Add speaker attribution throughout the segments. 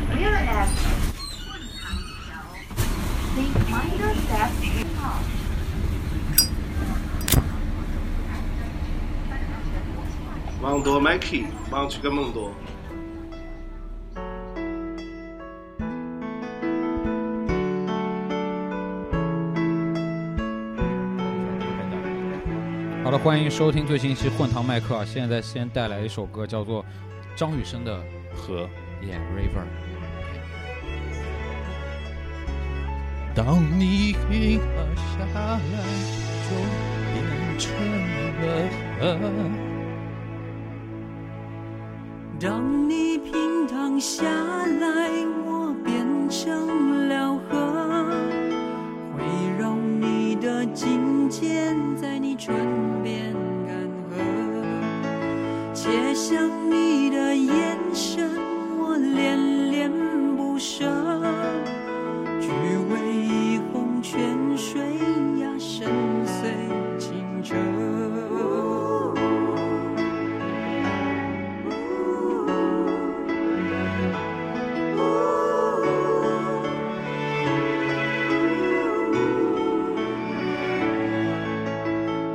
Speaker 1: Pyramid. Take minor steps to pause.
Speaker 2: Mandou Mike, Mántica mandou.
Speaker 3: 好了，欢迎收听最新一期《混糖麦克》啊！现在先带来一首歌，叫做张雨生的
Speaker 4: 和
Speaker 3: 《Yeah River》。
Speaker 4: 当你黑了下来，就变成了河。
Speaker 5: 当你平躺下来，我变成了河，会让你的颈肩在你唇边干涸，且想你的眼神，我恋恋不舍，只为一泓泉水呀，深邃清澈。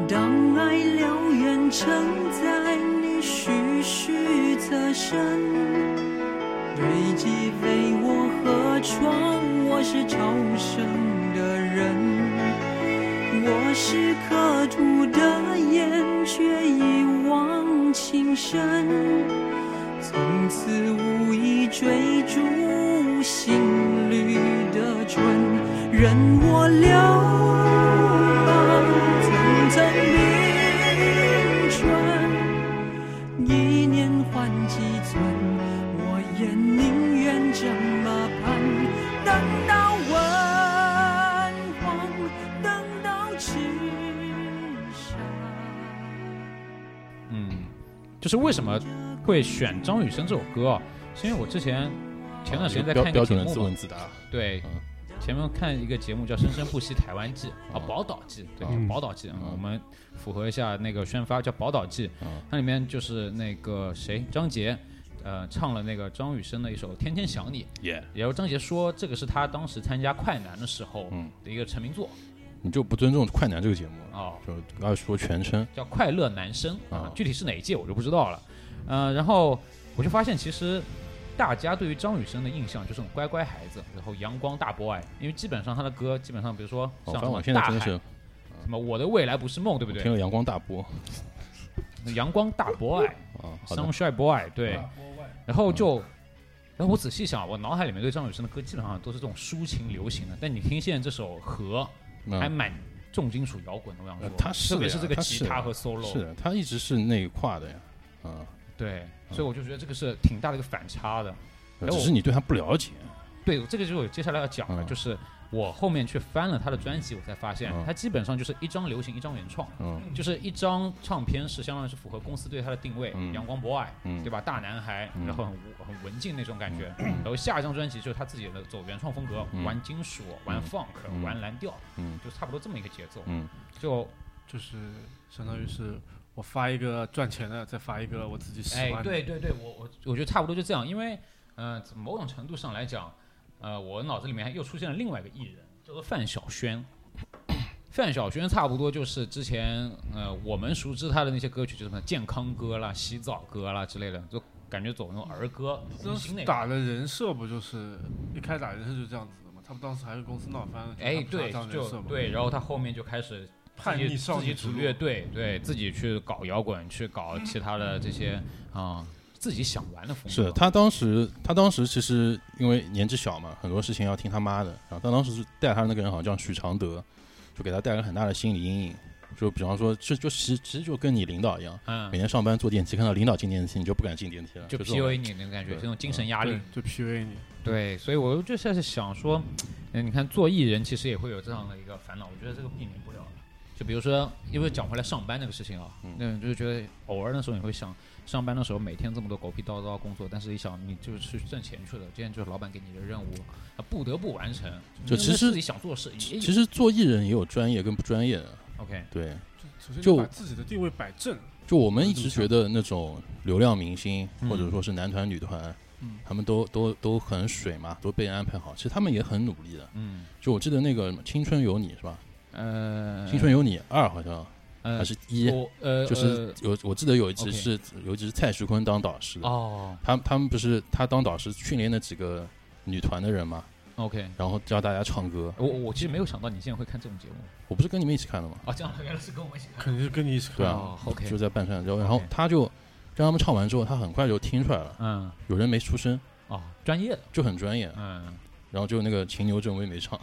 Speaker 5: 当爱燎原承载你徐徐侧身，堆积飞我河床，我是超生的人，我是刻骨的眼，却一往情深，从此无意追逐心律的春，任我流浪，层层冰川，一年换几寸，我也宁愿这么盼，等到文荒，等到痴傻。
Speaker 3: 嗯，就是为什么会选张雨生这首歌啊？是因为我之前前段时啊间在看
Speaker 4: 标
Speaker 3: 一个
Speaker 4: 标
Speaker 3: 节
Speaker 4: 准的
Speaker 3: 目
Speaker 4: 自
Speaker 3: 嘛
Speaker 4: 问自答，
Speaker 3: 对
Speaker 4: 嗯，
Speaker 3: 前面看一个节目叫《生生不息台湾记》啊，
Speaker 4: 嗯
Speaker 3: 宝岛记，对，
Speaker 4: 嗯
Speaker 3: 宝岛记，嗯我们符合一下那个宣发叫宝岛记
Speaker 4: 嗯，
Speaker 3: 它里面就是那个谁张杰，呃，唱了那个张雨生的一首《天天想你》，
Speaker 4: 耶！
Speaker 3: 然后张杰说这个是他当时参加快男的时候的一个成名作
Speaker 4: 你就不尊重快男这个节目了，
Speaker 3: 哦，
Speaker 4: 就不要说全称。
Speaker 3: 叫《快乐男生》啊
Speaker 4: 啊，
Speaker 3: 具体是哪一届我就不知道了。呃，然后我就发现，其实大家对于张雨生的印象就是那种乖乖孩子，然后阳光大 boy，因为基本上他的歌，基本上比如说
Speaker 4: 哦，
Speaker 3: 像什
Speaker 4: 反正
Speaker 3: 么
Speaker 4: 我现
Speaker 3: 大
Speaker 4: 在
Speaker 3: 海
Speaker 4: 真的是
Speaker 3: 什么我的未来不是梦，对不
Speaker 4: 我听
Speaker 3: 对？
Speaker 4: 了阳光大波
Speaker 3: 阳光大 boy、
Speaker 4: 啊，好的，
Speaker 3: sunshine boy，对。然后就，然后我仔细想，我脑海里面对张雨生的歌基本上都是这种抒情流行的，但你听现在这首《和》，还
Speaker 4: 嗯，
Speaker 3: 蛮重金属摇滚的，我想说
Speaker 4: 呃，他是
Speaker 3: 特别
Speaker 4: 的
Speaker 3: 是
Speaker 4: 呀
Speaker 3: 这个
Speaker 4: 他
Speaker 3: 吉
Speaker 4: 是
Speaker 3: 他
Speaker 4: 的
Speaker 3: 和 solo，
Speaker 4: 是的，他一直是那一跨的呀，啊，
Speaker 3: 对，所以我就觉得这个是挺大的一个反差的。然后
Speaker 4: 只是你对他不了解，
Speaker 3: 对，这个就是我接下来要讲的，
Speaker 4: 嗯
Speaker 3: 就是我后面去翻了他的专辑，我才发现
Speaker 4: 嗯
Speaker 3: 他基本上就是一张流行，一张原创，
Speaker 4: 嗯
Speaker 3: 就是一张唱片是相当于是符合公司对他的定位，
Speaker 4: 嗯
Speaker 3: 阳光 boy，
Speaker 4: 嗯，
Speaker 3: 对吧？大男孩，
Speaker 4: 嗯
Speaker 3: 然后很无很文静那种感觉。然后下一张专辑就是他自己的走原创风格，
Speaker 4: 嗯
Speaker 3: 玩金属，玩 funk，、
Speaker 4: 嗯
Speaker 3: 玩蓝调，
Speaker 4: 嗯
Speaker 3: 就差不多这么一个节奏。
Speaker 4: 嗯，
Speaker 3: 就
Speaker 6: 就是相当于是我发一个赚钱的，再发一个我自己喜
Speaker 3: 哎
Speaker 6: 欢，的。
Speaker 3: 对，对对，我我我觉得差不多就这样，因为呃，某种程度上来讲，呃，我脑子里面又出现了另外一个艺人，叫做范晓萱。范晓萱差不多就是之前呃我们熟知她的那些歌曲，就是什么健康歌啦、洗澡歌啦之类的，就感觉走那种儿歌、
Speaker 6: 当
Speaker 3: 红
Speaker 6: 时
Speaker 3: 心那
Speaker 6: 打的人设不就是一开始打人设就是这样子的嘛？他们当时还是公司闹翻了，就
Speaker 3: 哎
Speaker 6: 是，他们
Speaker 3: 对，
Speaker 6: 想当人设
Speaker 3: 就
Speaker 6: 嘛，
Speaker 3: 对，然后他后面就开始
Speaker 6: 叛逆少
Speaker 3: 自己
Speaker 6: 女
Speaker 3: 组
Speaker 6: 之
Speaker 3: 乐
Speaker 6: 路
Speaker 3: 队，对自己去搞摇滚，去搞其他的这些啊、自己想玩的风格。
Speaker 4: 是他当时，他当时其实因为年纪小嘛，很多事情要听他妈的。然后他当时是带他那个人好像叫许常德，就给他带来很大的心理阴影。就比方说，这就其实其实就跟你领导一样，每
Speaker 3: 嗯，
Speaker 4: 天上班坐电梯，看到领导进电梯，你就不敢进电梯了。
Speaker 3: 就
Speaker 4: 啊就
Speaker 3: PUA 你那种感觉，
Speaker 4: 对
Speaker 3: 这种精神压力
Speaker 6: 对。就 PUA 你。
Speaker 3: 对，所以我就现在是想说，嗯，你看做艺人其实也会有这样的一个烦恼，我觉得这个避免不了的。就比如说，因为讲回来上班这个事情啊，那就是觉得偶尔的时候你会想，上班的时候每天这么多狗屁叨叨工作，但是一想你就是去挣钱去了，这样就是老板给你的任务，啊，不得不完成。
Speaker 4: 就其实
Speaker 3: 那是自己想做的事，也
Speaker 4: 其实做艺人也有专业跟不专业的，
Speaker 3: OK，
Speaker 4: 对。
Speaker 6: 首先
Speaker 4: 就
Speaker 6: 把自己的定位摆正，
Speaker 4: 就我们一直觉得那种流量明星，或者说是男团女团，
Speaker 6: 嗯
Speaker 5: 他们都都都很水嘛，都被人安排好。其实他们也很努力的。
Speaker 3: 嗯，
Speaker 5: 就我记得那个什么《青春有你》是吧，
Speaker 3: 呃，
Speaker 5: 《青春有你二》好像
Speaker 3: 呃
Speaker 5: 还是一，
Speaker 3: 我呃
Speaker 5: 就是有我记得有一集
Speaker 3: OK
Speaker 5: 是有一集是蔡徐坤当导师
Speaker 3: 呃
Speaker 5: 的，
Speaker 3: 哦
Speaker 5: 他他们不是他当导师训练那几个女团的人嘛，
Speaker 3: ，OK，
Speaker 5: 然后教大家唱歌。
Speaker 3: 我我其实没有想到你竟然会看这种节目
Speaker 5: 我不是跟你们一起看的吗？
Speaker 3: 哦，这样原来是跟我们一起看
Speaker 6: 肯定是跟你一起看
Speaker 5: 对
Speaker 6: 的。
Speaker 5: 啊
Speaker 3: 哦，OK，
Speaker 5: 就在半山腰，然后
Speaker 3: OK
Speaker 5: 他就让他们唱完之后，他很快就听出来了，
Speaker 3: 嗯
Speaker 5: 有人没出声，
Speaker 3: 哦，专业的
Speaker 5: 就很专业。
Speaker 3: 嗯。
Speaker 5: 然后就那个秦牛正威没唱，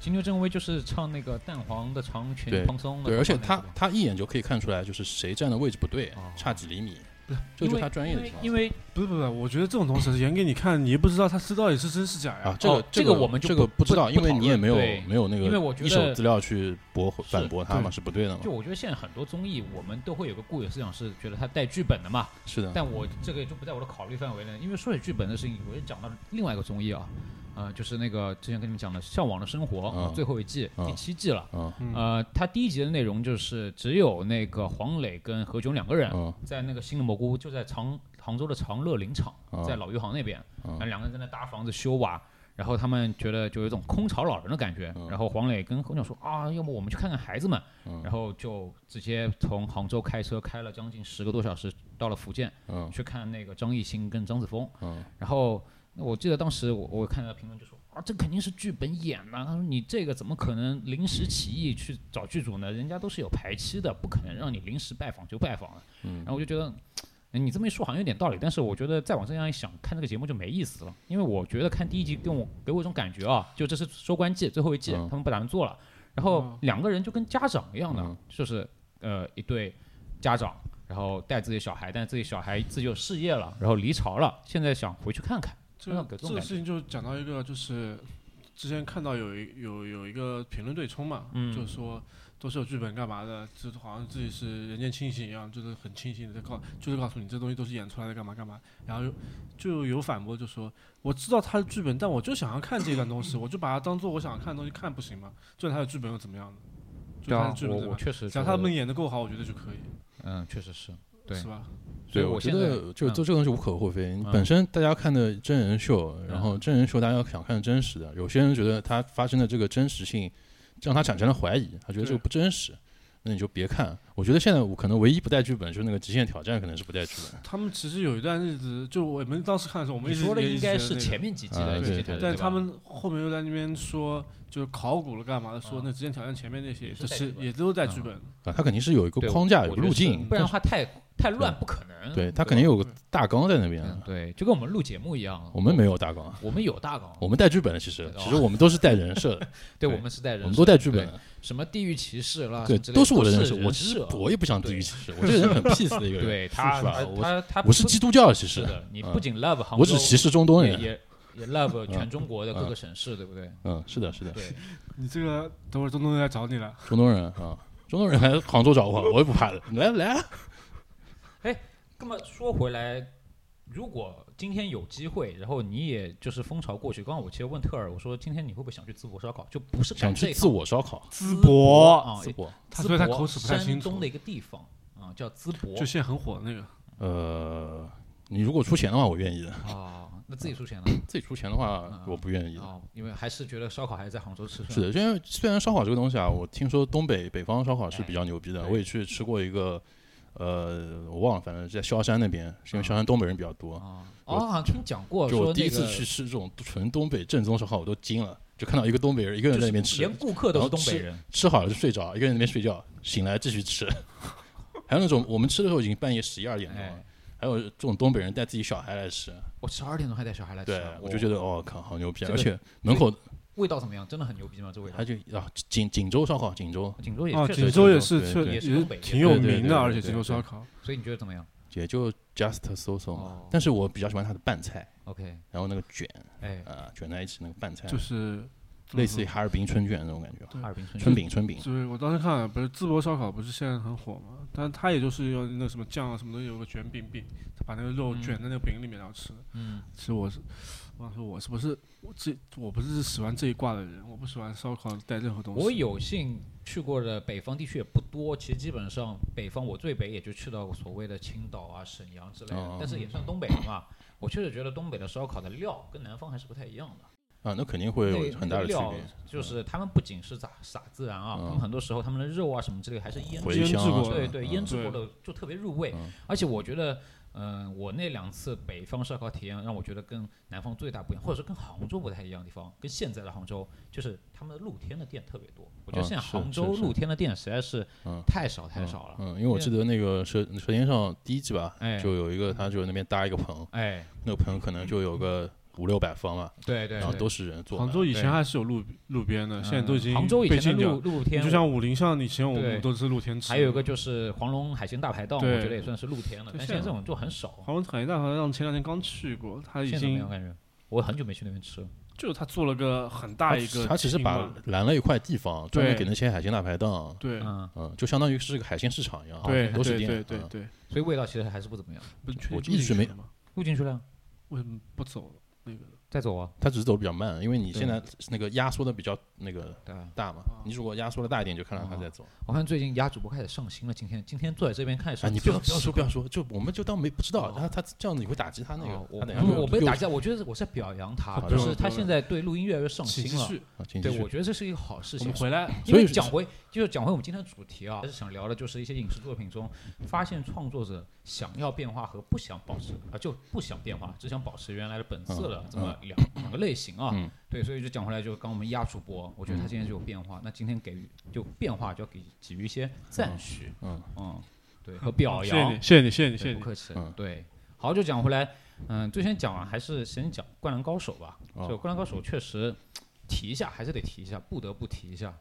Speaker 3: 金牛正威就是唱那个蛋黄的长裙
Speaker 5: 对
Speaker 3: 蓬松的，
Speaker 5: 对，而且
Speaker 3: 放那
Speaker 5: 他
Speaker 3: 个
Speaker 5: 他一眼就可以看出来，就是谁站的位置不对
Speaker 3: 哦，
Speaker 5: 差几厘米，
Speaker 6: 不是
Speaker 5: 这
Speaker 3: 因
Speaker 5: 就
Speaker 3: 为
Speaker 5: 是他专业的地
Speaker 3: 因为
Speaker 5: 方
Speaker 3: 因为
Speaker 6: 不是不是，我觉得这种东西演给你看，你也不知道他是到底是真是假呀。
Speaker 5: 啊。这个
Speaker 3: 哦这个
Speaker 5: 个
Speaker 3: 我们就
Speaker 5: 这个
Speaker 3: 不
Speaker 5: 知道，
Speaker 3: 不
Speaker 5: 因为你也没有
Speaker 3: 不讨论对
Speaker 5: 没有那个
Speaker 3: 因为我觉得
Speaker 5: 一手资料去驳
Speaker 3: 是
Speaker 5: 反驳他嘛，
Speaker 6: 对
Speaker 5: 是不对的嘛
Speaker 3: 就。我觉得现在很多综艺我们都会有个固有思想是觉得它带剧本的嘛，
Speaker 5: 是的，
Speaker 3: 但我这个就不在我的考虑范围内。因为说起剧本的事情，我就讲到另外一个综艺啊，呃，就是那个之前跟你们讲的《向往的生活》
Speaker 5: 嗯
Speaker 3: 最后一季、
Speaker 5: 嗯
Speaker 3: 第七季了。
Speaker 5: 嗯
Speaker 6: 嗯
Speaker 3: 呃，它第一集的内容就是只有那个黄磊跟何炅两个人
Speaker 5: 嗯
Speaker 3: 在那个新的蘑菇，就在常杭州的长乐林场，
Speaker 5: 嗯
Speaker 3: 在老余杭那边，
Speaker 5: 嗯
Speaker 3: 然后两个人在那搭房子修瓦，然后他们觉得就有一种空巢老人的感觉，
Speaker 5: 嗯
Speaker 3: 然后黄磊跟何炅说啊，要么我们去看看孩子们，
Speaker 5: 嗯
Speaker 3: 然后就直接从杭州开车开了将近十个多小时到了福建
Speaker 5: 嗯
Speaker 3: 去看那个张艺兴跟张子枫，
Speaker 5: 嗯
Speaker 3: 然后我记得当时我我看到评论就说啊，这肯定是剧本演呐、他说你这个怎么可能临时起意去找剧组呢？人家都是有排期的，不可能让你临时拜访就拜访了。然
Speaker 5: 嗯，
Speaker 3: 后我就觉得。嗯你这么一说好像有点道理，但是我觉得再往这样一想，看这个节目就没意思了，因为我觉得看第一集跟我给我一种感觉啊，就这是收官季，最后一季、
Speaker 5: 嗯
Speaker 3: 他们不打算做了，然后
Speaker 6: 嗯
Speaker 3: 两个人就跟家长一样的，
Speaker 5: 嗯
Speaker 3: 就是呃一对家长，然后带自己小孩，但是自己小孩自己有事业了，然后离巢了，现在想回去看看，
Speaker 6: 这
Speaker 3: 那
Speaker 6: 个
Speaker 3: 给这
Speaker 6: 这
Speaker 3: 种
Speaker 6: 个
Speaker 3: 感觉
Speaker 6: 事情就讲到一个，就是之前看到有一有有一个评论对冲嘛，
Speaker 3: 嗯
Speaker 6: 就是说都是有剧本干嘛的，就是好像自己是人间清醒一样，就是很清醒的在告，就是告诉你这东西都是演出来的，干嘛干嘛。然后有就有反驳，就说我知道他的剧本，但我就想要看这段东西，我就把它当做我想要看的东西看，不行吗？就他的剧本又怎么样呢？就他的剧本
Speaker 3: 啊
Speaker 6: 怎
Speaker 3: 我
Speaker 6: 么
Speaker 3: 我
Speaker 6: 样？
Speaker 3: 确实
Speaker 6: 只要
Speaker 3: 觉
Speaker 6: 他
Speaker 3: 得
Speaker 6: 们演的够好，我觉得就可以，
Speaker 3: 嗯确实是，对
Speaker 6: 是吧？
Speaker 3: 所以
Speaker 5: 对，我觉
Speaker 3: 现在
Speaker 5: 得就
Speaker 3: 嗯
Speaker 5: 就这个东西无可厚非。你
Speaker 3: 嗯
Speaker 5: 本身大家看的真人秀，
Speaker 3: 嗯
Speaker 5: 然后真人秀大家想看真实的，有些人觉得它发生的这个真实性让他产生了怀疑，他觉得这
Speaker 6: 对
Speaker 5: 个不真实，那你就别看。我觉得现在我可能唯一不带剧本就是那个《极限挑战》，可能是不带剧本。
Speaker 6: 他们其实有一段日子，就我们当时看的时候，我们
Speaker 3: 你
Speaker 6: 一直
Speaker 3: 说的
Speaker 6: 也一
Speaker 3: 应
Speaker 6: 直
Speaker 3: 该
Speaker 6: 觉得
Speaker 3: 是
Speaker 6: 那个
Speaker 3: 前面几季
Speaker 5: 啊
Speaker 3: 的，
Speaker 5: 对
Speaker 3: 这些
Speaker 5: 对
Speaker 3: 台的
Speaker 5: 对
Speaker 3: 对
Speaker 6: 但
Speaker 3: 吧
Speaker 6: 他们后面又在那边说，就是考古了干嘛的，说
Speaker 3: 啊
Speaker 6: 那《极限挑战》前面那些
Speaker 3: 也是
Speaker 6: 都
Speaker 3: 带
Speaker 6: 是
Speaker 3: 剧本
Speaker 6: 也都在剧本，
Speaker 5: 啊，它肯定是有一个
Speaker 3: 对
Speaker 5: 框架，
Speaker 3: 我觉
Speaker 5: 有个
Speaker 3: 得
Speaker 5: 路
Speaker 3: 是
Speaker 5: 径
Speaker 3: 不，然的话太太乱不可能。
Speaker 5: 对，它
Speaker 3: 吧
Speaker 5: 肯定有个大纲在那边。
Speaker 3: 嗯对，就跟我们录节目一样，
Speaker 5: 啊
Speaker 3: 啊
Speaker 5: 我们没有大纲，
Speaker 3: 我们有大纲，
Speaker 5: 我们带剧本的。其实
Speaker 3: 哦，
Speaker 5: 其实我们都是带人设的，
Speaker 3: 对我
Speaker 5: 对
Speaker 3: 们是带人设，
Speaker 5: 我们都带剧本
Speaker 3: 对
Speaker 5: 的。
Speaker 3: 什么地域歧视啦，
Speaker 5: 对
Speaker 3: 什么之，类
Speaker 5: 都是我的
Speaker 3: 人
Speaker 5: 人设。我其实
Speaker 3: 设
Speaker 5: 我也不想地域
Speaker 3: 对
Speaker 5: 歧视，我这个人很 peace 的一个人。
Speaker 3: 对他
Speaker 5: 是吧
Speaker 3: 他
Speaker 5: 我
Speaker 3: 他他
Speaker 5: 我是
Speaker 3: 不
Speaker 5: 基督教的，其
Speaker 3: 是
Speaker 5: 实
Speaker 3: 的，你
Speaker 5: 嗯
Speaker 3: 不仅 love 杭州，
Speaker 5: 我只歧视中东
Speaker 3: 也
Speaker 5: 人。
Speaker 3: 也 也 love
Speaker 5: 嗯
Speaker 3: 全中国的各
Speaker 5: 嗯
Speaker 3: 个省市，对不对？
Speaker 5: 嗯，是的，是的，
Speaker 3: 对，
Speaker 6: 你这个等会儿东东又来找你了，
Speaker 5: 中东人啊，中东人来杭州找我，我也不怕的。来来啊，
Speaker 3: 那么说回来，如果今天有机会，然后你也就是风潮过去，刚刚我其实问特尔，我说今天你会不会想去淄博烧烤？就不是
Speaker 5: 想
Speaker 3: 干这
Speaker 5: 去
Speaker 3: 一
Speaker 5: 自
Speaker 3: 趟
Speaker 5: 我烧烤，
Speaker 6: 淄
Speaker 3: 博
Speaker 6: 博，
Speaker 3: 啊，
Speaker 5: 淄博，
Speaker 6: 他
Speaker 3: 淄
Speaker 6: 所以他
Speaker 3: 博
Speaker 6: 口齿不太
Speaker 3: 山
Speaker 6: 清
Speaker 3: 东
Speaker 6: 楚
Speaker 3: 的一，个地方啊，叫淄博
Speaker 6: 就现在很火的那个，
Speaker 5: 呃，你如果出钱的话，我愿意的；
Speaker 3: 啊，那自己出钱了。
Speaker 5: 自己出钱的话，我不愿意的。
Speaker 3: 哦，因为还是觉得烧烤还是在杭州吃
Speaker 5: 是
Speaker 3: 算。
Speaker 5: 的，因为虽然烧烤这个东西啊，我听说东北北方烧烤是比较牛逼的，
Speaker 3: 哎
Speaker 5: 我也去吃过一个，呃，我忘了，反正在萧山那边，是因为萧山东北人比较多。
Speaker 3: 啊，
Speaker 5: 我
Speaker 3: 哦，好像听讲过，
Speaker 5: 就
Speaker 3: 说
Speaker 5: 我第
Speaker 3: 那
Speaker 5: 一次
Speaker 3: 个
Speaker 5: 去吃这种纯东北正宗烧烤，我都惊了，就看到一个东北人一
Speaker 3: 就
Speaker 5: 个人在
Speaker 3: 是
Speaker 5: 那边吃，
Speaker 3: 连顾客都是东北人，
Speaker 5: 吃好了就睡着，一个人在那边睡觉，醒来继续吃。 还有那种我们吃的时候已经半夜十一二点钟了，
Speaker 3: 哎，
Speaker 5: 还有这种东北人带自己小孩来吃，
Speaker 3: 我十二点钟还带小孩来吃
Speaker 5: 对
Speaker 3: 啊，
Speaker 5: 我就觉得哦靠，好牛逼啊！
Speaker 3: 这
Speaker 5: 而
Speaker 3: 个
Speaker 5: 且门口
Speaker 3: 味道怎么样？真的很牛逼吗？这味道
Speaker 5: 还？就啊锦锦州烧烤，锦州
Speaker 3: 锦州也
Speaker 6: 啊，
Speaker 3: 确
Speaker 6: 锦
Speaker 3: 实，
Speaker 6: 州也是
Speaker 5: 对
Speaker 6: 确
Speaker 5: 对
Speaker 6: 也
Speaker 3: 也是
Speaker 6: 是
Speaker 3: 东北
Speaker 6: 挺有
Speaker 5: 对对
Speaker 6: 名
Speaker 5: 对
Speaker 6: 的，而且
Speaker 5: 对
Speaker 6: 锦州
Speaker 5: 对
Speaker 6: 烧烤，
Speaker 3: 所以你觉得怎么样
Speaker 5: 也就 just so so，嘛
Speaker 3: 哦
Speaker 5: 但是我比较喜欢它的拌菜，
Speaker 3: ？OK，
Speaker 5: 然后那个卷
Speaker 3: 哎，
Speaker 5: 啊卷在一起那个拌菜，
Speaker 6: 就是嗯
Speaker 5: 类
Speaker 4: 嗯
Speaker 5: 似于哈尔滨春卷那种感觉吧，
Speaker 3: 哈尔滨春
Speaker 5: 春
Speaker 3: 卷
Speaker 5: 饼春饼，
Speaker 6: 就是我当时看了，不是淄博烧烤不是现在很火嘛，但它也就是用那什么酱啊什么东西有个卷饼饼，它把那个肉
Speaker 3: 嗯
Speaker 6: 卷在那个饼里面然后吃。
Speaker 3: 嗯，
Speaker 6: 其实我是
Speaker 4: 我想说，我是不是我这我不是喜欢这一挂的人，我不喜欢烧烤带任何东西。
Speaker 3: 我有幸去过的北方地区也不多，其实基本上北方我最北也就去到所谓的青岛啊、沈阳之类的，
Speaker 7: 哦
Speaker 3: 但是也算东北人嘛。我确实觉得东北的烧烤的料跟南方还是不太一样的。
Speaker 7: 啊，那肯定会
Speaker 3: 那
Speaker 7: 有很大的区
Speaker 3: 料
Speaker 7: 别。
Speaker 3: 就是他们不仅是撒撒孜然啊，
Speaker 7: 嗯
Speaker 3: 他们很多时候他们的肉啊什么之类还是腌
Speaker 7: 茴
Speaker 3: 制
Speaker 7: 香啊
Speaker 4: 腌制过
Speaker 7: 什么
Speaker 3: 对
Speaker 7: 的，
Speaker 3: 对，
Speaker 7: 嗯
Speaker 3: 腌制过
Speaker 4: 对
Speaker 3: 的就特别入味
Speaker 7: 嗯，
Speaker 3: 而且我觉得，嗯，我那两次北方烧烤体验让我觉得跟南方最大不一样，或者是跟杭州不太一样的地方，跟现在的杭州就是他们的露天的店特别多。我觉得
Speaker 7: 啊
Speaker 3: 现在
Speaker 7: 是
Speaker 3: 杭
Speaker 7: 是
Speaker 3: 州
Speaker 7: 是
Speaker 3: 露天的店实在是
Speaker 7: 嗯
Speaker 3: 太少太
Speaker 7: 嗯
Speaker 3: 少了，
Speaker 7: 嗯，因为我记得那个舌舌尖上第一季吧
Speaker 3: 哎，
Speaker 7: 就有一个他就那边搭一个棚，
Speaker 3: 哎，
Speaker 7: 那个棚可能就有个五六百方嘛，
Speaker 3: 对对
Speaker 7: 然后
Speaker 3: 对
Speaker 7: 都是人坐满
Speaker 4: 杭
Speaker 7: 了。
Speaker 4: 州以
Speaker 3: 对嗯
Speaker 4: 前还是有路路边的，现在都已经
Speaker 3: 杭州以
Speaker 4: 被
Speaker 3: 前
Speaker 4: 禁
Speaker 3: 的
Speaker 4: 掉
Speaker 3: 露
Speaker 4: 了。
Speaker 3: 露天，
Speaker 4: 就像武陵像以前我
Speaker 3: 对
Speaker 4: 们都是露天吃，
Speaker 3: 还有一个就是黄龙海鲜大排档，我
Speaker 4: 对
Speaker 3: 觉得也算是露天的，但
Speaker 4: 对
Speaker 3: 现
Speaker 4: 现
Speaker 3: 在
Speaker 4: 在
Speaker 3: 这种就很少，
Speaker 4: 黄龙产业大好像前两天刚去过，他已
Speaker 3: 现在怎么样
Speaker 4: 经
Speaker 3: 感觉？我很久没去那边吃了，
Speaker 4: 就他做了个很大一个
Speaker 7: 他只是
Speaker 4: 厅嘛
Speaker 7: 把拦了一块地方，专门
Speaker 4: 对
Speaker 7: 给那些海鲜大排档，
Speaker 4: 对
Speaker 3: 嗯，
Speaker 7: 嗯，就相当于是个海鲜市场一样，
Speaker 4: 对
Speaker 7: 都是
Speaker 4: 对
Speaker 7: 店，
Speaker 4: 对对
Speaker 7: 嗯
Speaker 4: 对，
Speaker 3: 所以味道其实还是不怎么样。
Speaker 4: 不是
Speaker 7: 我
Speaker 4: 确
Speaker 7: 一
Speaker 4: 定
Speaker 7: 直
Speaker 4: 去
Speaker 7: 没
Speaker 4: 了吗？
Speaker 3: 录进去了，
Speaker 4: 为什么不走了？那个
Speaker 3: 再走啊，
Speaker 7: 它只是走的比较慢，因为你
Speaker 3: 对
Speaker 7: 现在那个压缩的比较那个
Speaker 3: 对啊。
Speaker 7: 大嘛，你如果压缩的大一点，就看到它在走。
Speaker 3: 我看最近鸭主播开始上新了，今天今天坐在这边开始
Speaker 7: 啊，
Speaker 3: 上
Speaker 7: 你不
Speaker 3: 新，
Speaker 7: 要
Speaker 3: 不
Speaker 7: 不要说不
Speaker 3: 要
Speaker 7: 要说，就我们就当没不知道。然后他这样子你会打击他那个
Speaker 3: 哦，我
Speaker 7: 他等下
Speaker 3: 不我没
Speaker 7: 又
Speaker 3: 打架，我觉得是我是在表扬他，
Speaker 7: 好
Speaker 3: 就
Speaker 7: 的
Speaker 3: 是他现在对录音越来越上
Speaker 4: 请
Speaker 3: 心
Speaker 4: 继
Speaker 3: 了。
Speaker 4: 续，
Speaker 7: 啊请继
Speaker 3: 对，
Speaker 7: 续
Speaker 3: 我觉得这是一个好事
Speaker 4: 我
Speaker 3: 情
Speaker 4: 们。回来
Speaker 3: 因
Speaker 7: 所以
Speaker 3: 为
Speaker 7: 是
Speaker 3: 讲回就是讲回我们今天的主题啊，还是想聊的就是一些影视作品中，发现创作者想要变化和不想保持啊，就不想变化，只想保持原来的本色的这么两两个类型啊
Speaker 7: 嗯。
Speaker 3: 对，所以就讲回来，就刚我们鸭主播，我觉得他今天就有变化，那今天给予就变化就要给给予一些赞许，
Speaker 7: 嗯
Speaker 3: 嗯，对，和表
Speaker 4: 谢
Speaker 3: 扬
Speaker 4: 谢。你，谢谢你，谢谢你，谢
Speaker 3: 对
Speaker 4: 谢
Speaker 3: 不
Speaker 4: 你。
Speaker 3: 客气。
Speaker 7: 嗯
Speaker 3: 对，好，就讲回来，嗯，最先讲啊，还是先讲《灌篮高手》吧。
Speaker 7: 哦
Speaker 3: 就《灌篮高手》确实提一下，还是得提一下，不得不提一下。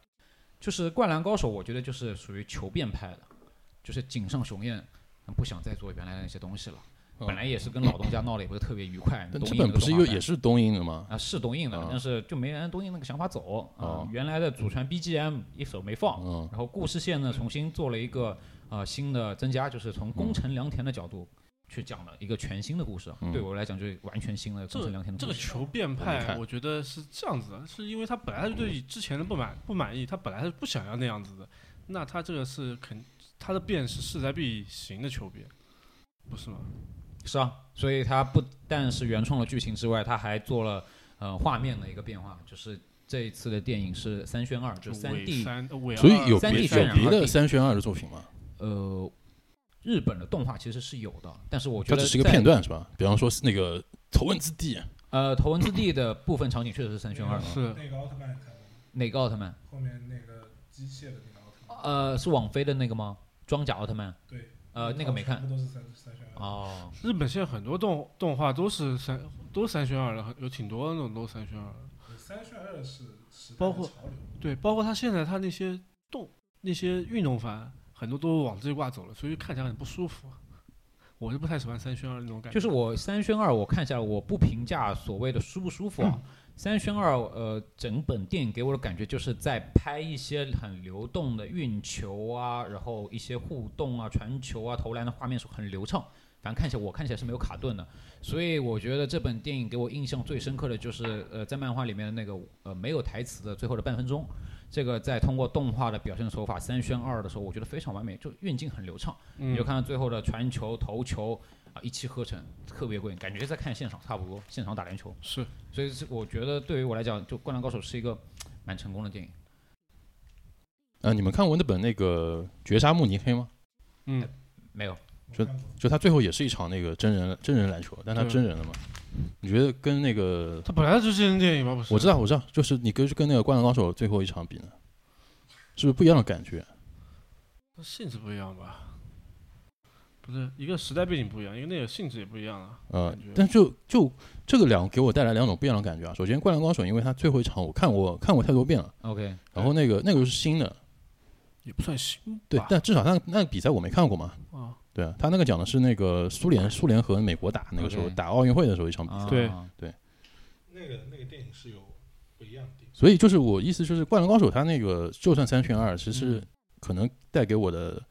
Speaker 3: 就是《灌篮高手》，我觉得就是属于求变派的，就是井上雄彦不想再做原来的那些东西了。
Speaker 7: 嗯
Speaker 3: 本来也是跟老东家闹得也不是特别愉快，
Speaker 7: 但
Speaker 3: 东
Speaker 7: 这
Speaker 3: 映那
Speaker 7: 本
Speaker 3: 个
Speaker 7: 不是一
Speaker 3: 动画
Speaker 7: 个
Speaker 3: 版
Speaker 7: 也是东映的吗？
Speaker 3: 啊，是东映的，
Speaker 7: 啊
Speaker 3: 但是就没按东映那个想法走啊
Speaker 7: 哦。
Speaker 3: 原来的祖传 BGM 一首没放，
Speaker 7: 嗯
Speaker 3: 然后故事线呢重新做了一个呃新的增加，就是从宫城良田的角度去讲了一个全新的故事。啊
Speaker 7: 嗯
Speaker 3: 对我来讲，就是完全新的宫城良田的
Speaker 4: 这
Speaker 3: 故
Speaker 4: 个
Speaker 3: 事。
Speaker 4: 求变
Speaker 7: 我没
Speaker 4: 派，
Speaker 7: 看嗯
Speaker 4: 我觉得是这样子的，是因为他本来就对之前的不满不满意，他本来是不想要那样子的，那他这个是肯他的变是势在必行的求变，不是吗？
Speaker 3: 是啊，所以他不但是原创了剧情之外，他还做了呃画面的一个变化，就是这一次的电影是三选二，就
Speaker 4: 就
Speaker 3: 三
Speaker 4: 伪
Speaker 3: D
Speaker 4: 三呃伪
Speaker 7: 所以
Speaker 4: 二
Speaker 7: 有
Speaker 3: 啊三
Speaker 7: 别
Speaker 3: D 渲
Speaker 7: 有
Speaker 3: 染
Speaker 7: 别
Speaker 3: 二 D
Speaker 7: 的三选二的作品吗？
Speaker 3: 呃。日本的动画其实是有的，但是我觉
Speaker 7: 它
Speaker 3: 得
Speaker 7: 只是一个
Speaker 3: 在
Speaker 7: 片段是吧？比方说是那个头文字 D，
Speaker 3: 呃，头文字 D 的部分场景确实是三选二。
Speaker 7: 嗯
Speaker 4: 是
Speaker 2: 那个奥特曼看过吗，
Speaker 3: 哪个奥特曼？
Speaker 2: 后面那个机械的那个奥特曼，
Speaker 3: 呃，是网飞的那个吗？装甲奥特曼？
Speaker 2: 对，
Speaker 3: 呃，那个没看
Speaker 2: 全。部都是三三选二，
Speaker 3: 哦，
Speaker 4: 日本现在很多动动画都是三都是三选二的，很有挺多那种都是三选二的。
Speaker 2: 三选二是时代的
Speaker 4: 包括
Speaker 2: 潮流，
Speaker 4: 对，包括他现在他那些动那些运动番，很多都往这一挂走了，所以看起来很不舒服。我是不太喜欢三选二那种感觉。
Speaker 3: 就是我三宣二，我看下来，我不评价所谓的舒不舒
Speaker 4: 嗯
Speaker 3: 服啊。三宣二，呃，整本电影给我的感觉就是在拍一些很流动的运球啊，然后一些互动啊、传球啊、投篮的画面是很流畅。反正看起来我看起来是没有卡顿的，所以我觉得这本电影给我印象最深刻的就是，呃，在漫画里面的那个呃没有台词的最后的半分钟，这个在通过动画的表现手法三宣二的时候，我觉得非常完美，就运镜很流畅。你
Speaker 4: 嗯
Speaker 3: 就看到最后的传球、投球啊，一气呵成，特别过瘾，感觉在看现场差不多，现场打篮球。
Speaker 4: 是
Speaker 3: 所以是我觉得对于我来讲，就《灌篮高手》是一个蛮成功的电影。
Speaker 7: 啊，你们看过那本那个《绝杀慕尼黑》吗？
Speaker 4: 嗯，
Speaker 3: 没有，
Speaker 2: 我看过
Speaker 7: 就他最后也是一场那个真人真人篮球，但他
Speaker 4: 对
Speaker 7: 真人了嘛？你觉得跟那个
Speaker 4: 他本来就是真人电影嘛，不是？
Speaker 7: 我知道我知道，就是你跟跟那个《灌篮高手》最后一场比呢，是不是不一样的感觉？
Speaker 4: 性质不一样吧？不是一个时代背景不一样，一个那个性质也不一样啊。
Speaker 7: 呃
Speaker 4: 感觉，
Speaker 7: 但就就这个两给我带来两种不一样的感觉啊。首先，《灌篮高手》，因为它最后一场我看我看过太多遍了，
Speaker 3: OK，
Speaker 7: 然后那个那个又是新的，
Speaker 4: 也不算新
Speaker 7: 对
Speaker 4: 吧，
Speaker 7: 但至少那那个比赛我没看过嘛。
Speaker 4: 啊，
Speaker 7: 对啊，他那个讲的是那个苏联苏联和美国打那个时候
Speaker 3: OK
Speaker 7: 打奥运会的时候一场比赛，
Speaker 3: 啊、
Speaker 4: 对
Speaker 2: 那个那个电影是有不一样的地方，
Speaker 7: 所以就是我意思就是《灌篮高手》它那个就算三选二，其实可能带给我的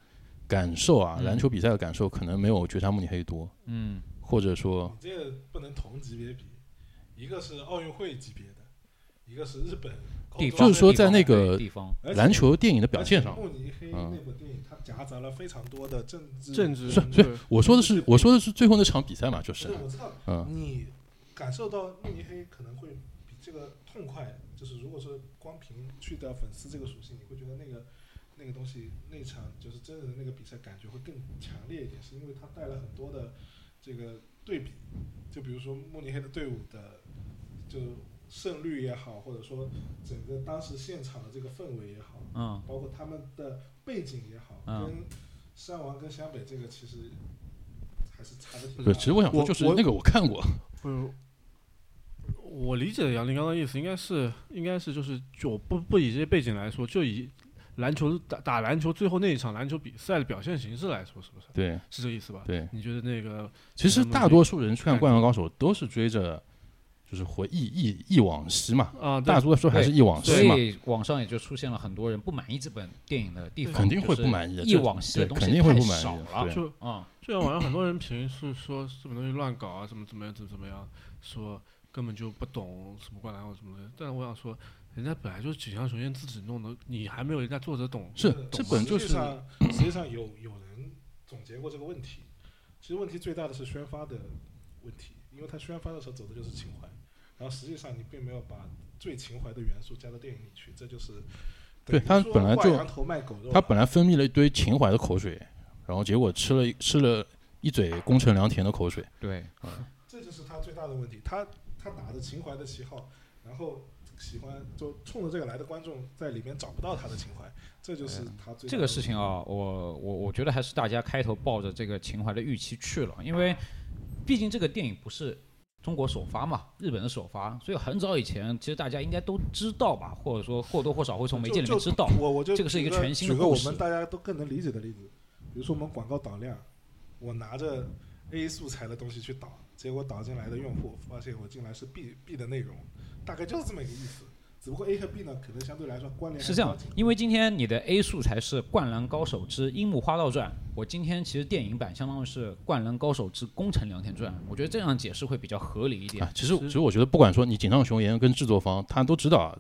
Speaker 7: 感受啊，
Speaker 3: 嗯
Speaker 7: 篮球比赛的感受可能没有《绝杀慕尼黑》多，
Speaker 3: 嗯，
Speaker 7: 或者说
Speaker 2: 你这个不能同级别比，一一个是奥运会级别的，一个是日本高
Speaker 3: 地
Speaker 2: 中
Speaker 3: 方
Speaker 7: 就是说
Speaker 3: 地方
Speaker 7: 在那
Speaker 3: 对
Speaker 7: 个
Speaker 3: 地方，
Speaker 2: 而且
Speaker 7: 篮球电影的表现
Speaker 2: 而
Speaker 7: 上
Speaker 2: 且，慕尼黑
Speaker 7: 嗯
Speaker 2: 那部电影，它夹杂了非常多的政治
Speaker 4: 政治
Speaker 7: 是
Speaker 4: 对
Speaker 7: 是我说的是我说的是最后那场比赛嘛，就是
Speaker 2: 不是，我知道，
Speaker 7: 嗯
Speaker 2: 你感受到慕尼黑可能会比这个痛快，就是如果说光凭去掉粉丝这个属性，你会觉得那个那个东西那场就是真人的那个比赛感觉会更强烈一点，是因为它带了很多的这个对比，就比如说慕尼黑的队伍的就胜率也好，或者说整个当时现场的这个氛围也好，
Speaker 3: 嗯，
Speaker 2: 包括他们的背景也好，
Speaker 3: 嗯
Speaker 2: 跟山王跟湘北这个其实还是差的挺大
Speaker 7: 对，
Speaker 2: 的。
Speaker 7: 其实我想说
Speaker 4: 我
Speaker 7: 就是
Speaker 4: 我
Speaker 7: 那个我看过，
Speaker 4: 不是，我理解杨林刚刚的意思应该是，应该是就是，就我不不以这些背景来说，就以篮球打打篮球最后那一场篮球比赛的表现形式来说，是不是？
Speaker 7: 对
Speaker 4: 是这个意思吧？
Speaker 7: 对。
Speaker 4: 你觉得那个
Speaker 7: 其实大多数人去看《灌篮高手》都是追着就是回忆忆忆往昔嘛，
Speaker 4: 啊，对
Speaker 7: 大多数还是忆往
Speaker 3: 所
Speaker 7: 昔嘛，
Speaker 3: 以网上也就出现了很多人不满意这本电影的地方，
Speaker 7: 肯定会不满意的，
Speaker 3: 就是忆往昔的
Speaker 7: 对
Speaker 3: 东西
Speaker 7: 肯定会不
Speaker 3: 太
Speaker 7: 满
Speaker 3: 少
Speaker 7: 意的，
Speaker 3: 了
Speaker 7: 对，
Speaker 4: 就
Speaker 3: 嗯，
Speaker 4: 就像网上很多人评是说什么东西乱搞啊，怎么怎么样，怎么怎么样，说根本就不懂什么灌篮或什么的。但是我想说，人家本来就是锦上雄彦自己弄的，你还没有人家作者懂。
Speaker 7: 是
Speaker 2: 呃
Speaker 7: 这本就
Speaker 2: 实
Speaker 7: 是
Speaker 2: 际上实际上有有人总结过这个问题，其实问题最大的是宣发的问题，因为他宣发的时候走的就是情怀，然后实际上你并没有把最情怀的元素加到电影里去，这就是
Speaker 7: 对
Speaker 2: 等于
Speaker 7: 他
Speaker 2: 说
Speaker 7: 本来
Speaker 2: 挂
Speaker 7: 就
Speaker 2: 羊头卖狗肉了，
Speaker 7: 他本来分泌了一堆情怀的口水，然后结果吃了一吃了一嘴宫城良田的口水，
Speaker 3: 对，
Speaker 2: 这就是他最大的问题，他他打着情怀的旗号，然后。喜欢就冲着这个来的观众在里面找不到他的情怀，这就是他最大的
Speaker 3: 哎这个事
Speaker 2: 问题
Speaker 3: 情啊，我我我觉得还是大家开头抱着这个情怀的预期去了，因为毕竟这个电影不是中国首发嘛，日本的首发，所以很早以前其实大家应该都知道吧，或者说或多或少会从媒介里面知道。
Speaker 2: 我我就
Speaker 3: 这个是一个
Speaker 2: 举
Speaker 3: 全新的
Speaker 2: 举个
Speaker 3: 故
Speaker 2: 我
Speaker 3: 事
Speaker 2: 们大家都更能理解的例子，比如说我们广告导量，我拿着 A 素材的东西去导，结果导进来的用户发现我进来是 B B 的内容，大概就是这么一个意思。只不过 A 和 B 呢，可能相对来说关联还
Speaker 3: 是这样
Speaker 2: 比较，紧
Speaker 3: 因为今天你的 A 素材是《灌篮高手之樱木花道传》，我今天其实电影版相当于是《灌篮高手之宫城良田传》，我觉得这样解释会比较合理一点
Speaker 7: 啊，。其实其实我觉得，不管说你井上雄彦跟制作方，他都知道啊，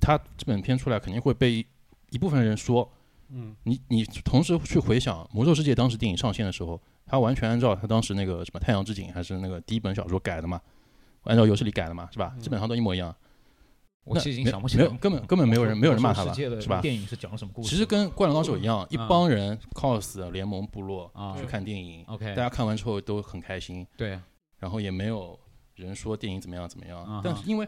Speaker 7: 他这本片出来肯定会被一一部分人说。
Speaker 4: 嗯，
Speaker 7: 你你同时去回想《魔兽世界》当时电影上线的时候，他完全按照他当时那个什么《太阳之井》还是那个第一本小说改的嘛，按照游戏里改的嘛，是
Speaker 3: 嗯
Speaker 7: 吧？基本上都一模一样。
Speaker 3: 我
Speaker 7: 那
Speaker 3: 其实已经
Speaker 7: 没
Speaker 3: 想不起
Speaker 7: 没
Speaker 3: 来
Speaker 7: 有
Speaker 3: 了，
Speaker 7: 根本根本没有人没有人骂他
Speaker 3: 世
Speaker 7: 了，
Speaker 3: 界的
Speaker 7: 是吧？
Speaker 3: 电影是讲什么故事？
Speaker 7: 其实跟《灌篮高手》一样，一
Speaker 3: 嗯
Speaker 7: 帮人 cos 联盟部落
Speaker 3: 啊
Speaker 7: 去看电影，
Speaker 3: OK
Speaker 7: 大家看完之后都很开心，
Speaker 3: 对
Speaker 7: 然后也没有人说电影怎么样怎么样。
Speaker 3: 啊哈
Speaker 7: 但是因为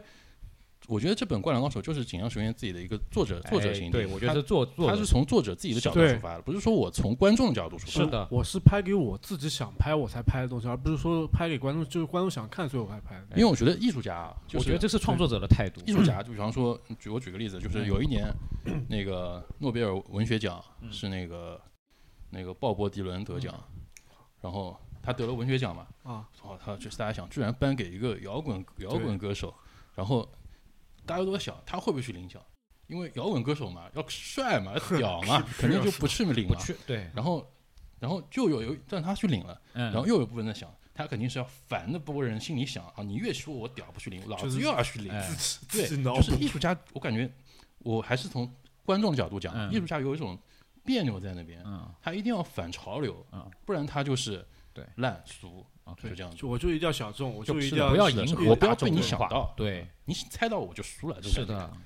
Speaker 7: 我觉得这本《灌篮高手》就是井上雄彦自己的一个作者作者型
Speaker 3: 哎
Speaker 7: 的，
Speaker 3: 对，我觉得
Speaker 7: 他
Speaker 3: 是做做
Speaker 7: 他是从作者自己的角度
Speaker 4: 对
Speaker 7: 出发的，不是说我从观众的角度出发。
Speaker 3: 是的，
Speaker 4: 嗯我是拍给我自己想拍我才拍的东西，而不是说拍给观众，就是观众想看所以我才拍的。
Speaker 7: 因为我觉得艺术家啊，就
Speaker 3: 哎我觉得
Speaker 7: 是
Speaker 3: 这是创作者的态度。
Speaker 7: 艺术家，就比方说，举我举个例子，就是有一 年那个诺贝尔文学奖
Speaker 3: 嗯
Speaker 7: 是那个那个鲍勃迪伦得奖，
Speaker 3: 嗯
Speaker 7: 然后他得了文学奖嘛。
Speaker 4: 啊，
Speaker 7: 我操！就是大家想，居然颁给一个摇滚摇滚歌手，然后大家都在想他会不会去领奖，因为摇滚歌手嘛，要帅嘛，要屌 嘛，肯定就不去领
Speaker 3: 不
Speaker 7: 嘛。
Speaker 3: 去对，
Speaker 7: 然后，然后就有有，但他去领了，
Speaker 3: 嗯，
Speaker 7: 然后又有一部分人在想，他肯定是要反那波人心里想啊，你越说我屌不去领，老
Speaker 4: 就
Speaker 7: 子
Speaker 4: 是
Speaker 7: 又要去领。
Speaker 3: 哎
Speaker 7: 对，
Speaker 4: 自己脑
Speaker 7: 就是艺术家，我感觉我还是从观众的角度讲，
Speaker 3: 嗯
Speaker 7: 艺术家有一种别扭在那边，
Speaker 3: 嗯
Speaker 7: 他一定要反潮流，
Speaker 3: 嗯
Speaker 7: 不然他就是
Speaker 3: 对
Speaker 7: 烂俗，
Speaker 3: ，OK，
Speaker 7: 就这样子。
Speaker 4: 就我就一定要小众，我就一
Speaker 7: 是
Speaker 4: 定
Speaker 7: 的
Speaker 4: 要
Speaker 3: 不要
Speaker 7: 是的
Speaker 3: 迎
Speaker 7: 是的
Speaker 3: 合
Speaker 7: 我不要
Speaker 3: 大众
Speaker 7: 被你
Speaker 3: 文
Speaker 7: 想
Speaker 3: 化
Speaker 7: 到，
Speaker 3: 对，
Speaker 7: 你猜到我就输了，这
Speaker 3: 是
Speaker 7: 种感
Speaker 3: 的
Speaker 7: 觉。，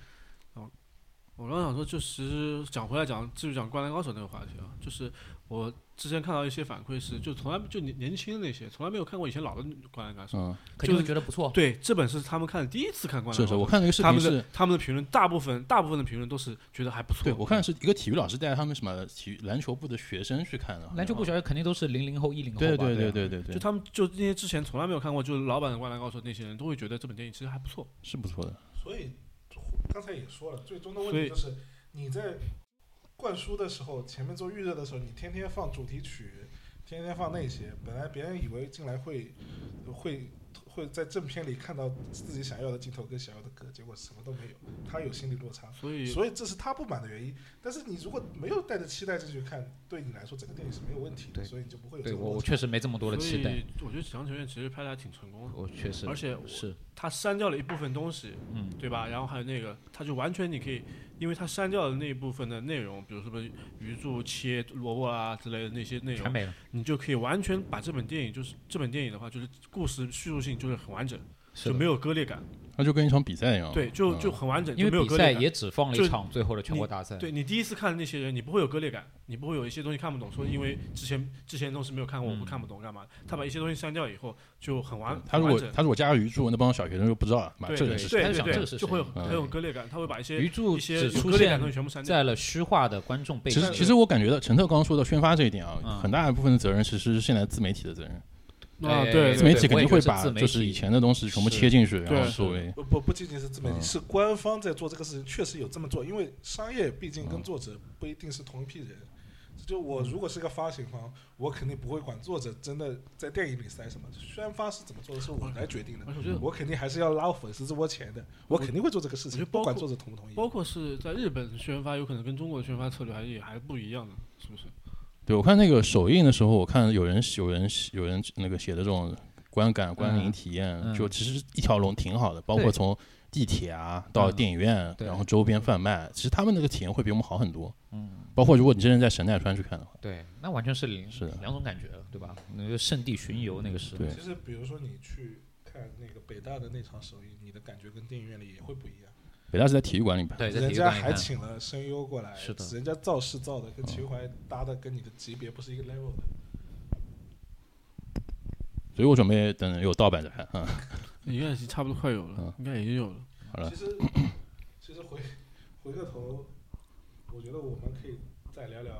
Speaker 4: 我刚想说，就其实讲回来讲，继续讲《灌篮高手》那个话题啊，就是我之前看到一些反馈是，就从来就年年轻的那些，从来没有看过以前老的《灌篮高手》
Speaker 7: 嗯，
Speaker 3: 肯定
Speaker 4: 就
Speaker 3: 会
Speaker 4: 是
Speaker 3: 觉得不错。
Speaker 4: 对，这本是他们看的第一次看《灌篮
Speaker 7: 是
Speaker 4: 高
Speaker 7: 是，
Speaker 4: 手》，
Speaker 7: 我看那个视
Speaker 4: 他
Speaker 7: 频
Speaker 4: 们
Speaker 7: 是
Speaker 4: 的，他们的评论，大部分大部分的评论都是觉得还不错。
Speaker 7: 对我看是一个体育老师带他们什么体育篮球部的学生去看的，
Speaker 3: 篮球部小孩肯定都是零零后、一零后吧？
Speaker 7: 对对
Speaker 3: 对
Speaker 7: 对对
Speaker 3: 啊
Speaker 7: 对对
Speaker 4: 就
Speaker 7: 对，
Speaker 4: 他们就那些之前从来没有看过，就是老版的《灌篮高手》那些人都会觉得这本电影其实还不错。
Speaker 7: 是不错的。
Speaker 2: 所以刚才也说了，最终的问
Speaker 4: 所
Speaker 2: 题
Speaker 4: 以
Speaker 2: 就是你在灌输的时候，前面做预热的时候，你天天放主题曲，天天放那些，本来别人以为进来会会会在正片里看到自己想要的镜头跟想要的歌，结果什么都没有，他有心理落差。
Speaker 4: 所以
Speaker 2: 所以这是他不满的原因，但是你如果没有带着期待进去看，对你来说整个电影是没有问题的，
Speaker 3: 对
Speaker 2: 所以你就不会有这
Speaker 3: 对
Speaker 2: 个
Speaker 3: 我
Speaker 2: 落
Speaker 3: 我
Speaker 2: 差。
Speaker 3: 确实没这么多的
Speaker 4: 所
Speaker 3: 期待，
Speaker 4: 以我觉得《强球院》其实拍的还挺成功的。
Speaker 3: 我确实
Speaker 4: 而且我
Speaker 3: 是
Speaker 4: 他删掉了一部分东西，
Speaker 3: 嗯，
Speaker 4: 对吧？然后还有那个，他就完全你可以，因为他删掉了那一部分的内容，比如什么鱼柱切萝卜啊之类的那些内
Speaker 3: 全
Speaker 4: 容，
Speaker 3: 没了。
Speaker 4: 你就可以完全把这本电影，就是这本电影的话，就是故事叙述性就是很完整，
Speaker 3: 是
Speaker 4: 就
Speaker 3: 的哦
Speaker 4: 没有割裂感，
Speaker 7: 那就跟一场比赛一样。
Speaker 4: 对，就
Speaker 7: 嗯
Speaker 4: 就很完整，
Speaker 3: 因为
Speaker 4: 就没有
Speaker 3: 比
Speaker 4: 割
Speaker 3: 赛
Speaker 4: 裂感。
Speaker 3: 也只放了
Speaker 4: 就
Speaker 3: 一场最后的全国大赛，
Speaker 4: 对你第一次看那些人，你不会有割裂感，你不会有一些东西看不懂，说因为之前之前的东西没有看过，我
Speaker 3: 嗯
Speaker 4: 不看不懂干嘛？他把一些东西删掉以后就很完，
Speaker 7: 他
Speaker 4: 很
Speaker 7: 如
Speaker 4: 完
Speaker 7: 果
Speaker 4: 整。
Speaker 7: 他如果加个鱼柱，那帮小学生就不知道了，妈
Speaker 4: 对
Speaker 7: 这
Speaker 4: 对
Speaker 7: 人
Speaker 4: 对
Speaker 7: 是谁。
Speaker 3: 他就
Speaker 4: 对
Speaker 3: 想这个
Speaker 4: 对，
Speaker 3: 是
Speaker 4: 就会有
Speaker 3: 谁
Speaker 4: 很有割裂感，他会把一些
Speaker 3: 鱼柱
Speaker 4: 一些
Speaker 3: 只
Speaker 4: 有
Speaker 3: 出
Speaker 4: 割裂感
Speaker 3: 现
Speaker 4: 的东西全部删掉。
Speaker 3: 在了虚化的观众背
Speaker 7: 其
Speaker 3: 景
Speaker 7: 实，
Speaker 3: 里。
Speaker 7: 其实我感觉到陈特刚刚说的宣发这一点啊，
Speaker 3: 嗯
Speaker 7: 很大一部分的责任其实是现在自媒体的责任。
Speaker 4: 啊，
Speaker 3: 哎对
Speaker 4: 对，
Speaker 7: 自媒体肯定会
Speaker 3: 我也觉得
Speaker 7: 把
Speaker 3: 是自媒体
Speaker 7: 就是以前的东西全部切进去，
Speaker 4: 对
Speaker 7: 然后作为
Speaker 2: 不不不仅仅是自媒体，
Speaker 7: 嗯
Speaker 2: 是官方在做这个事情，确实有这么做，因为商业毕竟跟
Speaker 3: 嗯
Speaker 2: 作者不一定是同一批人。就我如果是个发行方，我肯定不会管作者真的在电影里塞什么，宣发是怎么做的，是我来决定的
Speaker 4: 而。且我觉得
Speaker 2: 我肯定还是要拉我粉丝这波钱的，我肯定会做这个事
Speaker 4: 我觉
Speaker 2: 情，
Speaker 4: 得包
Speaker 2: 不管
Speaker 4: 括
Speaker 2: 作者同不同意。
Speaker 4: 包括是在日本宣发，有可能跟中国的宣发策略还也还不一样的，是不是？
Speaker 7: 对我看那个首映的时候，我看有人有人有人那个写的这种观感、观影体验，
Speaker 3: 嗯
Speaker 7: 就其实一条龙挺好的，包括
Speaker 3: 对
Speaker 7: 从地铁啊到
Speaker 3: 嗯
Speaker 7: 电影院，
Speaker 3: 对
Speaker 7: 然后周边贩卖，其实他们那个体验会比我们好很多。
Speaker 3: 嗯，
Speaker 7: 包括如果你真正在神奈川去看的话，
Speaker 3: 对，那完全是两
Speaker 7: 是的
Speaker 3: 两种感觉了，对吧？那个圣地巡游那个是，
Speaker 7: 对
Speaker 2: 其实，比如说你去看那个北大的那场首映，你的感觉跟电影院里也会不一样。
Speaker 7: 北大是在体育馆里办，
Speaker 3: 对，在
Speaker 2: 人
Speaker 3: 体育
Speaker 2: 家
Speaker 3: 馆里
Speaker 2: 还
Speaker 3: 看，
Speaker 2: 请了声优过来，
Speaker 3: 是的嗯
Speaker 2: 人家造势造的跟秦淮搭的跟你的级别不是一个 level 的。
Speaker 7: 所以我准备等有盗版再看。嗯，
Speaker 4: 应该已经差不多快有
Speaker 7: 嗯
Speaker 4: 了，应该已经有了。
Speaker 7: 好了
Speaker 2: 其，实，其实回回个头，我觉得我们可以再聊聊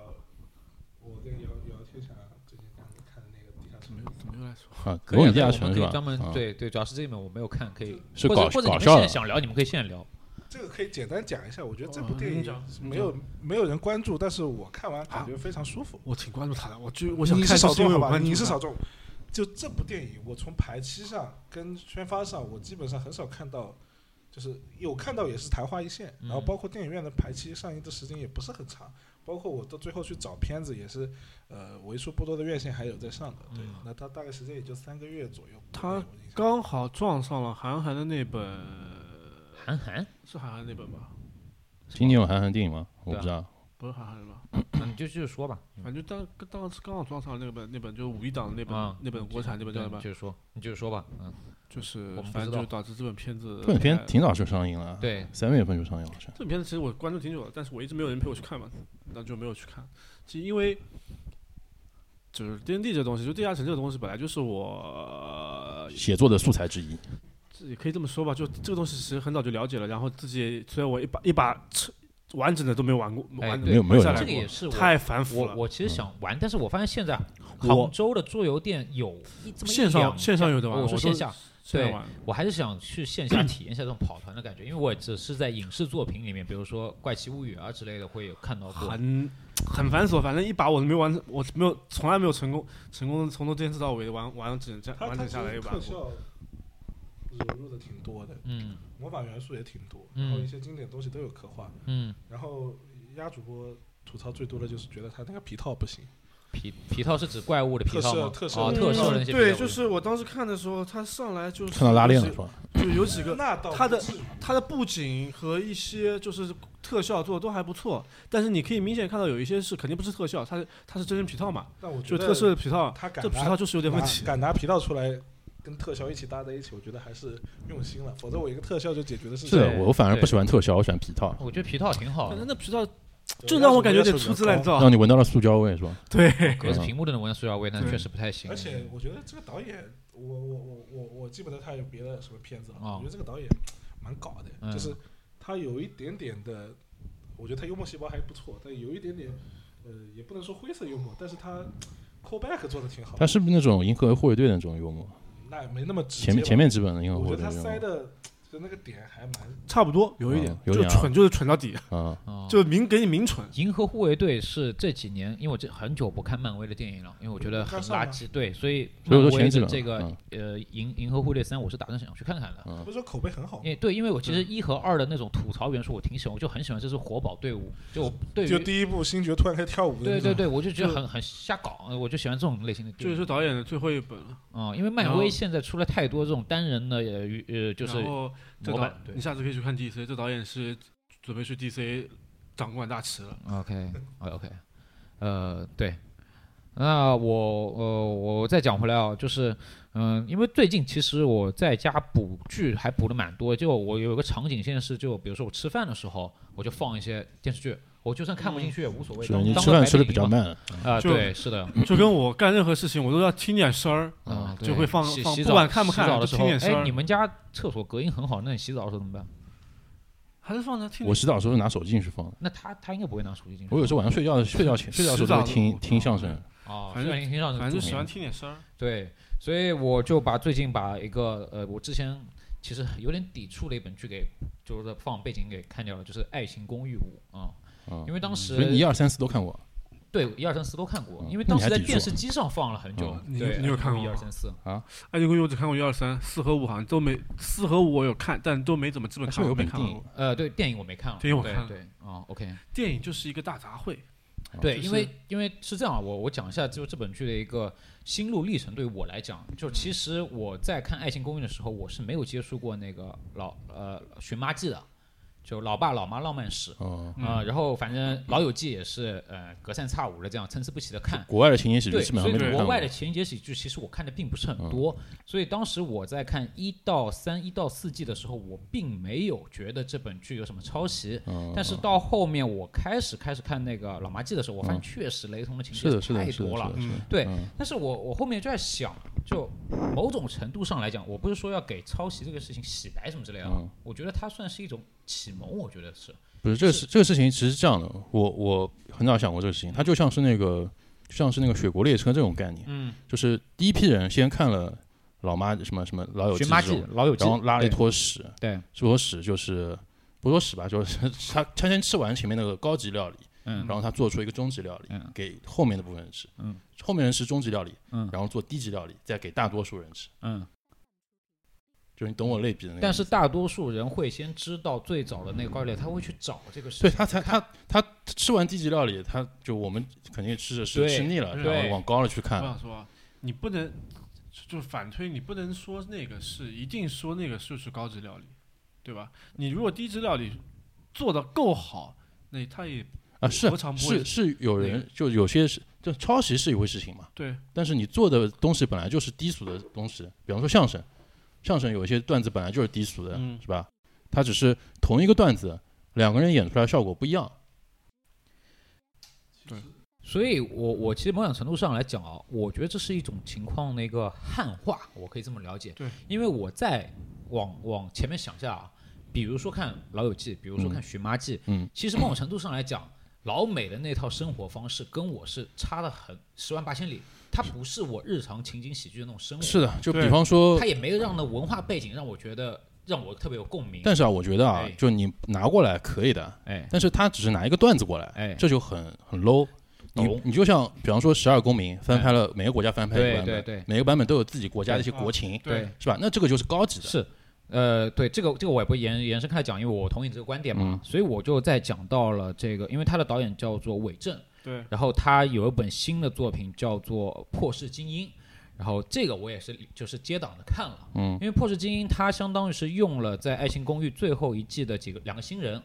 Speaker 2: 我跟姚姚天霞最近刚看的那个地下
Speaker 4: 怎
Speaker 2: 城
Speaker 4: 么。又怎么又来说？
Speaker 7: 啊，
Speaker 3: 可以
Speaker 7: 罗
Speaker 3: 的
Speaker 7: 宇地下
Speaker 3: 我们
Speaker 7: 城
Speaker 3: 可
Speaker 7: 是
Speaker 3: 以
Speaker 7: 吧？
Speaker 3: 专门
Speaker 7: 啊，
Speaker 3: 对对，主要是这本我没有看，可以
Speaker 7: 是
Speaker 3: 或者
Speaker 7: 搞
Speaker 3: 或者你
Speaker 7: 搞
Speaker 3: 们
Speaker 7: 笑
Speaker 3: 现在
Speaker 7: 的。啊
Speaker 3: 想聊，你们可以现在聊。
Speaker 2: 这个可以简单讲一下，我觉得这
Speaker 4: 哦
Speaker 2: 部电
Speaker 4: 你
Speaker 2: 影
Speaker 4: 讲
Speaker 2: 没有没有人关注，但是我看完感觉非常舒服。
Speaker 4: 我挺关注他的，我就我想
Speaker 2: 你
Speaker 4: 看
Speaker 2: 是少
Speaker 4: 就是因
Speaker 2: 众好
Speaker 4: 为我
Speaker 2: 吧？
Speaker 4: 关注
Speaker 2: 你是
Speaker 4: 他
Speaker 2: 少众。就这部电影，我从排期上跟宣发上，我基本上很少看到，就是有看到也是昙花一现。
Speaker 3: 嗯
Speaker 2: 然后包括电影院的排期上映的时间也不是很长，包括我到最后去找片子也是，呃，为数不多的院线还有在上的。对
Speaker 3: 嗯，
Speaker 2: 那它大概时间也就三个月左右。
Speaker 4: 它
Speaker 2: 我印象
Speaker 4: 刚好撞上了韩寒的那本，
Speaker 3: 韩寒，
Speaker 4: 是韩寒那本吧？
Speaker 7: 今年有韩寒电影吗？
Speaker 3: 啊
Speaker 7: 我不知道。
Speaker 4: 不是韩寒的吧？
Speaker 3: 那你就继续说吧。嗯
Speaker 4: 反正当当时刚好撞上了那本那本就是五一档的那本、
Speaker 3: 啊
Speaker 4: 那本国产那本叫什
Speaker 3: 对
Speaker 4: 么啊
Speaker 3: 你？就是说，你就是说吧，嗯，
Speaker 4: 就是
Speaker 3: 我们不
Speaker 4: 反
Speaker 3: 知
Speaker 4: 正就
Speaker 3: 道
Speaker 4: 导致这本片子
Speaker 7: 这本片
Speaker 4: 哎
Speaker 7: 挺早就上映了，，
Speaker 3: 啊对，
Speaker 7: 三月份就上映了，好像。
Speaker 4: 这本片子其实我关注挺久了，但是我一直没有人陪我去看嘛，那就没有去看。其实因为就是 D N D 这东西，就地下城这个东西本来就是
Speaker 3: 呃
Speaker 4: 我
Speaker 7: 写作的素材之一，
Speaker 4: 自己可以这么说吧，就这个东西其实很早就了解了，然后自己也虽然我一把一把完整的都没玩过，
Speaker 3: 哎
Speaker 4: 完
Speaker 3: 对
Speaker 7: 没有没有
Speaker 4: 下
Speaker 7: 人嗯
Speaker 4: 来
Speaker 7: 看
Speaker 3: 这个
Speaker 4: 过
Speaker 3: 也是我
Speaker 4: 太繁复
Speaker 3: 我
Speaker 4: 了。
Speaker 3: 我其实想玩，但是我发现现在啊
Speaker 4: 我
Speaker 3: 杭州的桌游店有一这么一
Speaker 4: 线上
Speaker 3: 两
Speaker 4: 线上有的玩，
Speaker 3: 我说
Speaker 4: 都
Speaker 3: 线下，
Speaker 4: 线上
Speaker 3: 对
Speaker 4: 玩
Speaker 3: 我还是想去线下体验一下这种跑团的感觉，因为我只是在影视作品里面，比如说《怪奇物语》啊之类的会有看到过。
Speaker 4: 很很繁琐，反正一把我都没玩，我没有从来没有成功成功从头坚持到尾的玩完整下
Speaker 2: 它
Speaker 4: 完
Speaker 2: 它
Speaker 4: 整
Speaker 2: 其
Speaker 4: 下来
Speaker 2: 实
Speaker 4: 一把
Speaker 2: 特
Speaker 4: 过。
Speaker 2: 效融入的挺多的，
Speaker 3: 嗯
Speaker 2: 魔法元素也挺多，
Speaker 3: 嗯
Speaker 2: 然后一些经典东西都有刻画。
Speaker 3: 嗯，
Speaker 2: 然后鸭主播吐槽最多的就是觉得他那个皮套不行。皮
Speaker 3: 皮套是指怪物的皮套吗？
Speaker 2: 特摄
Speaker 3: 啊，
Speaker 2: 特摄
Speaker 3: 特摄的那些皮套。
Speaker 4: 对，就是我当时看的时候，他上来就是
Speaker 7: 看到拉链了是吧？
Speaker 4: 就有几个
Speaker 2: 那倒
Speaker 4: 他的
Speaker 2: 不至于
Speaker 4: 他的布景和一些就是特效做的都还不错，但是你可以明显看到有一些是肯定不是特效，它是它是真人皮套嘛，
Speaker 2: 但我觉
Speaker 4: 就
Speaker 2: 得
Speaker 4: 特摄的皮套，
Speaker 2: 他敢
Speaker 4: 这皮
Speaker 2: 拿
Speaker 4: 套就是有点问
Speaker 2: 拿
Speaker 4: 题。
Speaker 2: 敢拿皮套出来跟特效一起搭在一起，我觉得还是用心了，否则我一个特效就解决的事
Speaker 7: 是
Speaker 2: 情。
Speaker 7: 的，
Speaker 3: 对
Speaker 7: 我反而不喜欢特效，我喜欢皮套，
Speaker 3: 我觉得皮套挺好
Speaker 4: 但是
Speaker 3: 的，
Speaker 4: 那皮套就让我感觉有点粗制滥造。
Speaker 7: 让你闻到了塑胶味是吧？
Speaker 3: 哦
Speaker 4: 对，
Speaker 3: 隔着屏幕都能闻到塑料味，但确实不太行。
Speaker 2: 而且我觉得这个导演，我我我我我记不得他有别的什么片子了。
Speaker 4: 啊
Speaker 3: 哦
Speaker 2: 我觉得这个导演蛮搞的，
Speaker 3: 嗯
Speaker 2: 就是他有一点点的，我觉得他幽默细胞还不错，但有一点点，呃，也不能说灰色幽默，但是他 callback 做的挺好的
Speaker 7: 它。是不是那种银河护卫队的那种幽默？
Speaker 2: 那也没那么直接吧。
Speaker 7: 前面前面基本的银河护
Speaker 2: 我
Speaker 7: 卫
Speaker 2: 觉得
Speaker 7: 队
Speaker 2: 他
Speaker 7: 的幽
Speaker 2: 塞
Speaker 7: 默，
Speaker 2: 的就那个点还蛮
Speaker 4: 差不多有一点
Speaker 7: 嗯，有点啊嗯
Speaker 4: 就蠢就是蠢到底，
Speaker 7: 啊，
Speaker 3: 哦
Speaker 4: 就明给你明蠢。
Speaker 3: 银河护卫队是这几年，因为我这很久不看漫威的电影了，因为我觉得很垃圾，对，所以
Speaker 7: 所以我
Speaker 3: 漫
Speaker 7: 说前
Speaker 3: 威
Speaker 7: 几嗯
Speaker 3: 的
Speaker 7: 本
Speaker 3: 这个、呃银银河护卫队三，我是打算想去看看的。
Speaker 2: 不是说口碑很好
Speaker 3: 因，为对，因为我其实一和二的那种吐槽元素我挺喜欢，我就很喜欢这支活宝队伍，就我对于
Speaker 2: 就第一部星爵突然开始跳舞的
Speaker 3: 对
Speaker 2: 那
Speaker 3: 对
Speaker 2: 种，
Speaker 3: 对，我就觉得很很瞎搞，呃我就喜欢这种类型的电
Speaker 4: 这
Speaker 3: 影。
Speaker 4: 也是导演的最后一本了，
Speaker 3: 啊、因为漫
Speaker 4: 然后
Speaker 3: 威现在出了太多这种单人的呃与呃就是
Speaker 4: 然后这
Speaker 3: 模
Speaker 4: 导
Speaker 3: 板，
Speaker 4: 你
Speaker 3: 对
Speaker 4: 下次可以去看 DC，这导演是准备去 DC 掌管大旗了。
Speaker 3: ，OK OK，呃对，那我呃我再讲回来啊，就是嗯、因为最近其实我在家补剧还补的蛮多，就我有个场景现在是就比如说我吃饭的时候，我就放一些电视剧，我就算看不进去也无所谓，
Speaker 7: 嗯是
Speaker 3: 当
Speaker 7: 你
Speaker 3: 当
Speaker 7: 吃
Speaker 3: 个
Speaker 7: 饭
Speaker 3: 白
Speaker 7: 吃的
Speaker 3: 电
Speaker 7: 比
Speaker 3: 影
Speaker 7: 较
Speaker 3: 嘛
Speaker 7: 慢，
Speaker 3: 啊、
Speaker 4: 就
Speaker 3: 对，是的，
Speaker 7: 嗯
Speaker 4: 就跟我干任何事情，我都要听点声儿，
Speaker 3: 啊，
Speaker 4: 嗯就
Speaker 3: 对
Speaker 4: 会放
Speaker 3: 洗
Speaker 4: 放
Speaker 3: 洗
Speaker 4: 不
Speaker 3: 澡
Speaker 4: 管看不看
Speaker 3: 洗澡的
Speaker 4: 就
Speaker 3: 时
Speaker 4: 听
Speaker 3: 候，
Speaker 4: 点声
Speaker 3: 哎，
Speaker 4: 儿
Speaker 3: 你们家厕所隔音很好，那你洗澡的时候怎么办？
Speaker 4: 还是放着听
Speaker 7: 我。洗澡的时候拿手机进去放的，
Speaker 3: 那他他应该不会拿手机进去。
Speaker 7: 我有时候晚上睡觉 的睡觉前睡觉的时候都会听听相声，
Speaker 3: 哦，
Speaker 4: 反正
Speaker 3: 虽然听上去
Speaker 4: 反正就
Speaker 3: 著
Speaker 4: 喜
Speaker 3: 名
Speaker 4: 欢听点声儿，
Speaker 3: 对，所以我就把最近把一个呃，我之前其实有点抵触的一本剧给就是放背景给看掉了，就是《爱情公寓五》啊、
Speaker 7: 嗯
Speaker 3: 因为当时
Speaker 7: 所以你一二三四都看过
Speaker 3: 对一二三四都看过，
Speaker 7: 嗯
Speaker 3: 因为当时
Speaker 7: 那
Speaker 3: 在
Speaker 7: 你还抵触
Speaker 3: 电视机上放了很久。
Speaker 4: 嗯
Speaker 3: 对，
Speaker 4: 你你有看过
Speaker 3: 一
Speaker 4: 吗
Speaker 3: 二三四？
Speaker 4: 《爱情公寓》我只看过一二三，四和五好像都没，四和五我有看，但都没怎么基本
Speaker 7: 还是不是哎
Speaker 4: 看完，
Speaker 7: 有
Speaker 4: 没
Speaker 7: 本
Speaker 4: 看
Speaker 7: 电影
Speaker 4: 过。
Speaker 3: 呃，对，电影我没看，
Speaker 4: 电影我
Speaker 3: 对
Speaker 4: 看了
Speaker 3: 对啊，OK。
Speaker 4: 电影就是一个大杂烩，
Speaker 3: 对，因
Speaker 4: 就是
Speaker 3: 为因为是这样啊，我我讲一下就这本剧的一个心路历程。对于我来讲，就其
Speaker 7: 嗯
Speaker 3: 实我在看《爱情公寓》的时候，我是没有接触过那个老呃《寻妈记》的，就《老爸老妈浪漫史》
Speaker 7: 哦，
Speaker 3: 啊、然后反正《老友记》也是呃隔三差五的这样参差不齐的看。
Speaker 7: 国外的情景喜剧
Speaker 3: 对，
Speaker 7: 基本上
Speaker 3: 所
Speaker 7: 没
Speaker 3: 以
Speaker 7: 怎么
Speaker 3: 国
Speaker 7: 看
Speaker 3: 外的
Speaker 7: 过。嗯
Speaker 3: 情节喜剧其实我看的并不是很多，所以当时我在看一到三、一到四季的时候，我并没有觉得这本剧有什么抄袭，
Speaker 7: 嗯，
Speaker 3: 但是到后面我开始开始看那个《老妈记》的时候，我发现
Speaker 7: 嗯
Speaker 3: 确实雷同的情
Speaker 7: 是
Speaker 3: 节
Speaker 7: 的，是的，
Speaker 3: 太
Speaker 7: 是的，
Speaker 3: 多
Speaker 7: 是
Speaker 3: 了。
Speaker 7: 的，是的。
Speaker 3: 对
Speaker 7: 嗯，
Speaker 3: 但是我我后面就在想，就某种程度上来讲，我不是说要给抄袭这个事情洗白什么之类的啊，
Speaker 7: 嗯
Speaker 3: 我觉得它算是一种启蒙，我觉得是。
Speaker 7: 不是这个事，这个事情其实是这样的，我我很早想过这个事情，它就像是那个，就像是那个雪国列车这种概念，
Speaker 4: 嗯，
Speaker 7: 就是第一批人先看了老妈什么什么老友
Speaker 3: 寻
Speaker 7: 记
Speaker 3: 妈
Speaker 7: 这
Speaker 3: 记
Speaker 7: 种，、
Speaker 3: 老友记
Speaker 7: 然后，拉了一
Speaker 3: 对
Speaker 7: 坨屎，
Speaker 3: 对，
Speaker 7: 这坨屎就是不说屎吧，就是 他他先吃完前面那个高级料理，
Speaker 3: 嗯
Speaker 7: 然后他做出一个中级料理，
Speaker 3: 嗯
Speaker 7: 给后面的部分人吃，
Speaker 3: 嗯
Speaker 7: 后面人吃中级料理，
Speaker 3: 嗯
Speaker 7: 然后做低级料理，再给大多数人吃，
Speaker 3: 嗯。
Speaker 7: 就是你懂我类比的那个意思。
Speaker 3: 但是大多数人会先知道最早的那个高烈，他会去找这个事
Speaker 7: 对
Speaker 3: 情。
Speaker 7: 他才他他吃完低级料理，他就我们肯定吃着吃
Speaker 3: 对
Speaker 7: 吃腻了，然
Speaker 3: 对
Speaker 7: 后往高了去
Speaker 4: 我
Speaker 3: 啊
Speaker 7: 看。
Speaker 4: 想说，你不能就反推，你不能说那个是一定说那个就是高级料理，对吧？你如果低级料理做的够好，那他也
Speaker 7: 啊，是
Speaker 4: 何尝不会
Speaker 7: 是是有
Speaker 4: 那
Speaker 7: 人就有些是就抄袭是一回事情嘛，
Speaker 4: 对，
Speaker 7: 但是你做的东西本来就是低俗的东西，比方说相声，相声有一些段子本来就是低俗的，
Speaker 4: 嗯
Speaker 7: 是吧？他只是同一个段子，两个人演出来效果不一样。
Speaker 3: 所以我我其实某种程度上来讲啊，我觉得这是一种情况的一个汉化，我可以这么了解。
Speaker 4: 对，
Speaker 3: 因为我再往往前面想一下啊，比如说看《老友记》，比如说看《寻妈记》，
Speaker 7: 嗯，
Speaker 3: 其实某种程度上来讲，老美的那套生活方式跟我是差的很十万八千里，它不是我日常情景喜剧的那种生活，
Speaker 7: 是的，就比
Speaker 4: 对
Speaker 7: 方说
Speaker 3: 它，也没有让那文化背景让我觉得让我特别有共鸣。
Speaker 7: 但是啊，我觉得啊
Speaker 3: 哎，
Speaker 7: 就你拿过来可以的，
Speaker 3: 哎，
Speaker 7: 但是他只是拿一个段子过来，
Speaker 3: 哎
Speaker 7: 这就很很 low。你
Speaker 3: 懂
Speaker 7: 你就像比方说《十二公民》翻拍了，每个国家翻拍一
Speaker 3: 对
Speaker 7: 个版本，
Speaker 3: 对对
Speaker 7: 每个版本都有自己国家的一些
Speaker 4: 对
Speaker 7: 国情，
Speaker 3: 对。啊
Speaker 7: 是吧？那这个就是高级的，
Speaker 3: 是，呃，对，这个这个我也不延延伸开来讲，因为我同意你这个观点嘛，
Speaker 7: 嗯
Speaker 3: 所以我就在讲到了这个，因为他的导演叫做韦正，
Speaker 4: 对，
Speaker 3: 然后他有一本新的作品叫做《破世精英》，然后这个我也是就是接档的看了，
Speaker 7: 嗯，
Speaker 3: 因为《破世精英》它相当于是用了在《爱情公寓》最后一季的几个两个新人。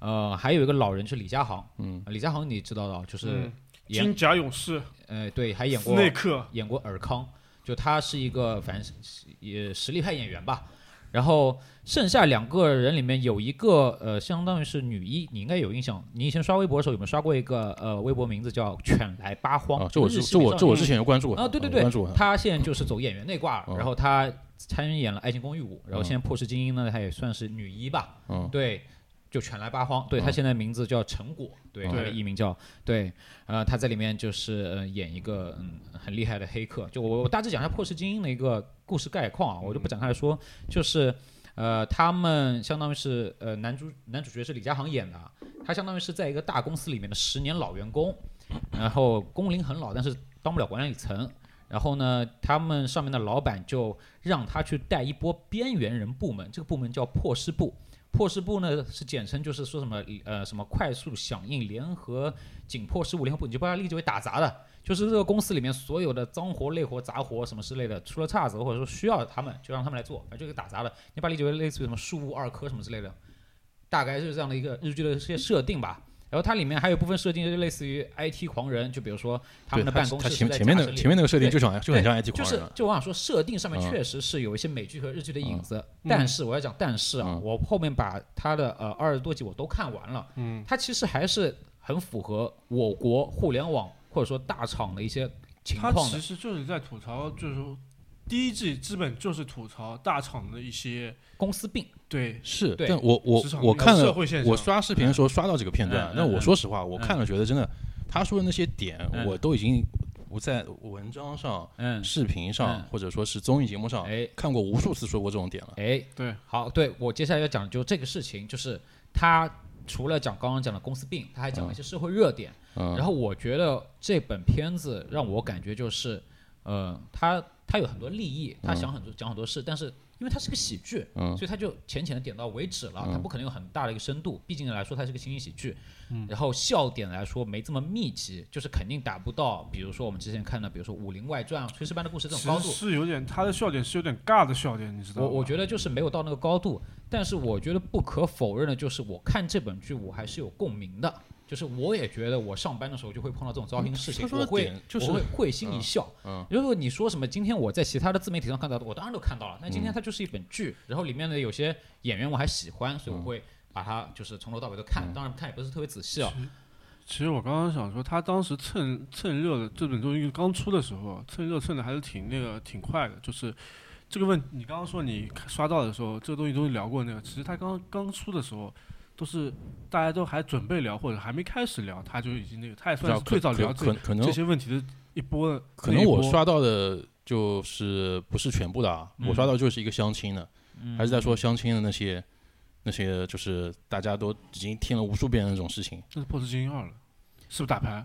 Speaker 3: 呃，还有一个老人是李佳航，
Speaker 7: 嗯，
Speaker 3: 李佳航你知道的啊，就是
Speaker 4: 嗯
Speaker 3: 演、
Speaker 4: 金甲勇士
Speaker 3: 呃，对，还演
Speaker 4: 斯
Speaker 3: 过
Speaker 4: 内克，
Speaker 3: 演过尔康，就他是一个反正是也实力派演员吧。然后剩下两个人里面有一个呃，相当于是女一，你应该有印象。你以前刷微博的时候有没有刷过一个呃微博名字叫“犬来八荒”？
Speaker 7: 啊，这我
Speaker 3: 日
Speaker 7: 之
Speaker 3: 系
Speaker 7: 这我
Speaker 3: 美少
Speaker 7: 这我
Speaker 3: 女
Speaker 7: 之前有关注过
Speaker 3: 啊，对对
Speaker 7: 我
Speaker 3: 对
Speaker 7: 关注过，他。
Speaker 3: 他现在就是走演员那挂
Speaker 7: 哦，
Speaker 3: 然后他参演了《爱情公寓五》，然后现在《破世精英》呢，他也算是女一吧，
Speaker 7: 嗯
Speaker 3: 对，就全来八荒，对
Speaker 7: 嗯
Speaker 3: 他现在名字叫陈果，对，
Speaker 7: 嗯
Speaker 3: 他的艺名叫对，呃，他在里面就是呃演一个嗯很厉害的黑客，就我我大致讲一下《破世精英》的一个故事概况啊，我就不展开来说，就是。呃，他们相当于是呃男主男主角是李佳航演的啊，他相当于是在一个大公司里面的十年老员工，然后工龄很老，但是当不了管理层。然后呢，他们上面的老板就让他去带一波边缘人部门，这个部门叫破事部。破事部呢是简称，就是说什么呃什么快速响应联合警破事务联合部，你就把它理解为打杂的，就是这个公司里面所有的脏活累活杂活什么之类的，出了岔子或者说需要他们就让他们来做，反正就是打杂的，你把它理解为类似于什么庶务二科什么之类的，大概就是这样的一个日剧的这些设定吧。然后它里面还有部分设定就类似于 IT 狂人，就比如说他
Speaker 7: 对
Speaker 3: 们的
Speaker 7: 他
Speaker 3: 办公
Speaker 7: 他
Speaker 3: 室
Speaker 7: 前
Speaker 3: 是在
Speaker 7: 前面
Speaker 3: 夹
Speaker 7: 那
Speaker 3: 层
Speaker 7: 个
Speaker 3: 里
Speaker 7: 前面那个设定
Speaker 3: 对
Speaker 7: 就像就很像 IT
Speaker 3: 就
Speaker 7: 狂
Speaker 3: 是
Speaker 7: 人了，
Speaker 3: 就我想说，设定上面
Speaker 7: 嗯
Speaker 3: 确实是有一些美剧和日剧的影子，
Speaker 4: 嗯
Speaker 3: 但是我要讲，但是啊，
Speaker 7: 嗯
Speaker 3: 我后面把它的呃二十多集我都看完了，
Speaker 4: 嗯，
Speaker 3: 它其实还是很符合我国互联网或者说大厂的一些情
Speaker 4: 他
Speaker 3: 况
Speaker 4: 其
Speaker 3: 的。
Speaker 4: 实就是在吐槽，就是说第一季基本就是吐槽大厂的一些
Speaker 3: 公司病，
Speaker 4: 对
Speaker 7: 是，
Speaker 3: 对
Speaker 7: 但我我
Speaker 4: 职场
Speaker 7: 我看
Speaker 4: 社
Speaker 7: 了，
Speaker 4: 会现象，
Speaker 7: 我刷视频的时候刷到这个片
Speaker 3: 嗯
Speaker 7: 段
Speaker 3: 嗯，
Speaker 7: 那我
Speaker 3: 嗯
Speaker 7: 说实话，我
Speaker 3: 嗯
Speaker 7: 看了觉得真的，他说的那些点
Speaker 3: 嗯
Speaker 7: 我都已经不在文章上、
Speaker 3: 嗯，
Speaker 7: 视频上
Speaker 3: 嗯
Speaker 7: 或者说是综艺节目上
Speaker 3: 哎
Speaker 7: 看过无数次说过这种点了。
Speaker 3: 哎，
Speaker 4: 对，
Speaker 3: 好，对我接下来要讲的就是这个事情，就是他除了讲刚刚讲的公司病，他还讲了一些社会热点。
Speaker 7: 嗯，
Speaker 3: 然后我觉得这本片子让我感觉就是，呃，他他有很多立意，他想很多、讲很多事，但是因为它是个喜剧，
Speaker 7: 嗯
Speaker 3: 所以他就浅浅的点到为止了，他
Speaker 7: 嗯
Speaker 3: 不可能有很大的一个深度，毕竟来说它是个情景喜剧，
Speaker 4: 嗯
Speaker 3: 然后笑点来说没这么密集，就是肯定达不到，比如说我们之前看的，比如说《武林外传》《炊事班的故事》这
Speaker 4: 其
Speaker 3: 种高
Speaker 4: 实
Speaker 3: 度，
Speaker 4: 是有点他的笑点是有点尬的笑点，你知道
Speaker 3: 我
Speaker 4: 吗？
Speaker 3: 我觉
Speaker 4: 得
Speaker 3: 得就是没有到那个高度，但是我觉得不可否认的就是，我看这本剧我还是有共鸣的，就是我也觉得我上班的时候就会碰到这种糟心事情
Speaker 7: 嗯他，说
Speaker 3: 我
Speaker 7: 的
Speaker 3: 会
Speaker 7: 点就是
Speaker 3: 我会会心一笑。
Speaker 7: 嗯
Speaker 3: 如果你说什么今天我在其他的自媒体上看到的，我当然都看到了。那今
Speaker 7: 嗯
Speaker 3: 天它就是一本剧，然后里面的有些演员我还喜欢，所以
Speaker 7: 嗯
Speaker 3: 我会把它就是从头到尾都看，当然看也不是特别仔细啊。
Speaker 4: 其实我刚刚想说，他当时蹭蹭热的这本综艺刚出的时候，蹭热蹭的还是挺那个挺快的，就是。这个问，你刚刚说你看刷到的时候，这个东西都聊过那个。其实他刚刚出的时候，都是大家都还准备聊，或者还没开始聊，他就已经那个，他也
Speaker 7: 不知
Speaker 4: 算
Speaker 7: 道
Speaker 4: 是最早
Speaker 7: 可可
Speaker 4: 聊
Speaker 7: 可
Speaker 4: 这
Speaker 7: 可
Speaker 4: 这
Speaker 7: 能
Speaker 4: 些问题的一波了。
Speaker 7: 可
Speaker 4: 那
Speaker 7: 能
Speaker 4: 一
Speaker 7: 我
Speaker 4: 波
Speaker 7: 刷到的就是不是全部的啊，我刷到就是一个相亲的，还是在说相亲的那些那些就是大家都已经听了无数遍的那种事情
Speaker 4: 那是破石精英二了，是不是打牌？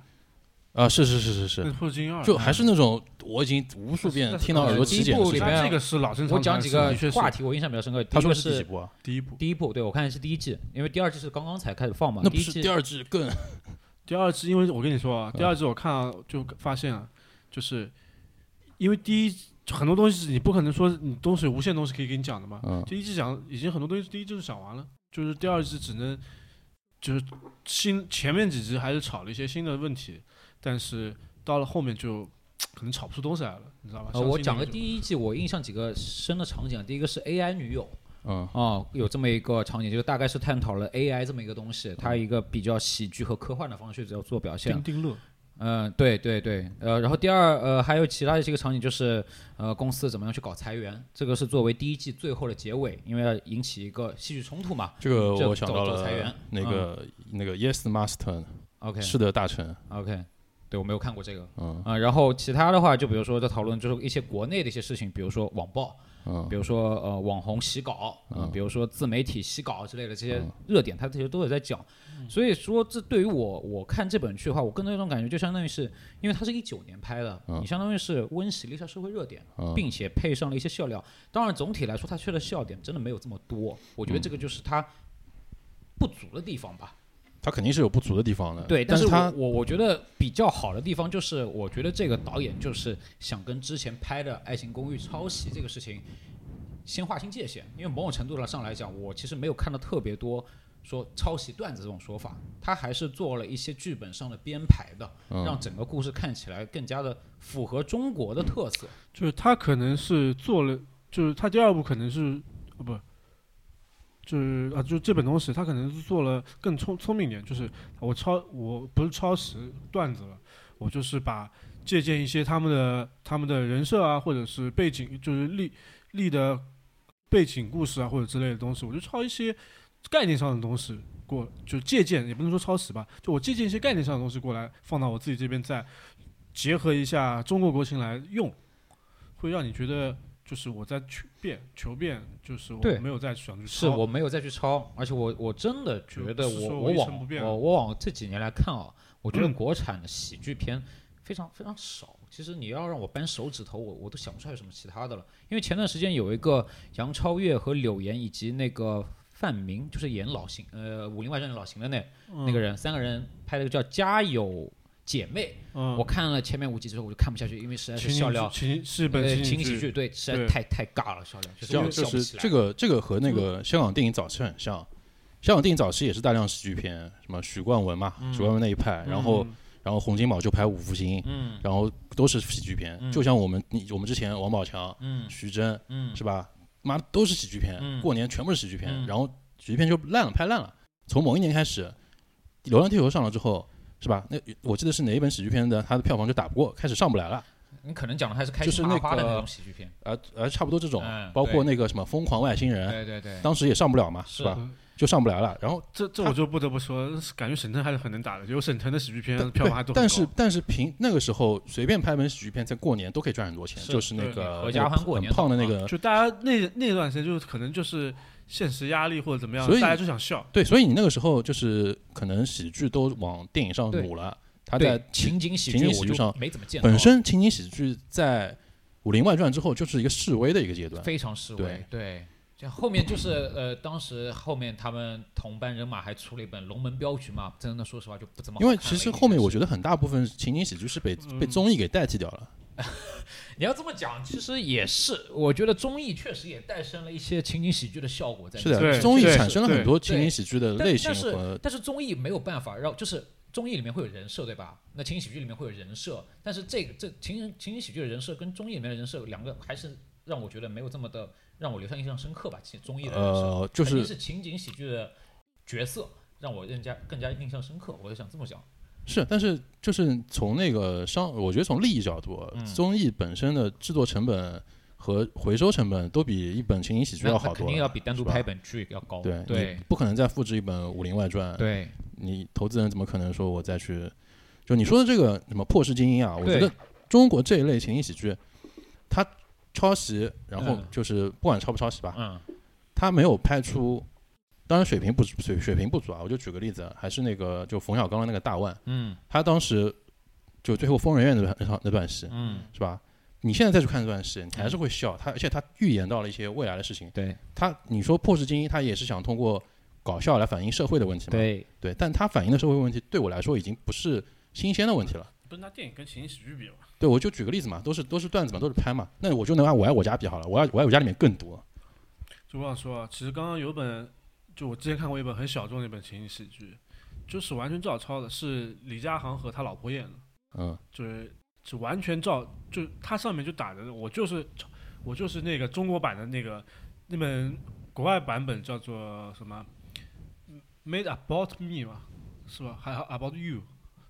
Speaker 7: 啊，是是是是
Speaker 4: 那
Speaker 7: 是
Speaker 4: 是，破石精英二了，
Speaker 7: 就还是那种我已经无数遍
Speaker 4: 那是
Speaker 7: 听到耳朵
Speaker 3: 第
Speaker 7: 起
Speaker 3: 一
Speaker 7: 茧的
Speaker 3: 部
Speaker 7: 事
Speaker 3: 里
Speaker 7: 情
Speaker 3: 面。
Speaker 4: 那这个是老生常谈。
Speaker 3: 我讲几个
Speaker 4: 的确是
Speaker 3: 话题，我印象比较深刻。第
Speaker 7: 他
Speaker 3: 一
Speaker 7: 说的
Speaker 3: 个
Speaker 7: 是第几
Speaker 3: 是
Speaker 7: 部啊？
Speaker 4: 第一部，
Speaker 3: 第一部，对我看的是第一季，因为第二季是刚刚才开始放嘛。
Speaker 7: 那不
Speaker 3: 一
Speaker 7: 是
Speaker 3: 季
Speaker 7: 第二季更
Speaker 4: 第二季，因为我跟你
Speaker 3: 嗯
Speaker 4: 说啊，第二季我看啊就发现啊，就是因为第一很多东西是你不可能说你东西无限东西可以给你讲的嘛。
Speaker 7: 嗯
Speaker 4: 第一季讲已经很多东西，第一季就讲完了，就是第二季只能就是新前面几集还是炒了一些新的问题，但是到了后面就可能炒不出东西来了，啊你知道吧？
Speaker 3: 呃，我讲个
Speaker 4: 个
Speaker 3: 第一季，我印象几个深的场景，第一个是 AI 女友
Speaker 7: 嗯
Speaker 3: 啊、有这么一个场景，就是大概是探讨了 AI 这么一个东西，它一个比较喜剧和科幻的方式在做表现
Speaker 4: 丁。丁乐，
Speaker 3: 嗯，对对对，呃，然后第二呃还有其他的几个场景就是呃公司怎么样去搞裁员，这个是作为第一季最后的结尾，因为要引起一个戏剧冲突嘛。
Speaker 7: 这个
Speaker 3: 这
Speaker 7: 我想
Speaker 3: 走
Speaker 7: 到
Speaker 3: 走裁员
Speaker 7: 了那个那个 Yes Master
Speaker 3: OK
Speaker 7: 是的大臣，
Speaker 3: OK，对我没有看过这个。
Speaker 7: 嗯
Speaker 3: 啊、然后其他的话，就比如说在讨论就是一些国内的一些事情，比如说网暴，
Speaker 7: 嗯
Speaker 3: 比如说呃网红洗稿啊、比如说自媒体洗稿之类的这
Speaker 7: 嗯
Speaker 3: 些热点，他其实都有在讲。所以说，这对于我我看这本剧的话，我更多一种感觉，就相当于是因为它是一九年拍的，你相当于是温习了一下社会热点，
Speaker 7: 嗯
Speaker 3: 并且配上了一些笑料。当然，总体来说，它缺的笑点真的没有这么多，我觉得这
Speaker 7: 嗯
Speaker 3: 个就是它不足的地方吧。
Speaker 7: 他肯定是有不足的地方的，
Speaker 3: 对，
Speaker 7: 但
Speaker 3: 但是
Speaker 7: 他
Speaker 3: 我我我觉得比较好的地方就是，我觉得这个导演就是想跟之前拍的《爱情公寓》抄袭这个事情先划清界限，因为某种程度上来讲，我其实没有看到特别多说抄袭段子这种说法，他还是做了一些剧本上的编排的，
Speaker 7: 嗯
Speaker 3: 让整个故事看起来更加的符合中国的特色。
Speaker 4: 就是他可能是做了，就是他第二部可能是啊不，就是啊就这本东西他可能是做了更聪聪明一点，就是我抄我不是抄袭段子了，我就是把借鉴一些他们的他们的人设啊，或者是背景，就是立立的背景故事啊或者之类的东西，我就抄一些概念上的东西。过就借鉴，也不能说抄袭吧，就我借鉴一些概念上的东西过来，放到我自己这边，再结合一下中国国情来用，会让你觉得就是我在去变求变，就是我
Speaker 3: 对
Speaker 4: 没有再想去
Speaker 3: 是
Speaker 4: 抄
Speaker 3: 我没有再去抄，而且我我真的觉得
Speaker 4: 就不是
Speaker 3: 我
Speaker 4: 说
Speaker 3: 我
Speaker 4: 一成
Speaker 3: 往
Speaker 4: 不变嗯
Speaker 3: 我我往这几年来看啊，我觉得国产的喜剧片非常非常少。其实你要让我扳手指头，我我都想不出来有什么其他的了。因为前段时间有一个杨超越和柳岩以及那个范明，就是演老邢呃《武林外传》里老邢的那、
Speaker 4: 嗯
Speaker 3: 那个人，三个人拍了个叫《家有姐妹》，
Speaker 4: 嗯，
Speaker 3: 我看了前面五集之后我就看不下去，因为实在
Speaker 4: 情
Speaker 3: 是
Speaker 4: 景
Speaker 3: 笑料
Speaker 4: 剧情是本
Speaker 3: 呃
Speaker 4: 情
Speaker 3: 情
Speaker 4: 景
Speaker 3: 喜
Speaker 4: 剧
Speaker 3: 剧对实在
Speaker 4: 对
Speaker 3: 太太尬了，笑料
Speaker 7: 是
Speaker 3: 就
Speaker 7: 这样，
Speaker 3: 让我
Speaker 7: 就
Speaker 3: 笑不
Speaker 7: 是
Speaker 3: 起来。
Speaker 7: 这个这个和那个香港电影早期很像，香港电影早期也是大量喜剧片，什么许冠文嘛，许冠文那一派，然后
Speaker 4: 嗯
Speaker 7: 然后洪金宝就拍《五福星》，
Speaker 3: 嗯
Speaker 7: 然后都是喜剧片，
Speaker 3: 嗯
Speaker 7: 就像我们你我们之前王宝强、
Speaker 3: 嗯
Speaker 7: 徐峥
Speaker 3: 嗯
Speaker 7: 是吧，妈的都是喜剧片，
Speaker 3: 嗯
Speaker 7: 过年全部是喜剧片，
Speaker 3: 嗯
Speaker 7: 然后喜剧片就烂了，拍烂了。从某一年开始，《流浪地球》上了之后。是吧？那我记得是哪一本喜剧片的，它的票房就打不过，开始上不来了。
Speaker 3: 你可能讲的还是开
Speaker 7: 就是
Speaker 3: 心麻
Speaker 7: 那
Speaker 3: 花的
Speaker 7: 个
Speaker 3: 那种喜剧片。
Speaker 7: 呃呃，差不多这种，
Speaker 3: 嗯
Speaker 7: 包括
Speaker 3: 对
Speaker 7: 那个什么《疯狂外星人》，
Speaker 3: 对对对，
Speaker 7: 当时也上不了嘛，
Speaker 3: 是
Speaker 7: 是吧？就上不来了。然后，
Speaker 4: 这这我就不得不说，感觉沈腾还是很能打的，有沈腾的喜剧片
Speaker 7: 但
Speaker 4: 票房还都很
Speaker 7: 但是
Speaker 4: 高
Speaker 7: 但是凭那个时候随便拍本喜剧片，在过年都可以赚很多钱，
Speaker 3: 是
Speaker 7: 就是那
Speaker 4: 对
Speaker 7: 个
Speaker 3: 合家欢过年
Speaker 7: 很胖的那
Speaker 3: 档
Speaker 7: 个。
Speaker 4: 就大家那那段时间就是可能就是现实压力或者怎么样，
Speaker 7: 所以
Speaker 4: 大家就想笑。
Speaker 7: 对，所以你那个时候就是可能喜剧都往电影上
Speaker 3: 对
Speaker 7: 努了，哎他在
Speaker 3: 对情景喜
Speaker 7: 情
Speaker 3: 剧
Speaker 7: 景喜
Speaker 3: 我
Speaker 7: 剧
Speaker 3: 就
Speaker 7: 上
Speaker 3: 没怎么见到，
Speaker 7: 本身情景喜剧在《武林外传》之后就是一个示威的一个阶段，
Speaker 3: 非常示威。对，就后面就是呃，当时后面他们同班人马还出了一本《龙门镖局》嘛，真的说实话就不怎么好
Speaker 7: 因
Speaker 3: 看了。
Speaker 7: 为其实后面我
Speaker 3: 得
Speaker 7: 觉得很大部分情景喜剧是被
Speaker 4: 嗯
Speaker 7: 被综艺给代替掉了。
Speaker 3: 你要这么讲，其实也是，我觉得综艺确实也诞生了一些情景喜剧的效果在里
Speaker 7: 是
Speaker 3: 面。
Speaker 4: 对
Speaker 7: 的，综艺
Speaker 4: 对
Speaker 7: 产生了
Speaker 4: 对
Speaker 7: 很多情景喜剧的
Speaker 3: 但
Speaker 7: 类型
Speaker 3: 但是
Speaker 7: 和
Speaker 3: 但是综艺没有办法让，就是综艺里面会有人设，对吧？那情景喜剧里面会有人设，但是这个这情景情景喜剧的人设跟综艺里面的人设两个还是让我觉得没有这么的让我留下印象深刻吧。其实综艺的人设，
Speaker 7: 呃，就
Speaker 3: 肯定
Speaker 7: 是
Speaker 3: 是情景喜剧的角色让我更加更加印象深刻。我就想这么讲，
Speaker 7: 是，但是就是从那个商，我觉得从利益角度，啊
Speaker 3: 嗯
Speaker 7: 综艺本身的制作成本和回收成本都比一本情景喜剧
Speaker 3: 那
Speaker 7: 要
Speaker 3: 那
Speaker 7: 好
Speaker 3: 肯
Speaker 7: 多
Speaker 3: 定
Speaker 7: 了，
Speaker 3: 要比单独
Speaker 7: 是吧
Speaker 3: 拍一本剧要高。
Speaker 7: 对
Speaker 3: 对
Speaker 7: 你不可能再复制一本《武林外传》，
Speaker 3: 对，
Speaker 7: 你投资人怎么可能说我再去？就你说的这个什么《破世精英》啊，我觉
Speaker 3: 对
Speaker 7: 得中国这一类情景喜剧，它抄袭，然后
Speaker 3: 嗯
Speaker 7: 就是不管抄不抄袭吧，
Speaker 3: 嗯
Speaker 7: 它没有拍出。当然水平不水水平不足啊，我就举个例子，还是那个就冯小刚的那个大腕，
Speaker 3: 嗯
Speaker 7: 他当时就最后疯人院那段那场那段戏
Speaker 3: 嗯，
Speaker 7: 是吧？你现在再去看这段戏，你还是会笑。他而且他预言到了一些未来的事情。
Speaker 3: 对
Speaker 7: 他你说破世精英，他也是想通过搞笑来反映社会的问题嘛？
Speaker 3: 对，
Speaker 7: 对，但他反映的社会问题对我来说已经不是新鲜的问题了。
Speaker 4: 不是拿电影跟情景喜剧比吧？
Speaker 7: 对，我就举个例子嘛，都是都是段子嘛，都是拍嘛。那我就能按《我爱我家》比好了，《我爱我爱我家》里面更多。
Speaker 4: 就我想说啊，其实刚刚有本，就我之前看过一本很小众的一本情景喜剧，就是完全照抄的，是李佳航和他老婆演的，
Speaker 7: 嗯，
Speaker 4: 就是就完全照，就他上面就打着我就是我就是那个中国版的那个那本国外版本叫做什么嗯，Made About Me 吧，是吧？还有 About You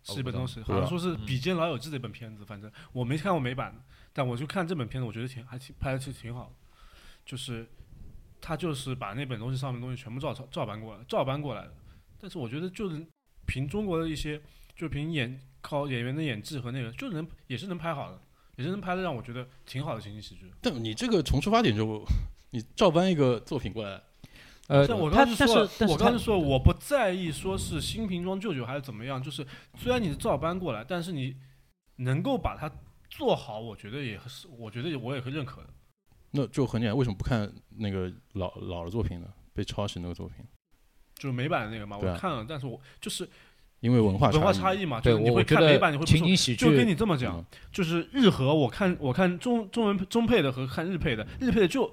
Speaker 4: 是一本东西，
Speaker 7: 不知道
Speaker 4: 好像说是
Speaker 3: 嗯
Speaker 4: 比肩老友记的一本片子，反正我没看过美版的，但我就看这本片子，我觉得挺还挺拍的挺挺好的，就是他就是把那本东西上面的东西全部照抄照搬过来，照搬过来的。但是我觉得就是凭中国的一些，就凭演靠演员的演技和那个，就能也是能拍好的，也是能拍的让我觉得挺好的情景喜剧。
Speaker 7: 但你这个从出发点就，你照搬一个作品过来，
Speaker 3: 呃，
Speaker 4: 像我
Speaker 3: 他
Speaker 4: 刚刚
Speaker 3: 但
Speaker 4: 说
Speaker 3: 是
Speaker 4: 了，
Speaker 3: 但
Speaker 4: 我
Speaker 3: 是
Speaker 4: 刚刚
Speaker 3: 他
Speaker 4: 说我不在意说是新瓶装旧酒还是怎么样，就是虽然你是照搬过来，但是你能够把它做好，我觉得也是，我觉得我也会认可的。
Speaker 7: 那就很简单。为什么不看那个老老的作品呢？被抄袭那个作品，
Speaker 4: 就是美版的那个嘛，
Speaker 7: 对啊
Speaker 4: 我看了，但是我就是
Speaker 7: 因为文化
Speaker 4: 文化
Speaker 7: 异
Speaker 4: 差异嘛，
Speaker 3: 对
Speaker 4: 就是你
Speaker 3: 我
Speaker 4: 会
Speaker 3: 我觉
Speaker 4: 看美版，你
Speaker 3: 得
Speaker 4: 会不
Speaker 3: 情
Speaker 4: 爽
Speaker 3: 景喜
Speaker 4: 就跟
Speaker 3: 剧
Speaker 4: 你这么讲
Speaker 7: 嗯，
Speaker 4: 就是日和，我看我看中中文中配的和看日配的，日配的就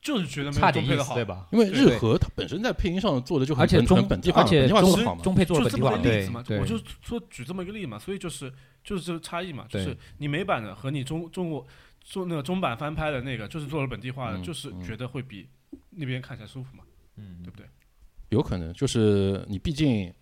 Speaker 4: 就是觉得没
Speaker 3: 差
Speaker 4: 有
Speaker 3: 点
Speaker 4: 中
Speaker 3: 意
Speaker 4: 配的
Speaker 3: 思，
Speaker 4: 好，
Speaker 3: 对吧？
Speaker 7: 因为
Speaker 4: 对
Speaker 7: 日和它本身在配音上做的就很
Speaker 3: 而且
Speaker 7: 本
Speaker 3: 中
Speaker 7: 很本地化
Speaker 3: 而
Speaker 7: 嘛，
Speaker 3: 且
Speaker 7: 本地化
Speaker 3: 中
Speaker 7: 做的好嘛。
Speaker 3: 中配做
Speaker 4: 就
Speaker 3: 本
Speaker 4: 这
Speaker 3: 地化
Speaker 4: 么个
Speaker 3: 嘛，
Speaker 4: 例
Speaker 3: 对
Speaker 4: 子嘛，
Speaker 3: 对
Speaker 4: 我就说举这么一个例嘛，所以就是就是这个差异嘛，就
Speaker 3: 对
Speaker 4: 是你美版的和你中中国中那个中版翻拍的那个，就是做了本地化的，
Speaker 7: 嗯
Speaker 4: 就是
Speaker 7: 嗯
Speaker 4: 觉得会比那边看起来舒服嘛，
Speaker 3: 嗯
Speaker 4: 对不对？
Speaker 7: 有可能就是你毕竟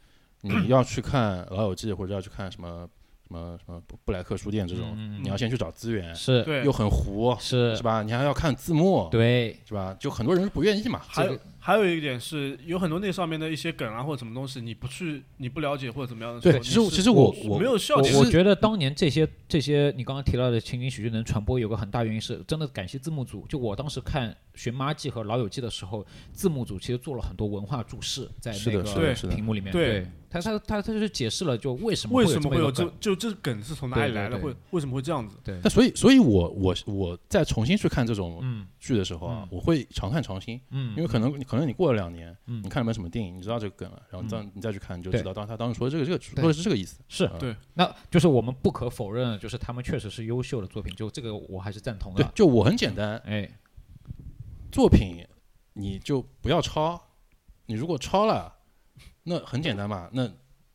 Speaker 7: 你要去看《老友记》或者要去看什么什么什么布莱克书店这种，
Speaker 3: 嗯嗯
Speaker 7: 你要先去找资源，
Speaker 3: 是
Speaker 4: 对
Speaker 7: 又，很糊，
Speaker 3: 是
Speaker 7: 是吧？你还要看字幕，
Speaker 3: 对，
Speaker 7: 是吧？就很多人是不愿意嘛。
Speaker 4: 还有
Speaker 3: 这
Speaker 4: 还有一点是，有很多那上面的一些梗啊，或者什么东西，你不去，你不了解或者怎么样的时候，
Speaker 7: 对，其实
Speaker 4: 你是
Speaker 7: 其实我
Speaker 4: 没有笑
Speaker 3: 我
Speaker 4: 点。
Speaker 3: 我
Speaker 7: 是
Speaker 3: 觉得当年这些这些你刚刚提到的情景喜剧能传播，有个很大原因是真的感谢字幕组。就我当时看《寻妈记》和《老友记》的时候，字幕组其实做了很多文化注释在
Speaker 7: 是
Speaker 3: 那
Speaker 7: 的是的
Speaker 3: 个
Speaker 7: 对是的
Speaker 3: 屏幕里面。
Speaker 4: 对
Speaker 3: 对，他他他他就是解释了就为什么
Speaker 4: 为
Speaker 3: 会有
Speaker 4: 什么
Speaker 3: 么
Speaker 4: 会
Speaker 3: 一
Speaker 4: 有
Speaker 3: 个
Speaker 4: 这
Speaker 3: 梗
Speaker 4: 就这梗是从哪里来的，
Speaker 3: 对对
Speaker 4: 会为什么会这样子？
Speaker 3: 对
Speaker 7: 那，所以所以我我我再重新去看这种
Speaker 3: 嗯
Speaker 7: 剧的时候啊
Speaker 3: 嗯，
Speaker 7: 我会常看常新，
Speaker 3: 嗯，
Speaker 7: 因为可能可能你过了两年，
Speaker 3: 嗯
Speaker 7: 你看了本什么电影，你知道这个梗了，然后当你再去看，你就知道当他当时说这个这个
Speaker 3: 对
Speaker 7: 说的是这个意思。
Speaker 3: 是
Speaker 7: 嗯
Speaker 4: 对
Speaker 3: 那就是我们不可否认，就是他们确实是优秀的作品，就这个我还是赞同
Speaker 7: 对
Speaker 3: 的，。
Speaker 7: 就我很简单，
Speaker 3: 哎，
Speaker 7: 作品你就不要抄，你如果抄了，那很简单嘛，那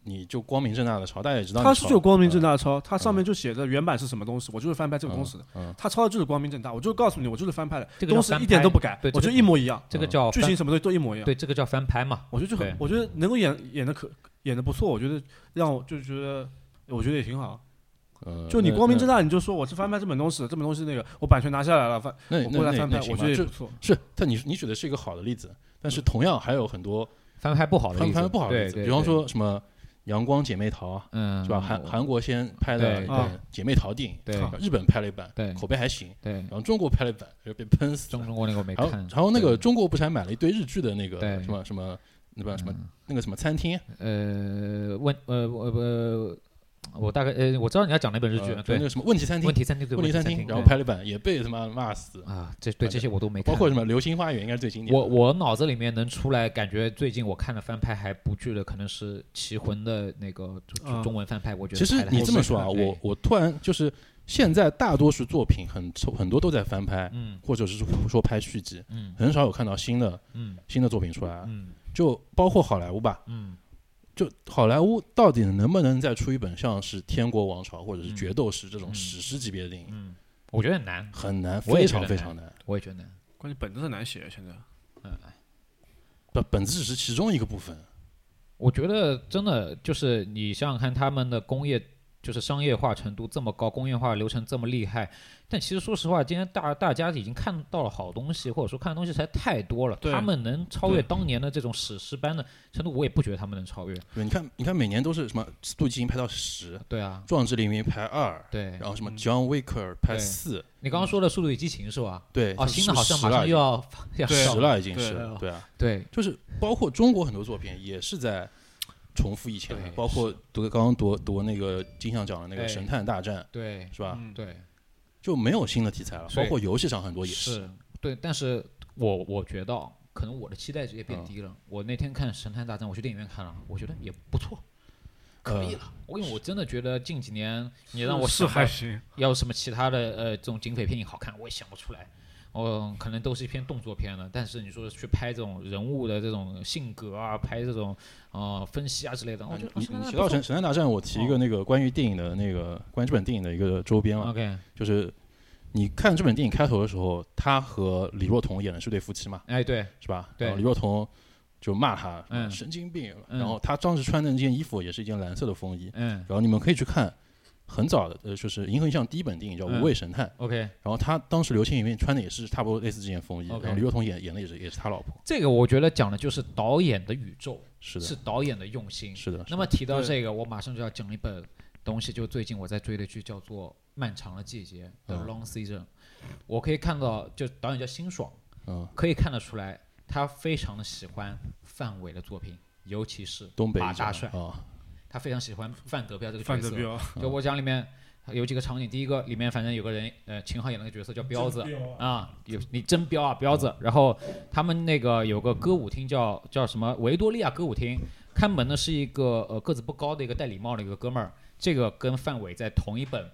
Speaker 7: 你就光明正大的抄，大家也知道你抄
Speaker 4: 他
Speaker 7: 了。
Speaker 4: 是就光明正
Speaker 7: 大，
Speaker 4: 大的抄，他上面就写着原版是什么东西，我就是翻拍这个东西的。
Speaker 7: 嗯，
Speaker 4: 他抄的就是光明正大，我就告诉你，我就是翻拍的，
Speaker 3: 这个叫
Speaker 4: 东西
Speaker 3: 翻拍
Speaker 4: 一点都不改
Speaker 3: 对，
Speaker 4: 我
Speaker 3: 这
Speaker 4: 就
Speaker 3: 个
Speaker 4: 一模一样，
Speaker 3: 这个叫哦
Speaker 4: 剧
Speaker 3: 翻
Speaker 4: 情什么东西都一模一样。
Speaker 3: 对，这个叫翻拍嘛。
Speaker 4: 我觉得就
Speaker 3: 对
Speaker 4: 很，我觉得能够演演的可演的不错，我觉得让我就觉得，我觉得也挺好。
Speaker 7: 呃
Speaker 4: 就你光明正
Speaker 7: 大，
Speaker 4: 大，你就说我是翻拍这本东西的，这本东西那个我版权拿下来了，翻
Speaker 7: 那
Speaker 4: 我
Speaker 7: 那
Speaker 4: 过来
Speaker 7: 那
Speaker 4: 翻拍
Speaker 7: 那，行
Speaker 4: 我
Speaker 7: 吧
Speaker 4: 觉得也
Speaker 7: 这
Speaker 4: 不错。
Speaker 7: 是，但你你举的是一个好的例子，但是同样还有很多
Speaker 3: 翻拍不好的
Speaker 7: 翻
Speaker 3: 例子
Speaker 7: 翻不好的例子，
Speaker 3: 对对
Speaker 7: 比方
Speaker 3: 对
Speaker 7: 说什么《阳光姐妹淘》
Speaker 3: 嗯，
Speaker 7: 是吧？韩韩国先拍的
Speaker 3: 对
Speaker 7: 一本姐妹淘电影，
Speaker 3: 对
Speaker 7: 日本拍了一版
Speaker 3: 对，
Speaker 7: 口碑还行，
Speaker 3: 对
Speaker 7: 然后中国拍了一版，然后被喷死
Speaker 3: 中
Speaker 7: 了。
Speaker 3: 中国那个我没
Speaker 7: 然后
Speaker 3: 看，
Speaker 7: 然后那个
Speaker 3: 对
Speaker 7: 中国不是还买了一堆日剧的那个
Speaker 3: 对
Speaker 7: 什么什么那个什么
Speaker 3: 嗯
Speaker 7: 那个什么餐厅，
Speaker 3: 呃，问呃我呃，我大概呃我知道你要讲哪本日剧，
Speaker 7: 呃就那
Speaker 3: 对
Speaker 7: 个，什么问题餐厅
Speaker 3: 问，题餐厅对
Speaker 7: 问题
Speaker 3: 餐
Speaker 7: 餐厅，然后
Speaker 3: 对
Speaker 7: 拍了一版也被他妈骂死，
Speaker 3: 啊，这对这些我都没 看，
Speaker 7: 包括什么《流星花园》应该是最经典的。
Speaker 3: 我我脑子里面能出来，感觉最近我看的翻拍还不剧的，可能是《棋魂》的那个就就
Speaker 4: 啊
Speaker 3: 中文翻拍，我觉
Speaker 7: 其
Speaker 3: 得
Speaker 7: 实
Speaker 3: 拍得还
Speaker 7: 你这么
Speaker 3: 不错
Speaker 7: 说啊，
Speaker 3: 哎
Speaker 7: 我我突然就是现在大多数作品很很多都在翻拍，
Speaker 3: 嗯
Speaker 7: 或者是说拍续集，
Speaker 3: 嗯
Speaker 7: 很少有看到新的
Speaker 3: 嗯
Speaker 7: 新的作品出来啊。
Speaker 3: 嗯
Speaker 7: 就包括好莱坞吧，
Speaker 3: 嗯
Speaker 7: 就好莱坞到底能不能再出一本像是《天国王朝》或者是《
Speaker 3: 嗯
Speaker 7: 决斗士》这种
Speaker 3: 嗯
Speaker 7: 史诗级别的电影？
Speaker 3: 嗯，我觉得很难，
Speaker 7: 很难，
Speaker 3: 我也
Speaker 7: 非
Speaker 3: 觉得
Speaker 7: 常非
Speaker 3: 难
Speaker 7: 常难。
Speaker 3: 我也觉得难。
Speaker 4: 关键本子很难写，啊现在
Speaker 7: 本本子只是其中一个部分，
Speaker 3: 我觉得真的就是你想想看，他们的工业就是商业化程度这么高，工业化流程这么厉害，但其实说实话，今天大大家已经看到了好东西，或者说看的东西实在太多了。
Speaker 4: 对
Speaker 3: 他们能超越当年的这种史诗般的程度，我也不觉得他们能超越。
Speaker 7: 对，你看，你看，每年都是什么《速度与激情》拍到十，《
Speaker 3: 对啊，
Speaker 7: 壮志凌云》拍二，
Speaker 3: 对。
Speaker 7: 然后什么
Speaker 4: 嗯
Speaker 7: 《John Wick》拍
Speaker 3: 对
Speaker 7: 四，
Speaker 3: 你刚刚说的《速度与激情》是吧？
Speaker 7: 对，
Speaker 3: 哦，
Speaker 7: 它是
Speaker 3: 新的好像
Speaker 7: 十
Speaker 3: 马
Speaker 7: 了
Speaker 3: 上
Speaker 7: 已
Speaker 3: 又
Speaker 7: 经
Speaker 3: 要要
Speaker 4: 对
Speaker 3: 上
Speaker 7: 十了，已经
Speaker 4: 对
Speaker 7: 是
Speaker 4: 了
Speaker 7: 对啊，
Speaker 3: 对
Speaker 7: 就是包括中国很多作品也是在重复以前的
Speaker 3: 对，
Speaker 7: 包括夺刚刚夺夺那个金像奖的那个
Speaker 3: 对
Speaker 7: 《神探大战
Speaker 3: 对》
Speaker 7: 是吧？
Speaker 4: 嗯
Speaker 3: 对
Speaker 7: 就没有新的题材了，
Speaker 3: 所
Speaker 7: 包
Speaker 3: 以
Speaker 7: 括游戏上很多也是。
Speaker 3: 对，但是我我觉得啊可能我的期待值也变低了。我那天看《神探大战》，我去电影院看了，我觉得也不错，可以了。我因为我真的觉得近几年你让我
Speaker 4: 是
Speaker 3: 想
Speaker 4: 还
Speaker 3: 到
Speaker 4: 行，
Speaker 3: 要什么其他的呃这种警匪片也好看，我也想不出来。哦，可能都是一篇动作片了，但是你说去拍这种人物的这种性格啊，拍这种呃分析啊之类的，我觉得
Speaker 7: 你
Speaker 3: 哦
Speaker 7: 你
Speaker 3: 神探
Speaker 7: 提
Speaker 3: 大战
Speaker 7: 到
Speaker 3: 不
Speaker 7: 《神神探大战》，我提一
Speaker 3: 哦
Speaker 7: 个那个关于电影的那个关于这本电影的一个周边
Speaker 3: 错
Speaker 7: 嘛，
Speaker 3: ，OK，
Speaker 7: 就是你看这本电影开头的时候，他和李若彤演的是对夫妻嘛，
Speaker 3: 哎对，
Speaker 7: 是吧？
Speaker 3: 对
Speaker 7: 然后李若彤就骂他，
Speaker 3: 嗯
Speaker 7: 神经病。
Speaker 3: 嗯
Speaker 7: 然后他当时穿的那件衣服也是一件蓝色的风衣。
Speaker 3: 嗯
Speaker 7: 然后你们可以去看很早的，呃，就是银河映像第一本电影叫《
Speaker 3: 嗯
Speaker 7: 无畏神探》，
Speaker 3: ，OK，
Speaker 7: 然后他当时刘青云穿的也是差不多类似这件风衣，然
Speaker 3: OK
Speaker 7: 后李若彤演演的也是也是他老婆。
Speaker 3: 这个我觉得讲的就是导演的宇宙，
Speaker 7: 是的，
Speaker 3: 是导演的用心。
Speaker 7: 啊是的。
Speaker 3: 那么提到
Speaker 4: 对
Speaker 3: 这个，我马上就要讲一本东西，就最近我在追的剧叫做《漫长的季节》The
Speaker 7: 嗯
Speaker 3: Long Season。我可以看到，就导演叫辛爽，
Speaker 7: 嗯，
Speaker 3: 可以看得出来，他非常的喜欢范伟的作品，尤其是
Speaker 7: 东北
Speaker 3: 马
Speaker 7: 一家
Speaker 3: 大帅，
Speaker 7: 啊，
Speaker 3: 他非常喜欢范德彪这个角
Speaker 4: 范
Speaker 3: 色。
Speaker 4: 德彪
Speaker 7: 嗯
Speaker 3: 就我讲里面有几个场景，第一个里面反正有个人，呃，秦昊演那个角色叫彪子啊，有你真彪啊彪
Speaker 7: 嗯
Speaker 3: 子。然后他们那个有个歌舞厅叫叫什么维多利亚歌舞厅，看门的是一个呃个子不高的一个戴礼帽的一个哥们儿，这个跟范伟在同一本《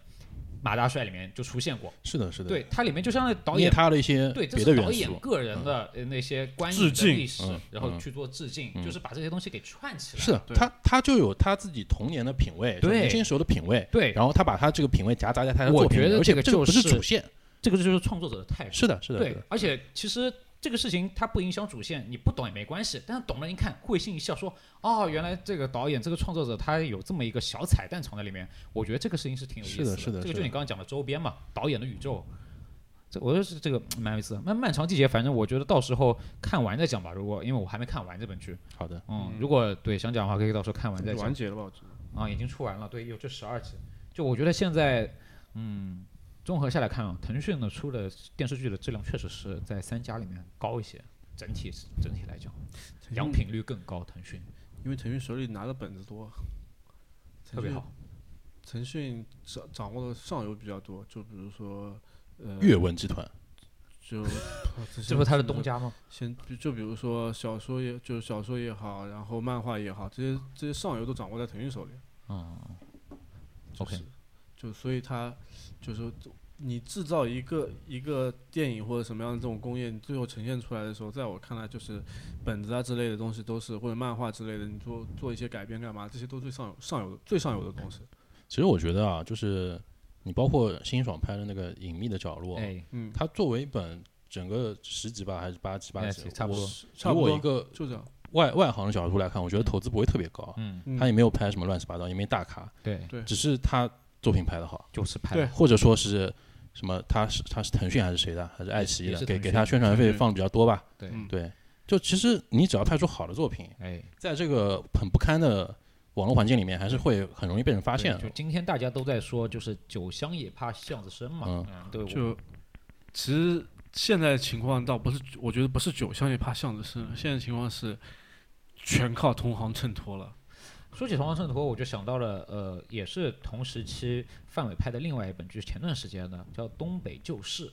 Speaker 3: 马大帅》里面就出现过。
Speaker 7: 是的，是的。
Speaker 3: 对，，它里面就相当于导
Speaker 7: 捏
Speaker 3: 演
Speaker 7: 他的一些
Speaker 3: 对，这
Speaker 7: 别的
Speaker 3: 是导
Speaker 7: 元
Speaker 3: 演
Speaker 7: 素。
Speaker 3: 个人的呃那些观
Speaker 4: 致
Speaker 3: 影的
Speaker 4: 敬
Speaker 3: 历史
Speaker 7: 嗯，
Speaker 3: 然后
Speaker 7: 嗯
Speaker 3: 去做致敬，
Speaker 7: 嗯
Speaker 3: 就是把这些东西给串起来。
Speaker 7: 是的，
Speaker 4: 对
Speaker 7: 他他就有他自己童年的品味，
Speaker 3: 对
Speaker 7: 年轻时候的品味，
Speaker 3: 对，
Speaker 7: 然后他把他这个品味夹杂在他的
Speaker 3: 我
Speaker 7: 作品里
Speaker 3: 觉得
Speaker 7: 面，而
Speaker 3: 这
Speaker 7: 且
Speaker 3: 个
Speaker 7: 这
Speaker 3: 就
Speaker 7: 不是
Speaker 3: 是
Speaker 7: 主线。
Speaker 3: 这个就是创作者的态度。
Speaker 7: 是的，是的，是
Speaker 3: 对
Speaker 7: 的，
Speaker 3: 而且其实这个事情它不影响主线，你不懂也没关系。但是懂了，一看会心一笑说，哦，原来这个导演、这个创作者他有这么一个小彩蛋藏在里面。我觉得这个事情是挺有意思
Speaker 7: 是的是的
Speaker 3: 这个
Speaker 7: 是
Speaker 3: 就
Speaker 7: 的
Speaker 3: 你刚刚讲的周边嘛，导演的宇宙。这我就是这个蛮有意思的。那漫长季节，反正我觉得到时候看完再讲吧。如果因为我还没看完这本剧，
Speaker 7: 好的，
Speaker 3: 嗯，
Speaker 4: 嗯
Speaker 3: 如果对想讲的话，可以到时候看完再讲
Speaker 4: 完。结了吧？我觉得
Speaker 3: 啊，已经出完了，对，有这十二集。就我觉得现在，嗯，综合下来看啊，腾讯呢出的电视剧的质量确实是在三家里面高一些，整体整体来讲，良品率更高。腾讯
Speaker 4: 因为腾讯手里拿的本子多，
Speaker 3: 特别好，
Speaker 4: 腾讯掌掌握的上游比较多，就比如说
Speaker 3: 嗯
Speaker 4: 呃，
Speaker 7: 阅文集团
Speaker 4: 就
Speaker 3: 这不是他的东家吗？
Speaker 4: 先比就比如说小说也就是小说也好，然后漫画也好，这些这些上游都掌握在腾讯手里。
Speaker 3: 嗯
Speaker 4: 就
Speaker 3: ，OK，
Speaker 4: 是就所以它就是说你制造一个一个电影或者什么样的这种工业，你最后呈现出来的时候，在我看来就是本子啊之类的东西都是或者漫画之类的，你做做一些改编干嘛，这些都最上游上游的最上游的东西。
Speaker 7: 其实我觉得啊，就是你包括辛爽拍的那个《隐秘的角落》，
Speaker 3: 哎，
Speaker 4: 嗯，
Speaker 7: 它作为一本整个十集吧，还是八集八
Speaker 3: 哎
Speaker 7: 集，
Speaker 3: 差不多
Speaker 7: 我
Speaker 4: 差
Speaker 7: 以
Speaker 4: 不
Speaker 7: 我
Speaker 4: 多
Speaker 7: 一个
Speaker 4: 就这样。
Speaker 7: 外外行的角度来看，我觉得投资不会特别高，啊
Speaker 3: 嗯，
Speaker 4: 嗯
Speaker 7: 他也没有拍什么乱七八糟，也没大咖，
Speaker 3: 对，
Speaker 4: 对
Speaker 7: 只是他作品拍的好，
Speaker 3: 就是拍
Speaker 4: 对
Speaker 7: 或者说是什么，他是他是腾讯还是谁的，还是爱奇艺
Speaker 3: 也
Speaker 7: 的，
Speaker 3: 是
Speaker 7: 给
Speaker 3: 腾
Speaker 7: 给
Speaker 3: 讯
Speaker 7: 他宣传
Speaker 4: 腾
Speaker 7: 费
Speaker 4: 讯
Speaker 7: 放的比较多吧？
Speaker 3: 对
Speaker 4: 嗯
Speaker 7: 对，就其实你只要拍出好的作品，
Speaker 3: 哎，
Speaker 7: 在这个很不堪的网络环境里面，还是会很容易被人发
Speaker 3: 发
Speaker 7: 现的
Speaker 3: 就。今天大家都在说，就是酒香也怕巷子深嘛，
Speaker 7: 嗯
Speaker 3: 嗯，对，我
Speaker 4: 就其实现在的情况倒不是，我觉得不是酒香也怕巷子深，现在情况是全靠同行衬托了。
Speaker 3: 说起《同行圣托》，我就想到了，呃，也是同时期范伟拍的另外一本剧，前段时间的叫《东北旧事》，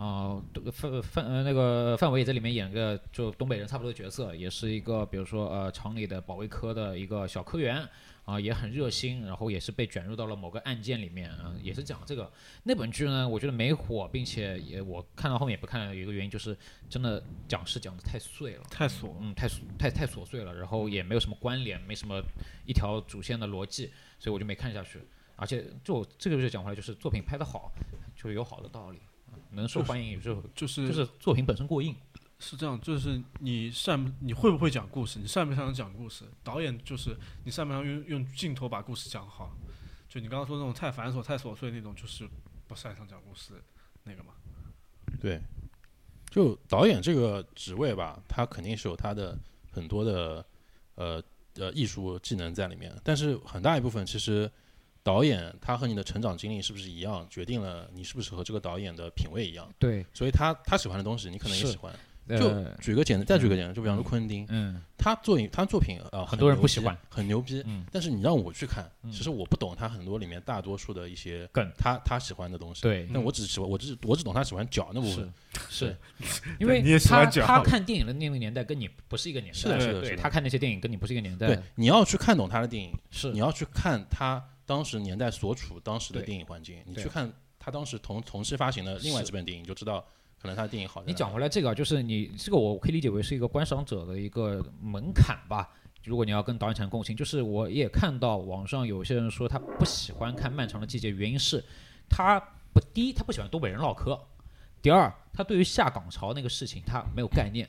Speaker 3: 啊、都范范呃那个范伟也在里面演个就东北人差不多的角色，也是一个比如说呃厂里的保卫科的一个小科员，啊、也很热心，然后也是被卷入到了某个案件里面，嗯、也是讲这个那本剧呢，我觉得没火，并且也我看到后面也不看了，有一个原因就是真的讲是讲的太碎了。
Speaker 4: 太琐了，
Speaker 3: 嗯，太琐太太琐碎了，然后也没有什么关联，没什么一条主线的逻辑，所以我就没看下去。而且就这个就讲回来，就是作品拍得好，就有好的道理，嗯能受
Speaker 4: 就是
Speaker 3: 欢迎也就
Speaker 4: 就是
Speaker 3: 就是作品本身过硬。
Speaker 4: 是这样，就是你擅不你会不会讲故事，你擅不擅长讲故事，导演就是你擅不擅长用用镜头把故事讲好。就你刚刚说那种太繁琐、太琐碎那种，就是不擅长讲故事那个嘛。
Speaker 7: 对，就导演这个职位吧，他肯定是有他的很多的呃呃艺术技能在里面，但是很大一部分其实导演他和你的成长经历是不是一样，决定了你是不是和这个导演的品味一样，
Speaker 3: 对，
Speaker 7: 所以他他喜欢的东西你可能也
Speaker 3: 是呃
Speaker 7: 喜欢。就举个简单，再举个简单，就比方说昆汀，
Speaker 3: 嗯，
Speaker 7: 他作品他作品啊、呃
Speaker 3: 很多人不喜
Speaker 7: 牛逼
Speaker 3: 欢，
Speaker 7: 很牛逼，
Speaker 3: 嗯
Speaker 7: 但是你让我去看，
Speaker 3: 嗯
Speaker 7: 其实我不懂他很多里面大多数的一些
Speaker 3: 梗
Speaker 7: 他他喜欢的东西。，
Speaker 3: 对，嗯
Speaker 7: 但我只喜欢，我只我只懂他喜欢脚那部分
Speaker 3: 是。是， 因
Speaker 4: 对
Speaker 3: 为
Speaker 4: 你也喜
Speaker 3: 他
Speaker 4: 欢讲
Speaker 3: 他看电影的那个年代跟你不是一个年代，
Speaker 7: 是的是的是的
Speaker 3: 对他看那些电影跟你不是一个年代
Speaker 7: 对，，你要去看懂他的电影，
Speaker 3: 是
Speaker 7: 你要去看他当时年代所处当时的
Speaker 3: 对
Speaker 7: 电影环境，你
Speaker 3: 对
Speaker 7: 去看他当时同同时发行的另外
Speaker 3: 是
Speaker 7: 几本电影，你就知道可能他的电影好在哪里。
Speaker 3: 你讲回来这个啊，就是你这个，我可以理解为是一个观赏者的一个门槛吧。如果你要跟导演产生共情，就是我也看到网上有些人说他不喜欢看《漫长的季节》，原因是他不第一他不喜欢东北人唠嗑，第二他对于下岗潮那个事情他没有概念。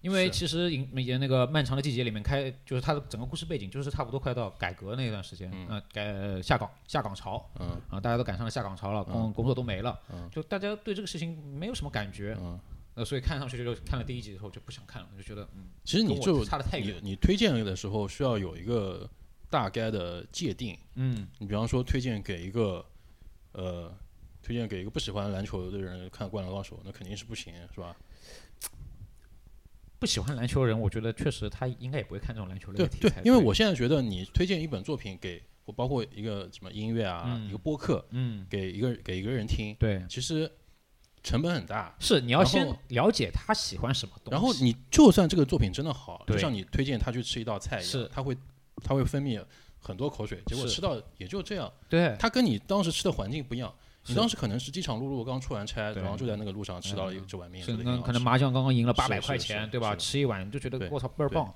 Speaker 3: 因为
Speaker 4: 是
Speaker 3: 其实影也那个《漫长的季节》里面开，就是他的整个故事背景就是差不多快到改革那段时间，
Speaker 7: 嗯
Speaker 3: 呃，改呃下岗下岗潮，
Speaker 7: 嗯
Speaker 3: 啊，大家都赶上了下岗潮了，工工作都没了
Speaker 7: 嗯，
Speaker 3: 就大家对这个事情没有什么感觉，
Speaker 7: 嗯，
Speaker 3: 呃，所以看上去就看了第一集之后就不想看了，就觉得嗯，
Speaker 7: 其实你
Speaker 3: 跟我
Speaker 7: 就
Speaker 3: 差得太
Speaker 7: 你
Speaker 3: 远
Speaker 7: 你推荐的时候需要有一个大概的界定。
Speaker 3: 嗯，
Speaker 7: 你比方说推荐给一个呃，推荐给一个不喜欢篮球的人看《灌篮高手》，那肯定是不行，是吧？
Speaker 3: 不喜欢篮球的人，我觉得确实他应该也不会看这种篮球类
Speaker 7: 对
Speaker 3: 的题
Speaker 7: 对
Speaker 3: 材，，
Speaker 7: 因为我现在觉得你推荐一本作品给我，包括一个什么音乐啊，
Speaker 3: 嗯
Speaker 7: 一个播客，
Speaker 3: 嗯，
Speaker 7: 给一个给一个人听，
Speaker 3: 对，
Speaker 7: 其实成本很大。
Speaker 3: 是你要
Speaker 7: 然后
Speaker 3: 先了解他喜欢什么东西，
Speaker 7: 然后你就算这个作品真的好，
Speaker 3: 对
Speaker 7: 就像你推荐他去吃一道菜一样
Speaker 3: 是，
Speaker 7: 他会他会分泌很多口水，结果
Speaker 3: 是
Speaker 7: 吃到也就这样。
Speaker 3: 对
Speaker 7: 他跟你当时吃的环境不一样，你
Speaker 3: 是
Speaker 7: 当时可能是饥肠辘辘，刚出完差，
Speaker 3: 对
Speaker 7: 然后就在那个路上吃到了一
Speaker 3: 嗯
Speaker 7: 这碗面，
Speaker 3: 是
Speaker 7: 觉得
Speaker 3: 那
Speaker 7: 挺好
Speaker 3: 可能
Speaker 7: 吃
Speaker 3: 麻将刚刚赢了
Speaker 7: 是
Speaker 3: 八百
Speaker 7: 是
Speaker 3: 块
Speaker 7: 是
Speaker 3: 钱，对吧？
Speaker 7: 是
Speaker 3: 吃一碗就觉得
Speaker 7: 对
Speaker 3: 我操倍儿
Speaker 7: 对
Speaker 3: 棒，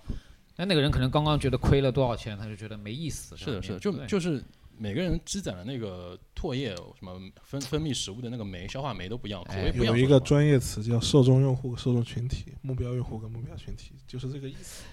Speaker 3: 那那个人可能刚刚觉得亏了多少钱，他就觉得没意思，
Speaker 7: 是的，是的，就
Speaker 3: 这样对
Speaker 7: 就是每个人积攒的那个唾液什么分分泌食物的那个酶、消化酶都不一样，口味
Speaker 3: 哎
Speaker 7: 不一样。
Speaker 2: 有一
Speaker 7: 说实
Speaker 2: 个
Speaker 7: 话
Speaker 2: 专业词叫受众用户、受众群体、目标用户跟目标群体，就是这个意思。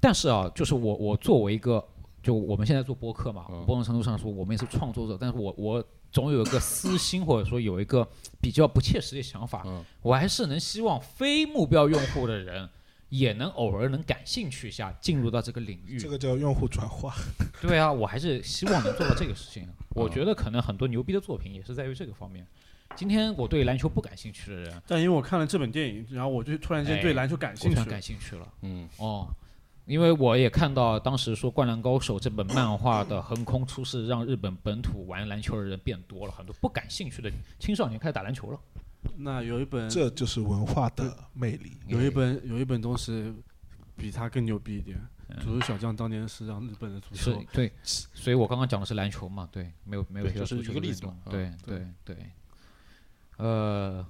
Speaker 3: 但是啊，就是我我作为一个就我们现在做播客嘛，
Speaker 7: 嗯
Speaker 3: 某种程度上说我们也是创作者，但是我我总有一个私心，或者说有一个比较不切实际的想法，
Speaker 7: 嗯
Speaker 3: 我还是能希望非目标用户的人也能偶尔能感兴趣一下，进入到这个领域。
Speaker 2: 这个叫用户转化。
Speaker 3: 对啊，我还是希望能做到这个事情。啊我觉得可能很多牛逼的作品也是在于这个方面。今天我对篮球不感兴趣的人，
Speaker 4: 但因为我看了这本电影，然后我就突然间对
Speaker 3: 哎
Speaker 4: 篮球感
Speaker 3: 我
Speaker 4: 兴
Speaker 3: 突
Speaker 4: 趣
Speaker 3: 然
Speaker 4: 了。
Speaker 3: 感兴趣了。
Speaker 7: 嗯，
Speaker 3: 哦，因为我也看到当时说《灌篮高手》这本漫画的横空出世，让日本本土玩篮球的人变多了，很多不感兴趣的青少年开始打篮球了。
Speaker 4: 那有一
Speaker 3: 嗯
Speaker 4: 本，
Speaker 2: 这就是文化的魅力。
Speaker 4: 有一本，有一本东西比他更牛逼一点。
Speaker 7: 嗯
Speaker 4: 足球小将当年是让日本的足
Speaker 3: 是
Speaker 4: 球，
Speaker 3: 对，所以我刚刚讲的是篮球嘛，对，没有没有
Speaker 7: 对
Speaker 3: 提到
Speaker 7: 这是
Speaker 3: 足球
Speaker 7: 一个
Speaker 3: 的
Speaker 7: 例
Speaker 3: 运
Speaker 7: 子嘛
Speaker 3: 动
Speaker 7: 啊
Speaker 3: 对对对，呃，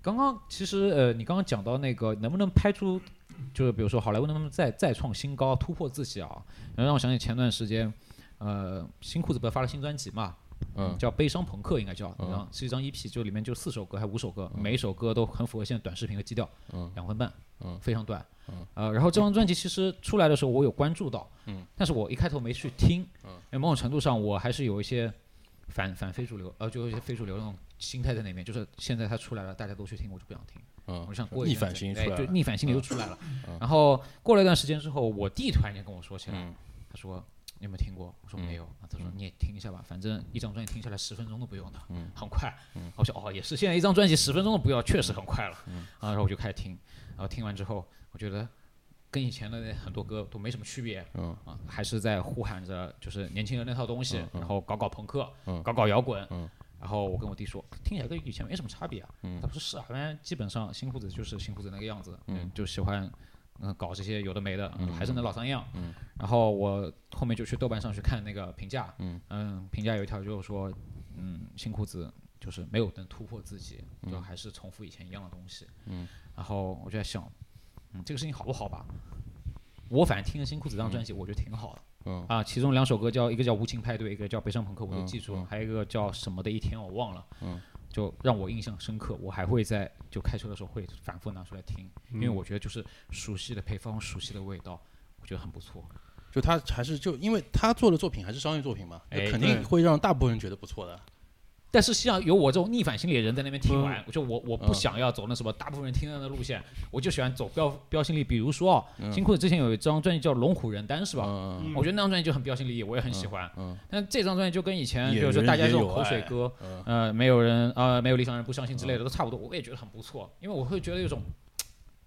Speaker 3: 刚刚其实呃，你刚刚讲到那个能不能拍出，就是比如说好莱坞能不能再再创新高，突破自己啊，然后让我想起前段时间，呃，新裤子不是发了新专辑嘛，
Speaker 7: 嗯
Speaker 3: 叫《悲伤朋克》，应该叫，
Speaker 7: 嗯
Speaker 3: 然后是一张 EP，就里面就四首歌还五首歌，每一首歌都很符合现在短视频的基调，
Speaker 7: 嗯
Speaker 3: 两分半，
Speaker 7: 嗯
Speaker 3: 非常短
Speaker 7: 嗯。
Speaker 3: 呃，然后这张专辑其实出来的时候我有关注到，
Speaker 7: 嗯，
Speaker 3: 但是我一开头没去听，
Speaker 7: 嗯
Speaker 3: 因为某种程度上我还是有一些反反非主流，呃，就有一些非主流那种心态在那边，就是现在它出来了，大家都去听，我就不想听。
Speaker 7: 嗯
Speaker 3: 我想过一
Speaker 7: 逆
Speaker 3: 段
Speaker 7: 反
Speaker 3: 时间
Speaker 7: 心出来
Speaker 3: 哎，对，
Speaker 7: 了，
Speaker 3: 逆反心理就出来了。
Speaker 7: 嗯
Speaker 3: 然后过了一段时间之后，我弟突然间跟我说起来，
Speaker 7: 嗯
Speaker 3: 他说你有没有听过？我说没有。啊他说你也听一下吧，反正一张专辑听下来十分钟都不用的，
Speaker 7: 嗯嗯
Speaker 3: 很快。我说哦，也是，现在一张专辑十分钟都不要，确实很快了。啊，然后我就开始听，然后听完之后，我觉得跟以前的那很多歌都没什么区别。
Speaker 7: 嗯
Speaker 3: 啊，还是在呼喊着就是年轻人那套东西，
Speaker 7: 嗯嗯
Speaker 3: 然后搞搞朋克，
Speaker 7: 嗯
Speaker 3: 搞搞摇滚。
Speaker 7: 嗯
Speaker 3: 然后我跟我弟说，听起来跟以前没什么差别啊。
Speaker 7: 嗯
Speaker 3: 他说是啊，反正基本上新裤子就是新裤子那个样子，
Speaker 7: 嗯
Speaker 3: 就喜欢嗯搞这些有的没的，
Speaker 7: 嗯
Speaker 3: 还是那老三样。
Speaker 7: 嗯
Speaker 3: 然后我后面就去豆瓣上去看那个评价，
Speaker 7: 嗯
Speaker 3: 评价有一条就是说，嗯，新裤子就是没有能突破自己，就还是重复以前一样的东西。
Speaker 7: 嗯，
Speaker 3: 然后我就在想，嗯，这个事情好不好吧？我反正听了新裤子这张专辑，我觉得挺好的。
Speaker 7: 嗯
Speaker 3: 啊，其中两首歌叫一个叫《无情派对》，一个叫《悲伤朋克》，我都
Speaker 7: 嗯
Speaker 3: 记住了，
Speaker 7: 嗯
Speaker 3: 还有一个叫什么的一天我忘了，
Speaker 7: 嗯
Speaker 3: 就让我印象深刻，我还会在就开车的时候会反复拿出来听，
Speaker 7: 嗯
Speaker 3: 因为我觉得就是熟悉的配方，熟悉的味道，我觉得很不错。
Speaker 7: 就他还是就因为他做的作品还是商业作品嘛，
Speaker 3: 哎
Speaker 7: 肯
Speaker 4: 对
Speaker 7: 定会让大部分人觉得不错的。
Speaker 3: 但是像有我这种逆反心理的人在那边听完，就我我不
Speaker 7: 嗯
Speaker 3: 想要走那什么大部分人听到的路线，我就喜欢走标标新立异。比如说啊，
Speaker 7: 嗯
Speaker 3: 新裤子之前有一张专辑叫《龙虎人丹》，是吧？
Speaker 7: 嗯
Speaker 3: 我觉得那张专辑就很标新立异，我也很喜欢。
Speaker 7: 嗯
Speaker 3: 但这张专辑就跟以前，比
Speaker 7: 也
Speaker 3: 如说
Speaker 7: 人
Speaker 3: 大家
Speaker 7: 也
Speaker 3: 这种
Speaker 7: 有
Speaker 3: 口水
Speaker 7: 哎
Speaker 3: 歌，
Speaker 7: 嗯
Speaker 3: 呃，没有人呃，没有理想人不相信之类的都差不多，我也觉得很不错，因为我会觉得有种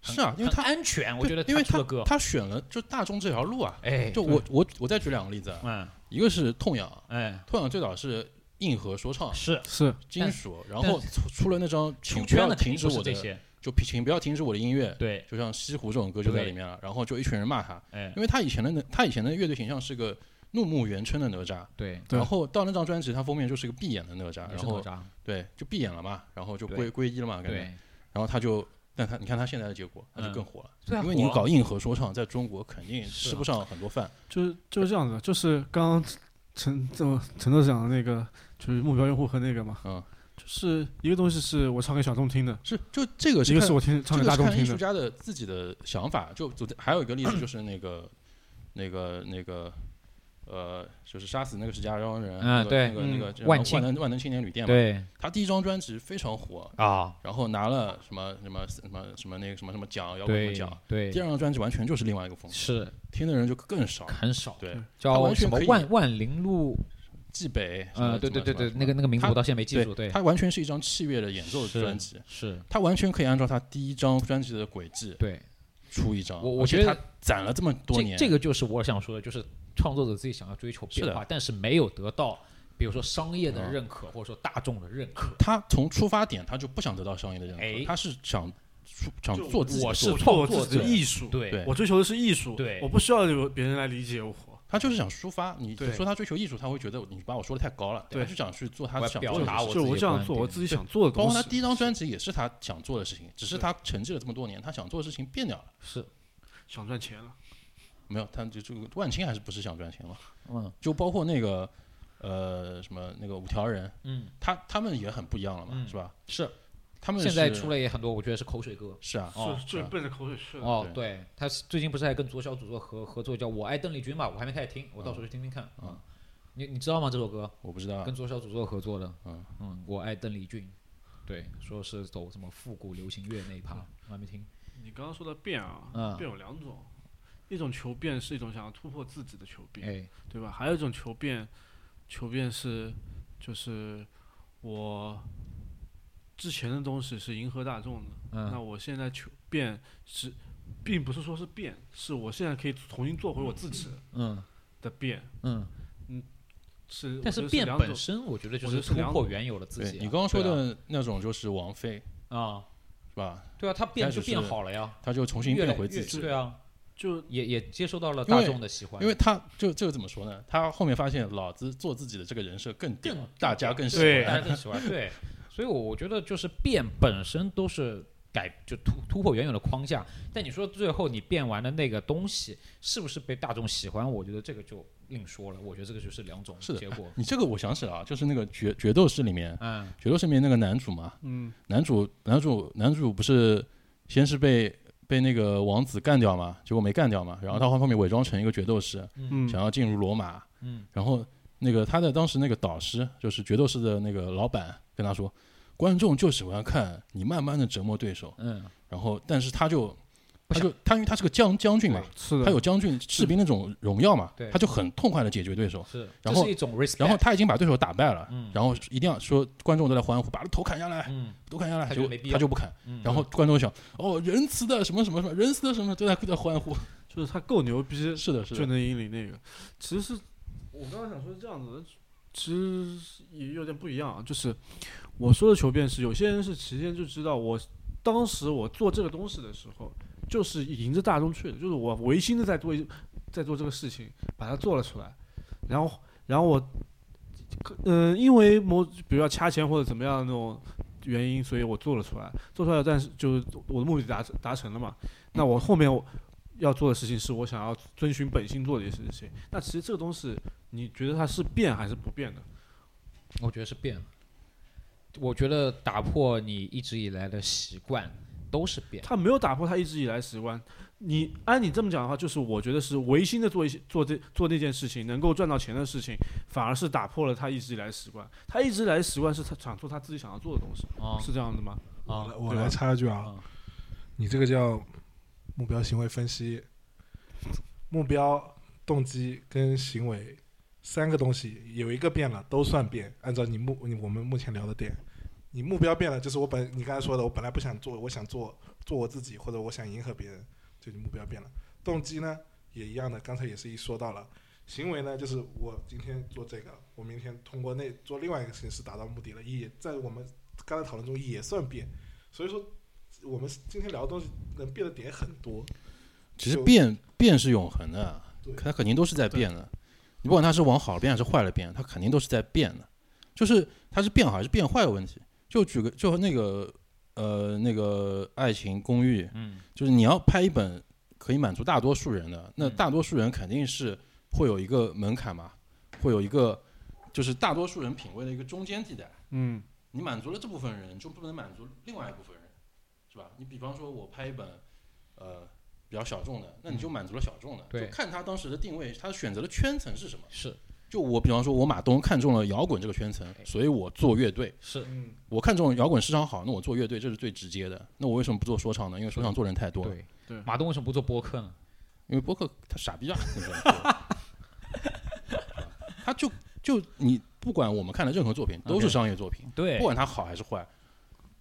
Speaker 3: 很
Speaker 7: 是啊，因为
Speaker 3: 很
Speaker 7: 他
Speaker 3: 安全，我
Speaker 7: 对
Speaker 3: 觉得
Speaker 7: 因为
Speaker 3: 出
Speaker 7: 他
Speaker 3: 的歌，
Speaker 7: 他选了就大众这条路啊。
Speaker 3: 哎，
Speaker 7: 就我我我再举两个例子，啊，
Speaker 3: 嗯
Speaker 7: 一个是痛痒，
Speaker 3: 哎
Speaker 7: 痛痒最早是硬核说唱
Speaker 3: 是
Speaker 4: 是
Speaker 7: 金属，然后出出了那张
Speaker 3: 出
Speaker 7: 请不
Speaker 3: 圈
Speaker 7: 要
Speaker 3: 的肯
Speaker 7: 停
Speaker 3: 定
Speaker 7: 止
Speaker 3: 不是
Speaker 7: 我
Speaker 3: 这
Speaker 7: 的，
Speaker 3: 些，
Speaker 7: 就请不要停止我的音乐，
Speaker 3: 对，
Speaker 7: 就像西湖这种歌就在里面了，然后就一群人骂他，
Speaker 3: 哎
Speaker 7: 因为他以前的那他以前的乐队形象是个怒目圆嗔的哪吒，
Speaker 3: 对，
Speaker 4: 对
Speaker 7: 然后到那张专辑，他封面就是个闭眼的哪吒，
Speaker 3: 也
Speaker 7: 然
Speaker 3: 是哪
Speaker 7: 后
Speaker 3: 吒，
Speaker 7: 对就闭眼了嘛，然后就
Speaker 3: 对
Speaker 7: 归归一了嘛，感觉，
Speaker 3: 对，
Speaker 7: 然后他就，但他你看他现在的结果，他就
Speaker 3: 嗯
Speaker 7: 更火了，
Speaker 3: 虽然
Speaker 7: 因为你
Speaker 3: 火
Speaker 7: 搞硬核说唱，在中国肯定
Speaker 3: 是
Speaker 7: 吃不上很多饭，
Speaker 4: 就是就是这样子的，就是刚刚陈这么陈豆讲的那个，就是目标用户和那个嘛，
Speaker 7: 嗯，
Speaker 4: 就是一个东西是我唱给小众听的，
Speaker 7: 是就这个
Speaker 4: 一
Speaker 7: 是
Speaker 4: 个
Speaker 7: 看
Speaker 4: 是我听唱
Speaker 7: 这个
Speaker 4: 给大
Speaker 7: 是
Speaker 4: 众
Speaker 7: 看艺
Speaker 4: 听
Speaker 7: 术
Speaker 4: 的。
Speaker 7: 家的自己的想法。就昨天还有一个例 子，就是那个、那个、那个，呃，就是杀死那个石家庄人，
Speaker 3: 嗯
Speaker 7: 那个
Speaker 3: 对
Speaker 7: 那个那个叫什么
Speaker 3: 万青
Speaker 7: 万能万能青年旅店嘛。
Speaker 3: 对
Speaker 7: 他第一张专辑非常火，
Speaker 3: 啊，
Speaker 7: 然后拿了什么什么什么什么那个什么什么奖，摇滚什么
Speaker 3: 对
Speaker 7: 奖。
Speaker 3: 对
Speaker 7: 第，二张专辑完全就是另外一个风格，
Speaker 3: 是嗯
Speaker 7: 听的人就更少。
Speaker 3: 很少，
Speaker 7: 对，他
Speaker 3: 叫
Speaker 7: 完全
Speaker 3: 什么
Speaker 7: 可以
Speaker 3: 万万灵路，
Speaker 7: 冀北，什么
Speaker 3: 呃，对对对对，
Speaker 7: 什么什么
Speaker 3: 那个那个名字
Speaker 7: 他
Speaker 3: 我到现在没记
Speaker 7: 对
Speaker 3: 住，对，
Speaker 7: 他完全是一张器乐的演奏
Speaker 3: 是
Speaker 7: 专辑，
Speaker 3: 是，
Speaker 7: 他完全可以按照他第一张专辑的轨迹
Speaker 3: 对，
Speaker 7: 出一张。
Speaker 3: 我我
Speaker 7: 而且
Speaker 3: 觉得
Speaker 7: 他攒了这么多
Speaker 3: 这
Speaker 7: 年，
Speaker 3: 这个就是我想说的，就是创作者自己想要追求
Speaker 7: 是
Speaker 3: 变
Speaker 7: 的
Speaker 3: 化，但是没有得到，比如说商业的
Speaker 7: 嗯
Speaker 3: 认可，或者说大众的认可。
Speaker 7: 他从出发点他就不想得到商业的认可，
Speaker 3: 哎
Speaker 7: 他是想出想
Speaker 4: 就
Speaker 7: 做自己
Speaker 3: 我
Speaker 7: 的
Speaker 3: 是
Speaker 7: 作品，
Speaker 3: 创
Speaker 4: 我
Speaker 3: 作
Speaker 4: 自己
Speaker 3: 者
Speaker 4: 的，艺术，
Speaker 3: 对
Speaker 7: 嗯对
Speaker 4: 我追求的是艺术，
Speaker 3: 对
Speaker 4: 我不需要有别人来理解我。
Speaker 7: 他就是想抒发。你
Speaker 4: 对
Speaker 7: 说他追求艺术，他会觉得你把我说的太高了，
Speaker 4: 对
Speaker 7: 他就想去做他
Speaker 3: 我要
Speaker 7: 想
Speaker 3: 表
Speaker 7: 做的
Speaker 3: 达
Speaker 7: 事
Speaker 3: 我
Speaker 7: 情。
Speaker 3: 自己的
Speaker 4: 就我这样
Speaker 3: 观
Speaker 4: 做，
Speaker 3: 点
Speaker 4: 我自己想做的
Speaker 7: 包
Speaker 4: 东
Speaker 7: 括
Speaker 4: 西。
Speaker 7: 他第一张专辑也是他想做的事情，只是他沉寂了这么多年，他想做的事情变掉了。
Speaker 3: 是，
Speaker 4: 想赚钱了，
Speaker 7: 没有，他就这个万青还是不是想赚钱嘛？
Speaker 3: 嗯
Speaker 7: 就包括那个呃什么那个五条人，
Speaker 3: 嗯，
Speaker 7: 他他们也很不一样了嘛，
Speaker 3: 嗯
Speaker 7: 是吧？
Speaker 3: 是
Speaker 7: 他们
Speaker 3: 现在出
Speaker 7: 来
Speaker 3: 了也很多，我觉得是口水歌。
Speaker 7: 是啊，
Speaker 3: 哦
Speaker 4: 是就是奔着口水去的。
Speaker 3: 哦，对，他是最近不是还跟左小祖咒合合作叫《我爱邓丽君》嘛？我还没开始听，我到时候去听听看。
Speaker 7: 嗯
Speaker 3: 啊，你你知道吗？这首歌
Speaker 7: 我不知道啊
Speaker 3: 跟左小祖咒合作的。
Speaker 7: 嗯
Speaker 3: 嗯，我爱邓丽君。对，说是走什么复古流行乐那一趴，我还没听。
Speaker 4: 你刚刚说的变啊，
Speaker 3: 嗯
Speaker 4: 变有两种，一种求变是一种想要突破自己的求变，
Speaker 3: 哎，
Speaker 4: 对吧？还有一种求变，求变是就是我之前的东西是迎合大众的，那
Speaker 3: 嗯，
Speaker 4: 我现在求变是，并不是说是变，是我现在可以重新做回我自己
Speaker 3: 嗯
Speaker 4: 的变，
Speaker 3: 嗯，
Speaker 4: 是。
Speaker 3: 但
Speaker 4: 我觉
Speaker 3: 是
Speaker 4: 得
Speaker 3: 变
Speaker 4: 两
Speaker 3: 本
Speaker 4: 种
Speaker 3: 身，我觉得就
Speaker 4: 我
Speaker 3: 是
Speaker 4: 觉得是
Speaker 3: 突
Speaker 4: 两
Speaker 3: 破原有的自
Speaker 7: 对
Speaker 3: 己啊。
Speaker 7: 你刚刚说
Speaker 3: 对
Speaker 7: 的那种就是王菲
Speaker 3: 啊，啊
Speaker 7: 是吧？
Speaker 3: 对啊，他变
Speaker 7: 开始
Speaker 3: 就是变好了呀，
Speaker 7: 她就重新
Speaker 3: 越来
Speaker 7: 变回
Speaker 3: 越
Speaker 7: 自己，
Speaker 3: 对啊，
Speaker 4: 就
Speaker 3: 也也接受到了
Speaker 7: 因
Speaker 3: 大
Speaker 7: 为
Speaker 3: 众的喜欢。
Speaker 7: 因为她就这个怎么说呢？她后面发现老子做自己的这个人设更屌
Speaker 3: 更
Speaker 7: 大家更喜
Speaker 4: 对
Speaker 3: 大
Speaker 7: 欢，
Speaker 3: 家更喜欢。对，所以我我觉得就是变本身都是改，就突突破原有的框架。但你说最后你变完的那个东西是不是被大众喜欢？我觉得这个就另说了。我觉得这个就是两种
Speaker 7: 是的
Speaker 3: 结果。
Speaker 7: 你这个我想起来啊，就是那个决决斗士里面，
Speaker 3: 嗯
Speaker 7: 决斗士里面那个男主嘛，
Speaker 4: 嗯，
Speaker 7: 男主男主男主不是先是被被那个王子干掉嘛，结果没干掉嘛，然后他后面伪装成一个决斗士，
Speaker 4: 嗯
Speaker 7: 想要进入罗马，
Speaker 3: 嗯，
Speaker 7: 然后那个他的当时那个导师就是决斗士的那个老板跟他说，观众就喜欢看你慢慢的折磨对手，
Speaker 3: 嗯，
Speaker 7: 然后但是他就
Speaker 3: 不
Speaker 7: 他
Speaker 3: 想
Speaker 7: 就他因为他是个将将军嘛，
Speaker 4: 是的，
Speaker 7: 他有将军士兵那种荣耀嘛
Speaker 3: 对，
Speaker 7: 他就很痛快的解决对手，
Speaker 3: 是，
Speaker 7: 然
Speaker 3: 这
Speaker 7: 后
Speaker 3: 是一种 respect。
Speaker 7: 然后他已经把对手打败了，
Speaker 3: 嗯
Speaker 7: 然后一定要说观众都在欢呼，把他头砍下来，
Speaker 3: 嗯
Speaker 7: 都砍下来，
Speaker 3: 他
Speaker 7: 结
Speaker 3: 就
Speaker 7: 果
Speaker 3: 没必要
Speaker 7: 他就不砍，
Speaker 3: 嗯，
Speaker 7: 然后观众想，哦，仁慈的什么什么什么，仁慈的什么，都在都在欢呼。
Speaker 4: 就是他够牛逼，
Speaker 7: 是的，是
Speaker 4: 就
Speaker 7: 的，
Speaker 4: 能引领那个。其实是我刚刚想说是这样子的，其实也有点不一样啊。就是我说的求变是，有些人是提前就知道我，当时我做这个东西的时候，就是迎着大众去的，就是我违心的在做一在做这个事情，把它做了出来，然后然后我。嗯，因为某比如要掐钱或者怎么样的那种原因，所以我做了出来，做出来了，但是就是我的目的达成达成了嘛。那我后面我要做的事情是我想要遵循本性做的一些事情。那其实这个东西，你觉得它是变还是不变的？
Speaker 3: 我觉得是变了。我觉得打破你一直以来的习惯都是变。
Speaker 4: 它没有打破它一直以来的习惯。你按你这么讲的话，就是我觉得是违心的做一些做这做那件事情，能够赚到钱的事情，反而是打破了他一直以来的习惯。他一直以来的习惯是他想做他自己想要做的东西，
Speaker 3: 啊
Speaker 4: 是这样的吗？
Speaker 2: 我
Speaker 3: 啊
Speaker 2: 来我
Speaker 4: 对吧
Speaker 2: 来插一句啊
Speaker 3: 啊，
Speaker 2: 你这个叫目标行为分析，目标、动机跟行为三个东西有一个变了，都算变。按照你目你我们目前聊的点，你目标变了，就是我本你刚才说的，我本来不想做，我想做做我自己，或者我想迎合别人，这就目标变了。动机呢也一样的，刚才也是一说到了。行为呢，就是我今天做这个，我明天通过那做另外一个形式达到目的了，也在我们刚才讨论中也算变。所以说，我们今天聊的东西能变的点很多。
Speaker 7: 其实变变是永恒的
Speaker 2: 对，
Speaker 7: 它肯定都是在变的。你不管它是往好了变还是坏了变，它肯定都是在变的。就是它是变好还是变坏的问题。就举个，就那个呃那个《爱情公寓》，
Speaker 3: 嗯，
Speaker 7: 就是你要拍一本可以满足大多数人的，那
Speaker 3: 嗯
Speaker 7: 大多数人肯定是会有一个门槛嘛，会有一个就是大多数人品味的一个中间地带。
Speaker 4: 嗯，
Speaker 7: 你满足了这部分人，就不能满足另外一部分人，是吧？你比方说，我拍一本，呃，比较小众的，那你就满足了小众的，
Speaker 3: 嗯对
Speaker 7: 就看他当时的定位，他选择的圈层是什么。
Speaker 3: 是
Speaker 7: 就我比方说，我马东看中了摇滚这个圈层，所以我做乐队；
Speaker 3: 是，
Speaker 2: 嗯，
Speaker 7: 我看中摇滚市场好，那我做乐队，这是最直接的。那我为什么不做说唱呢？因为说唱做人太多了，
Speaker 3: 对
Speaker 4: 对
Speaker 3: 马东为什么不做播客呢？
Speaker 7: 因为播客他傻逼啊，你知道吗 他就就你不管我们看的任何作品，都是
Speaker 3: OK
Speaker 7: 商业作品。
Speaker 3: 对
Speaker 7: 不，管它好还是坏，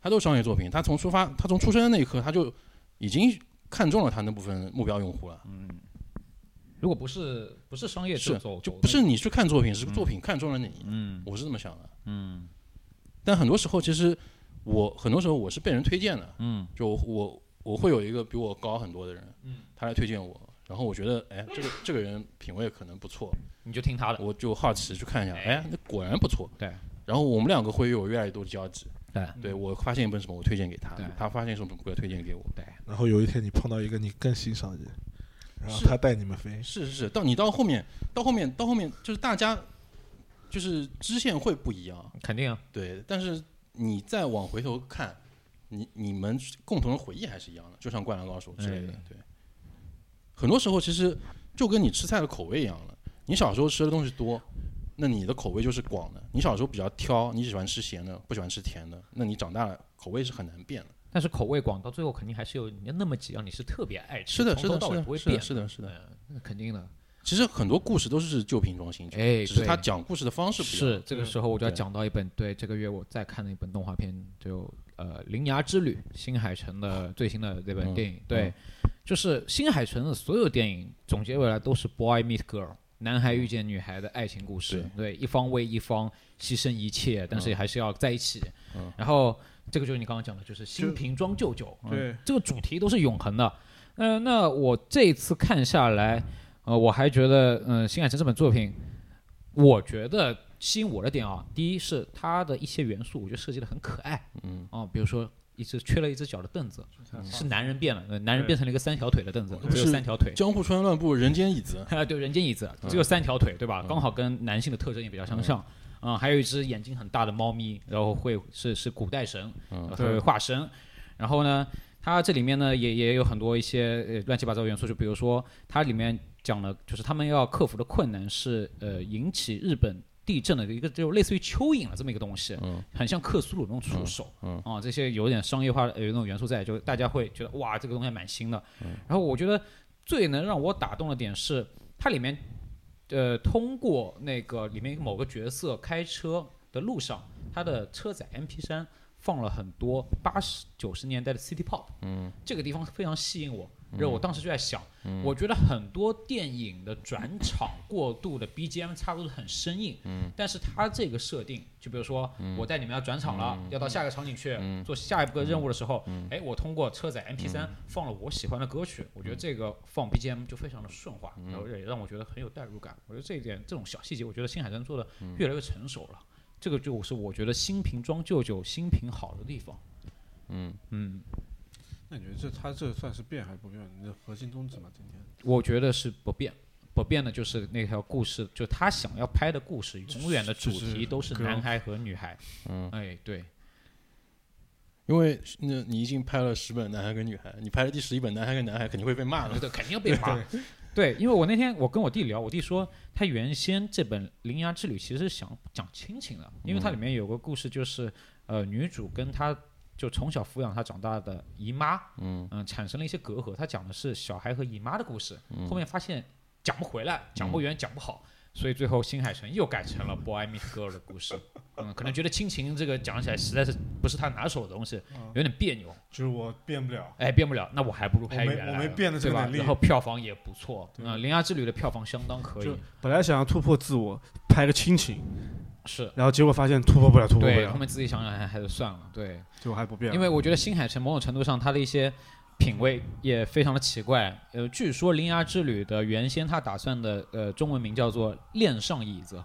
Speaker 7: 它都是商业作品。它从出发，它从出生的那一刻，它就已经看中了它那部分目标用户了。
Speaker 3: 如果不是不是商业
Speaker 7: 是
Speaker 3: 走，
Speaker 7: 就
Speaker 3: 走
Speaker 7: 不
Speaker 3: 那
Speaker 7: 是你去看作品，是作品看中了你。
Speaker 3: 嗯
Speaker 7: 我是这么想的。
Speaker 3: 嗯
Speaker 7: 但很多时候，其实我很多时候我是被人推荐的，
Speaker 3: 嗯
Speaker 7: 就我我我会有一个比我高很多的人，
Speaker 3: 嗯，
Speaker 7: 他来推荐我。然后我觉得，哎，这个这个人品味可能不错，
Speaker 3: 你就听他的。
Speaker 7: 我就好奇去看一下，哎，那果然不错。
Speaker 3: 哎对。
Speaker 7: 然后我们两个会有越来越多的交集。
Speaker 3: 对
Speaker 7: 对我发现一本什么，我推荐给他
Speaker 3: 对；
Speaker 7: 他发现什么，不会推荐给我。
Speaker 2: 然后有一天你碰到一个你更欣赏的人，然后
Speaker 7: 是
Speaker 2: 他带你们飞，
Speaker 7: 是是是，到你到后面，到后面，到后面，就是大家就是支线会不一样，
Speaker 3: 肯定啊，
Speaker 7: 对。但是你再往回头看，你你们共同的回忆还是一样的，就像《灌篮高手》之类的
Speaker 3: 哎，
Speaker 7: 对。很多时候其实就跟你吃菜的口味一样了，你小时候吃的东西多，那你的口味就是广的。你小时候比较挑，你喜欢吃咸的，不喜欢吃甜的，那你长大了口味是很难变的。
Speaker 3: 但是口味广到最后肯定还是有那么几样你是特别爱吃，
Speaker 7: 是的，是
Speaker 3: 哎从头
Speaker 7: 的，
Speaker 3: 到
Speaker 7: 是
Speaker 3: 尾
Speaker 7: 的，
Speaker 3: 不会
Speaker 7: 是
Speaker 3: 变
Speaker 7: 的，是的，是的。
Speaker 3: 嗯那肯定的。
Speaker 7: 其实很多故事都是旧瓶装新酒，
Speaker 3: 哎，
Speaker 7: 只是
Speaker 3: 对
Speaker 7: 他讲故事的方式不一样。
Speaker 3: 是这个时候我就要
Speaker 7: 对
Speaker 3: 讲到一本对这个月我在看的一本动画片，就呃《铃芽之旅》新海诚的最新的这本
Speaker 7: 嗯
Speaker 3: 电影，对，就是新海诚的所有电影总结回来都是 boy meet girl，男孩遇见女孩的爱情故事，对，一方为一方牺牲一切，但是还是要在一起，
Speaker 7: 嗯
Speaker 3: 然后这个就是你刚刚讲的，就是新瓶装旧酒，嗯
Speaker 4: 对
Speaker 3: 这个主题都是永恒的。呃，那我这一次看下来，呃，我还觉得，嗯、新海诚这本作品，我觉得吸引我的点啊，第一是它的一些元素，我觉得设计的很可爱，
Speaker 7: 嗯，
Speaker 3: 啊、比如说一只缺了一只脚的凳子，
Speaker 4: 嗯啊
Speaker 3: 是男人变了，呃男人变成了一个三条腿的凳子，只有
Speaker 7: 是
Speaker 3: 三条腿，
Speaker 7: 江户川乱步人间椅子，嗯
Speaker 3: 啊， 对，人间椅子只有三条腿，对吧？刚好跟男性的特征也比较相像。嗯，还有一只眼睛很大的猫咪，然后会是是古代神，
Speaker 7: 嗯
Speaker 3: 呃会化身。然后呢，它这里面呢也也有很多一些呃乱七八糟的元素，就比如说它里面讲了，就是他们要克服的困难是呃引起日本地震的一个就类似于蚯蚓了这么一个东西，
Speaker 7: 嗯
Speaker 3: 很像克苏鲁那种触手，
Speaker 7: 嗯
Speaker 3: 啊，这些有点商业化的呃有那种元素在，就大家会觉得哇，这个东西还蛮新的。
Speaker 7: 嗯
Speaker 3: 然后我觉得最能让我打动的点是，它里面呃通过那个里面某个角色开车的路上，他的车载 MP 3放了很多八十九十年代的 City Pop，
Speaker 7: 嗯
Speaker 3: 这个地方非常吸引我。然后我当时就在想，我觉得很多电影的转场过度的 BGM 插入的很生硬，
Speaker 7: 嗯
Speaker 3: 但是它这个设定，就比如说我带你们要转场了，要到下一个场景去、
Speaker 7: 嗯
Speaker 3: 做下一个任务的时候，
Speaker 7: 嗯
Speaker 3: 哎，我通过车载 MP
Speaker 4: 嗯
Speaker 3: 3放了我喜欢的歌曲，我觉得这个放 BGM 就非常的顺滑，
Speaker 4: 嗯
Speaker 3: 然后也让我觉得很有代入感。我觉得这一点这种小细节，我觉得新海诚做的
Speaker 4: 嗯
Speaker 3: 越来越成熟了。这个就是我觉得新瓶装旧酒，新瓶好的地方。
Speaker 7: 嗯，
Speaker 3: 嗯，
Speaker 4: 那你觉得这他这算是变还是不变？你的核心宗旨嘛，今天
Speaker 3: 我觉得是不变，不变的就是那条故事，就他想要拍的故事，永远的主
Speaker 4: 就是
Speaker 3: 题都是
Speaker 4: girl
Speaker 3: 男孩和女孩。
Speaker 7: 嗯，
Speaker 3: 哎，对，
Speaker 7: 因为那你已经拍了十本男孩跟女孩，你拍了第十一本男孩跟男孩肯定会被骂
Speaker 3: 对
Speaker 7: 的。
Speaker 3: 对，肯定要被骂。 对，因为我那天我跟我弟聊，我弟说他原先这本《铃芽之旅》其实是想讲亲情的，因为它里面有个故事，就是呃女主跟她就从小抚养她长大的姨妈，
Speaker 7: 嗯
Speaker 3: 嗯、产生了一些隔阂。她讲的是小孩和姨妈的故事，后面发现讲不回来，讲不圆，讲不好。所以最后，新海诚又改成了 Boy Meets Girl 的故事，嗯，可能觉得亲情这个讲起来实在是不是他拿手的东西，有点别扭，
Speaker 6: 就是我变不了，
Speaker 3: 哎，变不了，那我还不如
Speaker 6: 我
Speaker 3: 拍
Speaker 6: 没
Speaker 3: 原来
Speaker 6: 我没
Speaker 3: 的
Speaker 6: 变的这
Speaker 3: 对
Speaker 6: 个
Speaker 3: 吧？
Speaker 6: 能力
Speaker 3: 然。后票房也不错，
Speaker 4: 对
Speaker 3: 嗯，《铃芽之旅》的票房相当可以
Speaker 4: 就，本来想要突破自我，拍个亲情，
Speaker 3: 是
Speaker 4: 然后结果发现突破不了，突破不
Speaker 3: 对。后
Speaker 4: 了，
Speaker 3: 面自己想想还还是算了，对，
Speaker 4: 就还不变。
Speaker 3: 因为我觉得新海诚某种程度上他的一些品味也非常的奇怪。呃，据说《铃芽之旅》的原先他打算的呃中文名叫做《恋上椅子》，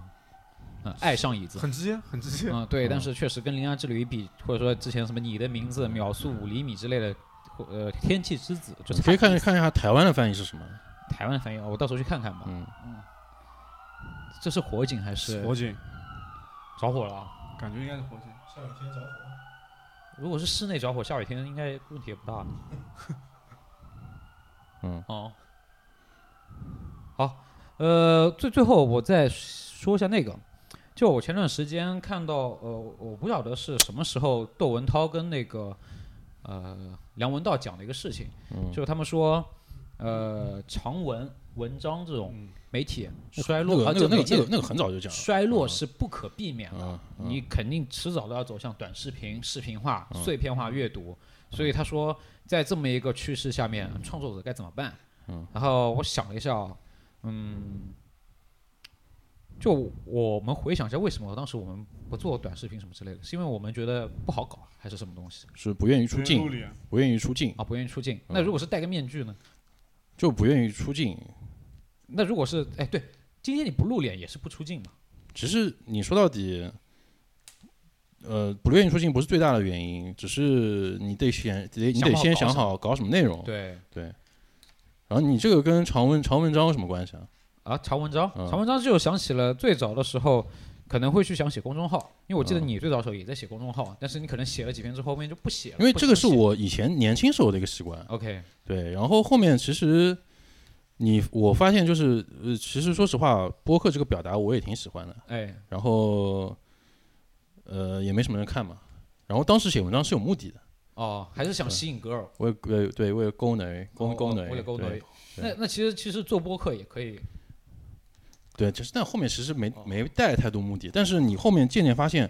Speaker 3: 呃，爱上椅子。
Speaker 6: 很直接，很直接。
Speaker 3: 嗯，对，但是确实跟《铃芽之旅》一比，或者说之前什么《你的名字》《秒速五厘米》之类的，或呃，《天气之子》就
Speaker 7: 你可以
Speaker 3: 差
Speaker 7: 看看一下台湾的翻译是什么。
Speaker 3: 台湾翻译，我到时候去看看吧。
Speaker 7: 嗯，
Speaker 3: 这是火警还是
Speaker 4: 火警，
Speaker 3: 着火了啊？
Speaker 4: 感觉应该是火警。
Speaker 2: 下雨天着火。
Speaker 3: 如果是室内着火，下雨天应该问题也不 大。
Speaker 7: 嗯，
Speaker 3: 哦，好，呃，最最后我再说一下那个，就我前段时间看到，呃，我不晓得是什么时候窦文涛跟那个呃梁文道讲的一个事情，就是他们说，呃，长文文章这种媒体衰落，
Speaker 7: 那
Speaker 3: 啊，
Speaker 7: 个
Speaker 3: 这
Speaker 7: 那个那
Speaker 3: 媒
Speaker 7: 个
Speaker 3: 介
Speaker 7: 那个很早就讲了。
Speaker 3: 衰落是不可避免的。
Speaker 7: 嗯，嗯
Speaker 3: 你肯定迟早都要走向短视频、视频化、
Speaker 7: 嗯
Speaker 3: 碎片化阅读。所以他说，在这么一个趋势下面，创作者该怎么办？
Speaker 7: 嗯，
Speaker 3: 然后我想了一下哦，嗯，就我们回想一下，为什么当时我们不做短视频什么之类的？是因为我们觉得不好搞，还是什么东西
Speaker 7: 是不愿意出
Speaker 6: 录
Speaker 7: 镜，
Speaker 6: 里啊
Speaker 7: 不愿意出镜，
Speaker 3: 啊？不愿意出镜。
Speaker 7: 嗯
Speaker 3: 那如果是戴个面具呢？
Speaker 7: 就不愿意出镜。
Speaker 3: 那如果是哎对，今天你不露脸也是不出镜嘛？
Speaker 7: 其实你说到底，呃，不愿意出镜不是最大的原因，只是你得先得你得先
Speaker 3: 想
Speaker 7: 想
Speaker 3: 好
Speaker 7: 好搞什么内容。
Speaker 3: 对
Speaker 7: 对，然后你这个跟长文长文章有什么关系啊？
Speaker 3: 啊，长文章，
Speaker 7: 嗯
Speaker 3: 长文章就想起了最早的时候。可能会去想写公众号，因为我记得
Speaker 7: 嗯
Speaker 3: 你最早的时候也在写公众号，但是你可能写了几篇之后，后面就不写了。
Speaker 7: 因为
Speaker 3: 不
Speaker 7: 这个
Speaker 3: 不
Speaker 7: 是
Speaker 3: 写
Speaker 7: 我以前年轻时候的一个习惯。
Speaker 3: OK，
Speaker 7: 对，然后后面其实你我发现就是呃，其实说实话，播客这个表达我也挺喜欢的，
Speaker 3: 哎，
Speaker 7: 然后呃也没什么人看嘛，然后当时写文章是有目的的，
Speaker 3: 哦，还是想吸引 girl，
Speaker 7: 为呃对为了勾男勾
Speaker 3: 哦
Speaker 7: 勾
Speaker 3: 哦
Speaker 7: 男，
Speaker 3: 为了勾
Speaker 7: 对
Speaker 3: 男。那那其实其实做播客也可以，
Speaker 7: 对，就是但后面其实没
Speaker 3: 哦
Speaker 7: 没带太多目的，但是你后面渐渐发现，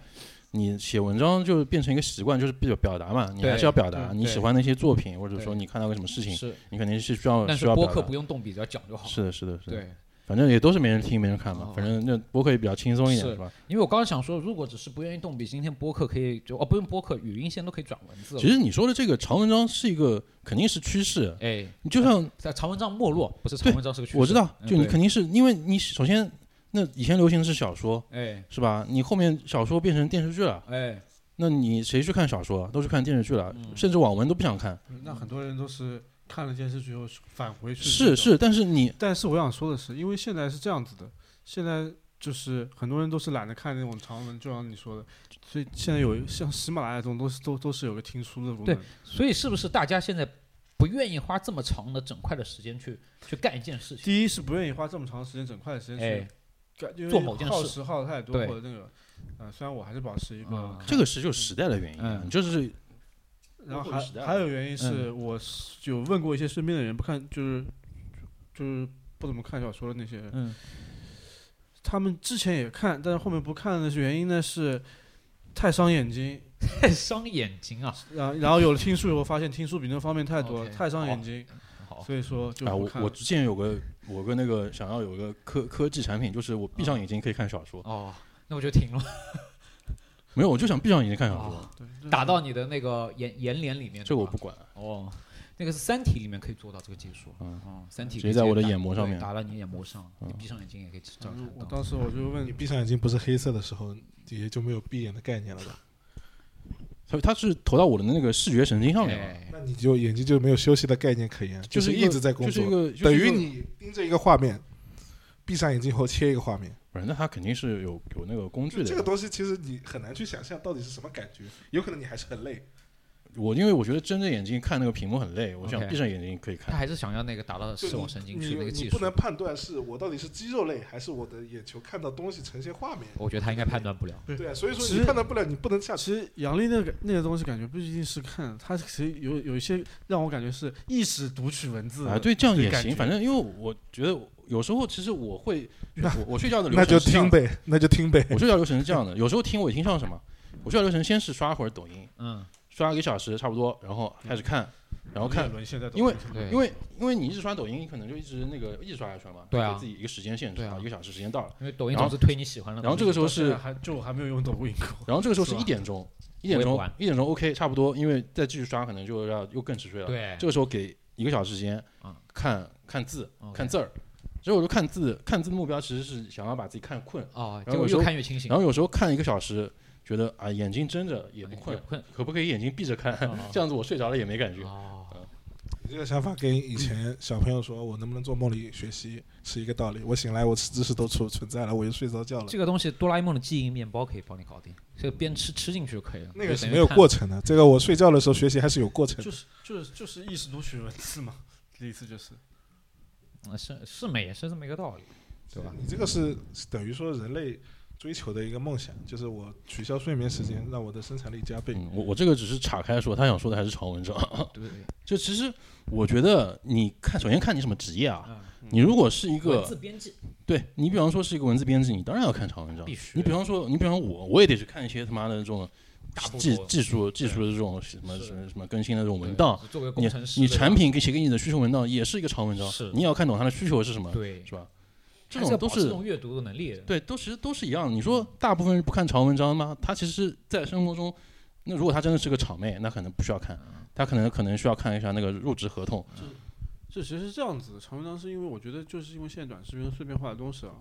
Speaker 7: 你写文章就变成一个习惯，就是表表达嘛，你还
Speaker 3: 对
Speaker 7: 是要表达
Speaker 3: 对
Speaker 7: 你喜
Speaker 3: 对
Speaker 7: 欢的一些作品，或者说
Speaker 3: 对
Speaker 7: 你看到个什么事情，
Speaker 3: 是，
Speaker 7: 你肯定是需要
Speaker 3: 但
Speaker 7: 需
Speaker 3: 是
Speaker 7: 要
Speaker 3: 播
Speaker 7: 表
Speaker 3: 客
Speaker 7: 达
Speaker 3: 不。用动笔，只要讲就好。
Speaker 7: 是的，是的，是的，
Speaker 3: 对，
Speaker 7: 反正也都是没人听没人看嘛
Speaker 3: 哦，
Speaker 7: 反正那播客也比较轻松一点，
Speaker 3: 是
Speaker 7: 是吧？
Speaker 3: 因为我刚刚想说，如果只是不愿意动笔，今天播客可以就哦，不用播客，语音现在都可以转文字了。
Speaker 7: 其实你说的这个长文章是一个肯定是趋势，
Speaker 3: 哎，
Speaker 7: 你就像
Speaker 3: 在长文章没落，不是长
Speaker 7: 对
Speaker 3: 文章是个趋势。
Speaker 7: 我知道，
Speaker 3: 嗯
Speaker 7: 就你
Speaker 3: 对
Speaker 7: 肯定是因为你首先那以前流行的是小说，
Speaker 3: 哎
Speaker 7: 是吧？你后面小说变成电视剧了。
Speaker 3: 哎，
Speaker 7: 那你谁去看小说啊？都去看电视剧了，甚至网文都不想看。
Speaker 4: 那很多人都是看了电视剧后返回去
Speaker 7: 是是，但是你
Speaker 4: 但是我想说的是，因为现在是这样子的，现在就是很多人都是懒得看那种长文，就像你说的，所以现在有像喜马拉雅这种都是都都是有个听书的功
Speaker 3: 对
Speaker 4: 能。
Speaker 3: 所以是不是大家现在不愿意花这么长的整块的时间去去干一件事情？
Speaker 4: 第一是不愿意花这么长时间整块的时
Speaker 3: 哎
Speaker 4: 间，去干，因为
Speaker 3: 做某件
Speaker 4: 耗
Speaker 3: 事
Speaker 4: 时耗得太多
Speaker 3: 对
Speaker 4: 或者那个，呃，虽然我还是保持一个
Speaker 3: 啊，
Speaker 7: 嗯这个是就是时代的原因啊，
Speaker 3: 嗯
Speaker 7: 就是
Speaker 4: 然后
Speaker 7: 我时代
Speaker 4: 还还有原因是我是有问过一些身边的人，不看就是就是不怎么看小说的那些人，
Speaker 3: 嗯，
Speaker 4: 他们之前也看，但是后面不看的原因呢是太伤眼睛，
Speaker 3: 太伤眼睛啊！
Speaker 4: 然后然后有了听书以后，发现听书比那方面太多了，
Speaker 3: OK，
Speaker 4: 太伤眼睛，
Speaker 3: 好，
Speaker 4: 所以说就
Speaker 7: 啊，
Speaker 4: 不
Speaker 7: 我
Speaker 4: 看了
Speaker 7: 我之前有个我跟那个想要有个科科技产品，就是我闭上眼睛可以看小说，
Speaker 3: 哦，那我就停了，
Speaker 7: 没有我就想闭上眼睛看
Speaker 3: 哦
Speaker 7: 小说，
Speaker 4: 对这
Speaker 3: 打到你的那个眼眼帘里面。
Speaker 7: 这我
Speaker 3: 对
Speaker 7: 不
Speaker 3: 吧
Speaker 7: 管。
Speaker 3: 哦，那个是《三体》里面可以做到这个技术。
Speaker 7: 嗯
Speaker 3: 哦，《三体》
Speaker 7: 直接在我的
Speaker 3: 可以
Speaker 7: 眼膜上
Speaker 3: 打
Speaker 7: 面嗯
Speaker 3: 对打到你眼膜上，你闭上眼睛也可以这样
Speaker 4: 嗯我
Speaker 3: 看到。
Speaker 4: 当时我就
Speaker 2: 你
Speaker 4: 问，
Speaker 2: 闭上眼睛不是黑色的时候，也就没有闭眼的概念了吧？
Speaker 7: 所以它是投到我的那个视觉神经上面了，
Speaker 3: 哎
Speaker 2: 那你就眼睛就没有休息的概念可言，
Speaker 7: 就是一
Speaker 2: 一
Speaker 7: 个
Speaker 2: 直在工
Speaker 7: 就是一
Speaker 2: 作，
Speaker 7: 个就是
Speaker 2: 等
Speaker 7: 一
Speaker 2: 于
Speaker 7: 个
Speaker 2: 你盯着一个画面，闭上眼睛后切一个画面。
Speaker 7: 不是那它肯定是有有那个工具
Speaker 2: 就
Speaker 7: 的
Speaker 2: 这
Speaker 7: 呀。
Speaker 2: 个东西，其实你很难去想象到底是什么感觉，有可能你还是很累。
Speaker 7: 我因为我觉得睁着眼睛看那个屏幕很累，我想
Speaker 3: OK
Speaker 7: 闭上眼睛可以
Speaker 3: 他
Speaker 7: 看。
Speaker 3: 还是想要那个打到
Speaker 2: 就
Speaker 3: 视网
Speaker 2: 你
Speaker 3: 神经
Speaker 2: 你
Speaker 3: 去那个技
Speaker 2: 你
Speaker 3: 术
Speaker 2: 不。能判断是我到底是肌肉累，还是我的眼球看到东西呈现画面。
Speaker 3: 我觉得他应该判断不了。
Speaker 2: 对啊，所以说
Speaker 4: 其
Speaker 2: 你
Speaker 4: 实
Speaker 2: 判断不了，你不能下去。
Speaker 4: 其实杨笠那个那个东西感觉不一定是看，他其实有有一些让我感觉是意识读取文字
Speaker 7: 啊，对，这样
Speaker 4: 对
Speaker 7: 也
Speaker 4: 感
Speaker 7: 行，
Speaker 4: 觉
Speaker 7: 反正因为我觉得有时候其实我会，我我睡觉的流
Speaker 2: 那
Speaker 7: 程
Speaker 2: 就
Speaker 7: 是这样
Speaker 2: 听呗，那就听呗。
Speaker 7: 我睡觉流程是这样的，有时候听我也听上什么，我睡觉流程先是刷会儿抖音，
Speaker 3: 嗯，
Speaker 7: 刷一个小时差不多，然后开始看，然后看，
Speaker 4: 文现在
Speaker 7: 因为
Speaker 3: 对，
Speaker 7: 因为因为你一直刷抖音，你可能就一直那个一直刷下去了嘛，
Speaker 3: 对啊
Speaker 7: 给自己一个时间限制
Speaker 3: 对啊
Speaker 7: 一个小时时间到了，
Speaker 3: 因为抖音
Speaker 7: 然后
Speaker 3: 总是推你喜欢的东西。
Speaker 7: 然后这个时候是，
Speaker 4: 还就我还没有用抖音 过，
Speaker 7: 然后这个时候是
Speaker 4: 是吧
Speaker 7: 一点钟，一
Speaker 3: 我
Speaker 7: 点
Speaker 3: 也不
Speaker 7: 钟
Speaker 3: 玩
Speaker 7: 一点钟 OK 差不多，因为再继续刷可能就要又更迟睡了，
Speaker 3: 对
Speaker 7: 这个时候给一个小时时间
Speaker 3: 啊
Speaker 7: 看看字
Speaker 3: OK
Speaker 7: 看字儿，所以我就看字看字的目标其实是想要把自己看困，
Speaker 3: 哦，
Speaker 7: 然后
Speaker 3: 结果
Speaker 7: 有时
Speaker 3: 越
Speaker 7: 候
Speaker 3: 看越清醒，
Speaker 7: 然后有时候看一个小时。觉得啊，眼睛睁着也不困
Speaker 3: 哎也，啊不困。
Speaker 7: 可不可以眼睛闭着看？这样子我睡着了也没感觉。
Speaker 3: 哦，
Speaker 2: 你这个想法跟以前小朋友说我能不能做梦里学习是一个道理。我醒来，我知识都存存在了，我又睡着觉了。
Speaker 3: 这个东西哆啦 A 梦的记忆面包可以帮你搞定，所以边吃吃进去就可以了。
Speaker 2: 那个
Speaker 3: 就是等于
Speaker 2: 没有
Speaker 3: 看
Speaker 2: 过程的，这个我睡觉的时候学习还是有过程
Speaker 4: 就
Speaker 2: 的。
Speaker 4: 是就是就是意识读取文字嘛， 这一次就是
Speaker 3: 呃是是美也是这么一个道理，对吧？
Speaker 2: 你这个是等于说人类追求的一个梦想，就是我取消睡眠时间，让我的生产力加倍。
Speaker 7: 嗯，我我这个只是岔开说，他想说的还是长文章。
Speaker 3: 对，
Speaker 7: 就其实我觉得，你看，首先看你什么职业啊。
Speaker 3: 嗯
Speaker 7: 你如果是一
Speaker 3: 文
Speaker 7: 个
Speaker 3: 字，编辑
Speaker 7: 对你比方说是一个文字编辑，你当然要看长文章。
Speaker 3: 必须
Speaker 7: 你比方说，你比方我，我也得去看一些他妈的这种
Speaker 3: 大部
Speaker 7: 技
Speaker 3: 头
Speaker 7: 技术技术的这种什么
Speaker 3: 是
Speaker 7: 什么什么更新的这种文档。，
Speaker 3: 对作为工
Speaker 7: 你
Speaker 3: 程师，
Speaker 7: 你产品给写给你的需求文档也是一个长文章
Speaker 3: 是，
Speaker 7: 你也要看懂它的需求是什么，
Speaker 3: 对，
Speaker 7: 是吧？这
Speaker 3: 还
Speaker 7: 种
Speaker 3: 是要
Speaker 7: 都
Speaker 3: 保持这
Speaker 7: 是
Speaker 3: 种阅读的能力的。
Speaker 7: 对，都其实都是一样的。你说大部分人不看长文章吗？他其实，在生活中，那如果他真的是个场妹，那可能不需要看，
Speaker 3: 嗯
Speaker 7: 他可能可能需要看一下那个入职合同。
Speaker 4: 这其实是这样子的。长文章是因为我觉得就是因为现在短视频碎片化的东西啊，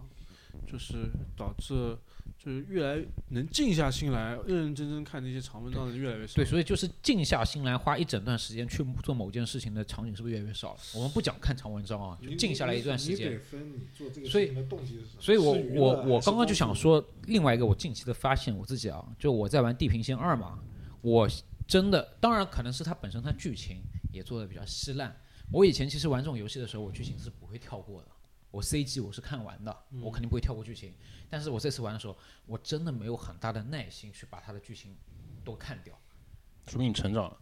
Speaker 4: 就是导致就是越来能静下心来认认真真看这些长文章的人越来越少。
Speaker 3: 对，所以就是静下心来，花一整段时间去做某件事情的场景，是不是越来越少了？我们不讲看长文章啊，就
Speaker 2: 你
Speaker 3: 静下来一段时
Speaker 2: 你得
Speaker 3: 间。
Speaker 2: 分你做这个
Speaker 3: 所以
Speaker 2: 事情的动机是什么。
Speaker 3: 所以我
Speaker 2: 是娱乐
Speaker 3: 我
Speaker 2: 还
Speaker 3: 我
Speaker 2: 是
Speaker 3: 刚刚就
Speaker 2: 帮
Speaker 3: 想
Speaker 2: 助
Speaker 3: 说，另外一个我近期的发现，我自己啊，就我在玩《地平线二》嘛，我真的，当然可能是它本身它剧情也做的比较稀烂。我以前其实玩这种游戏的时候，我剧情是不会跳过的，我 CG 我是看完的，
Speaker 2: 嗯
Speaker 3: 我肯定不会跳过剧情。但是我这次玩的时候，我真的没有很大的耐心去把它的剧情都看掉。
Speaker 7: 说明你成长了。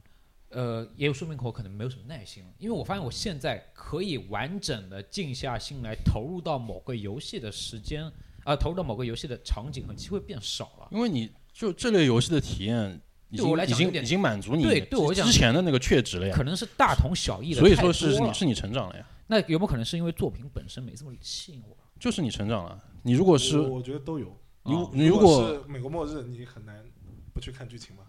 Speaker 3: 呃，也有说明我可能没有什么耐心了，因为我发现我现在可以完整的静下心来投入到某个游戏的时间，啊、投入到某个游戏的场景和机会变少了。
Speaker 7: 因为你就这类游戏的体验，已
Speaker 3: 对我
Speaker 7: 经
Speaker 3: 来
Speaker 7: 已
Speaker 3: 讲有点
Speaker 7: 经已经满足你
Speaker 3: 对对我来讲
Speaker 7: 之前的那个确值了
Speaker 2: 啊
Speaker 7: 呀
Speaker 3: 可，能是大同小异的，
Speaker 7: 所以说是
Speaker 3: 太
Speaker 7: 是
Speaker 3: 多
Speaker 7: 你
Speaker 3: 了
Speaker 7: 是你成长了呀，
Speaker 3: 那有没有可能是因为作品本身没这么吸引我？
Speaker 7: 就是你成长了。你如果是
Speaker 2: 我我觉得都有。
Speaker 7: 你
Speaker 3: 啊
Speaker 7: 你如果
Speaker 2: 是美国末日，你很难不去看剧情嘛。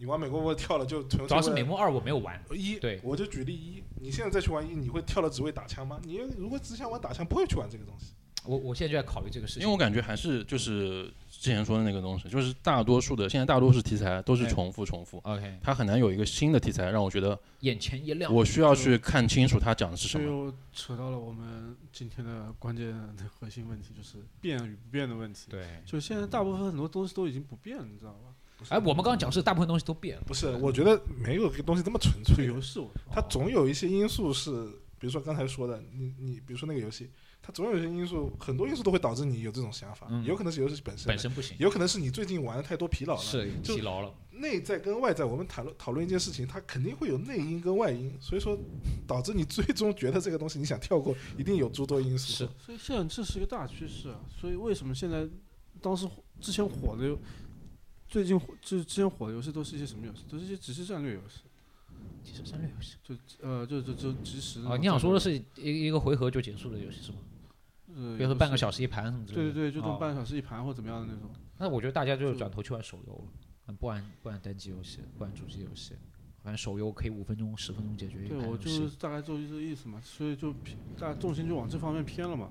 Speaker 2: 你玩美国末日跳了就纯粹
Speaker 3: 主要是
Speaker 2: 为
Speaker 3: 美
Speaker 2: 了
Speaker 3: 梦二我没有玩，
Speaker 2: 一，
Speaker 3: 对
Speaker 2: 我就举例一，你现在再去玩一，你会跳了只会打枪吗？你如果只想玩打枪，不会去玩这个东西。
Speaker 3: 我我现在就在考虑这个事
Speaker 7: 因为我
Speaker 3: 情。
Speaker 7: 感觉还是就是之前说的那个东西，就是大多数的现在大多数题材都是
Speaker 3: 哎
Speaker 7: 重复重复，
Speaker 3: OK，
Speaker 7: 它很难有一个新的题材让我觉得
Speaker 3: 眼前一亮，
Speaker 7: 我需要去看清楚它讲的是什么。
Speaker 4: 这又扯到了我们今天的关键的核心问题，就是变与不变的问题。
Speaker 3: 对，
Speaker 4: 就现在大部分很多东西都已经不变了，你知道吧？
Speaker 3: 哎，我们刚刚讲是大部分东西都变了，
Speaker 2: 不是，我觉得没有一个东西这么纯
Speaker 4: 就
Speaker 2: 粹的，
Speaker 4: 游戏我
Speaker 2: 它总有一些因素是，比如说刚才说的，你你比如说那个游戏，它总有一些因素，很多因素都会导致你有这种想法，
Speaker 3: 嗯
Speaker 2: 有可能是游戏本身的，
Speaker 3: 本身不行，
Speaker 2: 有可能是你最近玩的太多疲劳了，
Speaker 3: 是
Speaker 2: 就
Speaker 3: 疲劳了。
Speaker 2: 内在跟外在，我们讨论讨论一件事情，它肯定会有内因跟外因，所以说导致你最终觉得这个东西你想跳过，一定有诸多因素。
Speaker 3: 是
Speaker 4: 所以现在这是一个大趋势啊，所以为什么现在当时火之前火的游，最近火之之前火的游戏都是一些什么游戏？都是一些即时战略游戏，
Speaker 3: 其实战略游戏
Speaker 4: 就呃就就就即时的
Speaker 3: 啊，你想说的是一一个回合就结束的游戏是吗？
Speaker 4: 呃，
Speaker 3: 比如说半个
Speaker 4: 时，
Speaker 3: 小时一盘什么之类
Speaker 4: 对
Speaker 3: 的。
Speaker 4: 对对，就弄
Speaker 3: 哦
Speaker 4: 半个小时一盘或怎么样的那种。
Speaker 3: 那我觉得大家就是
Speaker 4: 就
Speaker 3: 转头去玩手游了，嗯不玩不玩单机游戏，不玩主机游戏，反正手游可以五分钟、十分钟解决一
Speaker 4: 对，
Speaker 3: 盘
Speaker 4: 我
Speaker 3: 游
Speaker 4: 就是
Speaker 3: 戏。
Speaker 4: 大概就是这个意思嘛，所以就偏大家重心就往这方面偏了嘛。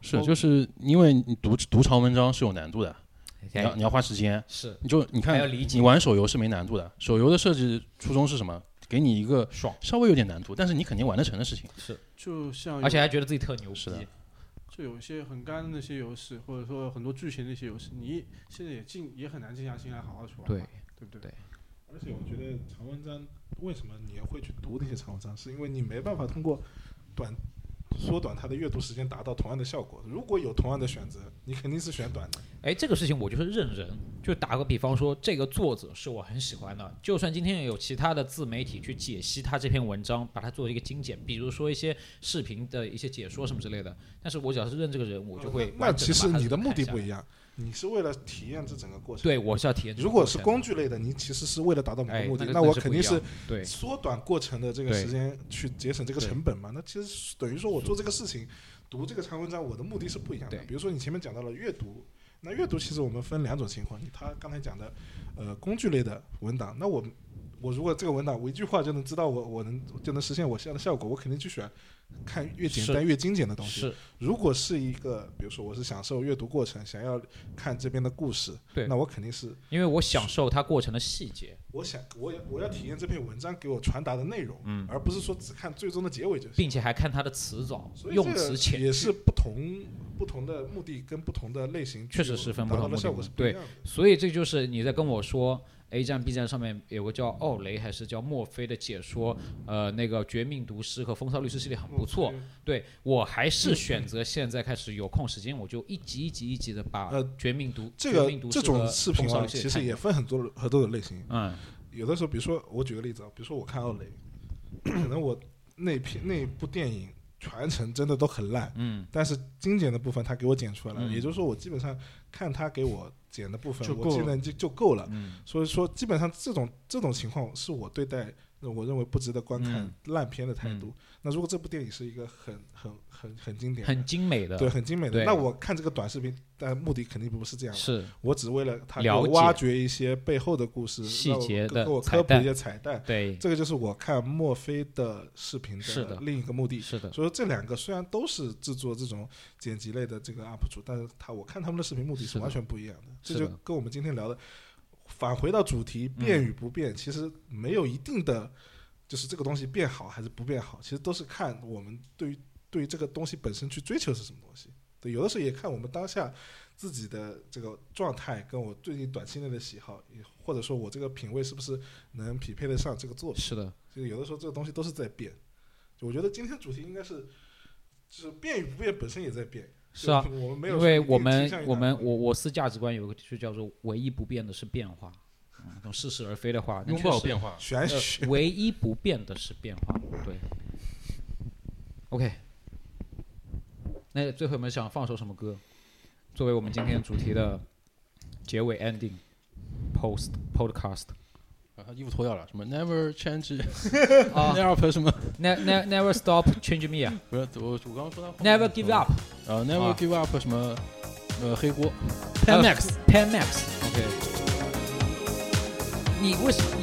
Speaker 7: 是，
Speaker 4: 我
Speaker 7: 就是因为你读读长文章是有难度的，你
Speaker 3: 哎
Speaker 7: 要你要花时间。
Speaker 3: 是
Speaker 7: 你就你
Speaker 3: 还要
Speaker 7: 看
Speaker 3: 理，解
Speaker 7: 你玩手游是没难度的。手游的设计初衷是什么？给你一个
Speaker 2: 哎
Speaker 3: 爽，
Speaker 7: 稍微有点难度，但是你肯定玩得成的事情。
Speaker 4: 就像有
Speaker 3: 而且还觉得自己特牛
Speaker 7: 是的
Speaker 3: 逼。
Speaker 4: 就有一些很干的那些游戏，或者说很多剧情的一些游戏，你现在也静也很难静下心来好好去玩嘛，
Speaker 3: 对，
Speaker 4: 对不对？
Speaker 2: 而且我觉得长文章为什么你会去读那些长文章，是因为你没办法通过短缩短它的阅读时间达到同样的效果。如果有同样的选择，你肯定是选短的。
Speaker 3: 哎，这个事情我就是认人。就打个比方说，这个作者是我很喜欢的，就算今天有其他的自媒体去解析他这篇文章，把它作为一个精简，比如说一些视频的一些解说什么之类的，但是我只要是认这个人，我就会
Speaker 2: 那
Speaker 3: 完整地
Speaker 2: 其实
Speaker 3: 把他
Speaker 2: 你的
Speaker 3: 看
Speaker 2: 目的
Speaker 3: 下
Speaker 2: 不
Speaker 3: 来
Speaker 2: 一样，你是为了体验这整个过程。
Speaker 3: 对，我是要体验这个
Speaker 2: 如
Speaker 3: 过
Speaker 2: 果
Speaker 3: 程
Speaker 2: 是
Speaker 3: 的。
Speaker 2: 工具类的，你其实是为了达到某个
Speaker 3: 哎，
Speaker 2: 目的，
Speaker 3: 个
Speaker 2: 那我肯定
Speaker 3: 是
Speaker 2: 是
Speaker 3: 不一样对
Speaker 2: 缩短过程的这个
Speaker 3: 对
Speaker 2: 时间去节省这个
Speaker 3: 对
Speaker 2: 成本嘛。那其实等于说我做这个事情，读这个长文章，我的目的是不一样的
Speaker 3: 对。
Speaker 2: 比如说你前面讲到了阅读，那阅读其实我们分两种情况，你他刚才讲的，呃，工具类的文档，那我我如果这个文档我一句话就能知道我我能就能实现我现在的效果，我肯定去选看越简单越精简的东西。
Speaker 3: 是
Speaker 2: 如果是一个，比如说我是享受阅读过程，想要看这边的故事，
Speaker 3: 对
Speaker 2: 那我肯定是
Speaker 3: 因为我享受它过程的细节。
Speaker 2: 我想我要我要体验这篇文章给我传达的内容，
Speaker 3: 嗯
Speaker 2: 而不是说只看最终的结尾就行。
Speaker 3: 并且还看他的词藻、
Speaker 2: 所以
Speaker 3: 用
Speaker 2: 这个
Speaker 3: 词遣
Speaker 2: 也
Speaker 3: 句
Speaker 2: 是不同不同的目的跟不同的类型，
Speaker 3: 确实是分不
Speaker 2: 达到
Speaker 3: 同目
Speaker 2: 的
Speaker 3: 的
Speaker 2: 效果是不一样的。
Speaker 3: 所以这就是你在跟我说 A 站、B 站上面有个叫奥雷还是叫墨菲的解说，呃，那个《绝命毒师》和《风骚律师》系列很不错。对我还是选择现在开始有空时间，我就一集一集一集的把
Speaker 2: 呃
Speaker 3: 《绝命毒》
Speaker 2: 这
Speaker 3: 绝
Speaker 2: 个
Speaker 3: 命毒师
Speaker 2: 这种
Speaker 3: 和
Speaker 2: 视频
Speaker 3: 风骚
Speaker 2: 上
Speaker 3: 律师
Speaker 2: 其实
Speaker 3: 看
Speaker 2: 也分很多很多的类型，
Speaker 3: 嗯
Speaker 2: 有的时候，比如说我举个例子啊，比如说我看奥雷，可能我那篇那部电影全程真的都很烂，
Speaker 3: 嗯
Speaker 2: 但是精简的部分他给我剪出来了，
Speaker 3: 嗯
Speaker 2: 也就是说我基本上看他给我剪的部分
Speaker 4: 就，
Speaker 2: 我
Speaker 4: 够
Speaker 2: 技
Speaker 4: 了
Speaker 2: 能就就够了。
Speaker 3: 嗯
Speaker 2: 所以说，基本上这种这种情况是我对待那我认为不值得观看
Speaker 3: 嗯
Speaker 2: 烂片的态度。那如果这部电影是一个很很很很经典的、
Speaker 3: 很精美的，
Speaker 2: 对很精美的，
Speaker 3: 对
Speaker 2: 那我看这个短视频，但目的肯定不是这样的。
Speaker 3: 是
Speaker 2: 我只为了他
Speaker 3: 了解
Speaker 2: 挖掘一些背后的故事
Speaker 3: 细
Speaker 2: 让我
Speaker 3: 节的
Speaker 2: 给我
Speaker 3: 彩
Speaker 2: 科普
Speaker 3: 蛋
Speaker 2: 一些彩蛋。
Speaker 3: 对，
Speaker 2: 这个就是我看墨菲的视频
Speaker 3: 是的
Speaker 2: 另一个目的。
Speaker 3: 是的，
Speaker 2: 所以说这两个虽然都是制作这种剪辑类的这个 UP 主，但是他我看他们的视频目的
Speaker 3: 是
Speaker 2: 是
Speaker 3: 的
Speaker 2: 完全不一样的。
Speaker 3: 是
Speaker 2: 这
Speaker 3: 的
Speaker 2: 就跟我们今天聊的，返回到主题，变与不变，其实没有一定的，就是这个东西变好还是不变好，其实都是看我们对于对于这个东西本身去追求是什么东西。对，有的时候也看我们当下自己的这个状态，跟我最近短期内的喜好，也或者说我这个品味是不是能匹配得上这个作品。
Speaker 3: 是的，
Speaker 2: 就有的时候这个东西都是在变。就我觉得今天主题应该是，就是变与不变本身也在变。
Speaker 3: 是啊
Speaker 2: 就，我们没有
Speaker 3: 因
Speaker 2: 说一
Speaker 3: 为
Speaker 2: 定
Speaker 3: 我
Speaker 2: 倾
Speaker 3: 们
Speaker 2: 向于
Speaker 3: 我
Speaker 2: 哪
Speaker 3: 们
Speaker 2: 个
Speaker 3: 我我司价值观有个就叫做唯一不变的是变化，嗯，这种似是而非的话，那
Speaker 7: 拥
Speaker 3: 确
Speaker 7: 抱
Speaker 3: 实
Speaker 7: 变化，
Speaker 2: 玄
Speaker 3: 呃
Speaker 2: 学，
Speaker 3: 唯一不变的是变化，对。OK，那最后有没有想放首什么歌，作为我们今天主题的结尾 ending post podcast？
Speaker 7: 把啊他衣服脱掉了，什么 Never Change
Speaker 3: 啊
Speaker 7: Never 什么，
Speaker 3: ，ne ne never stop change me 啊
Speaker 7: 不是我我刚刚说他
Speaker 3: ，never give up，
Speaker 7: 啊
Speaker 3: 啊
Speaker 7: ，Never Give Up 什么，呃，黑锅
Speaker 3: Pan
Speaker 7: Max
Speaker 3: Max，Pan Max，OK。你为什么？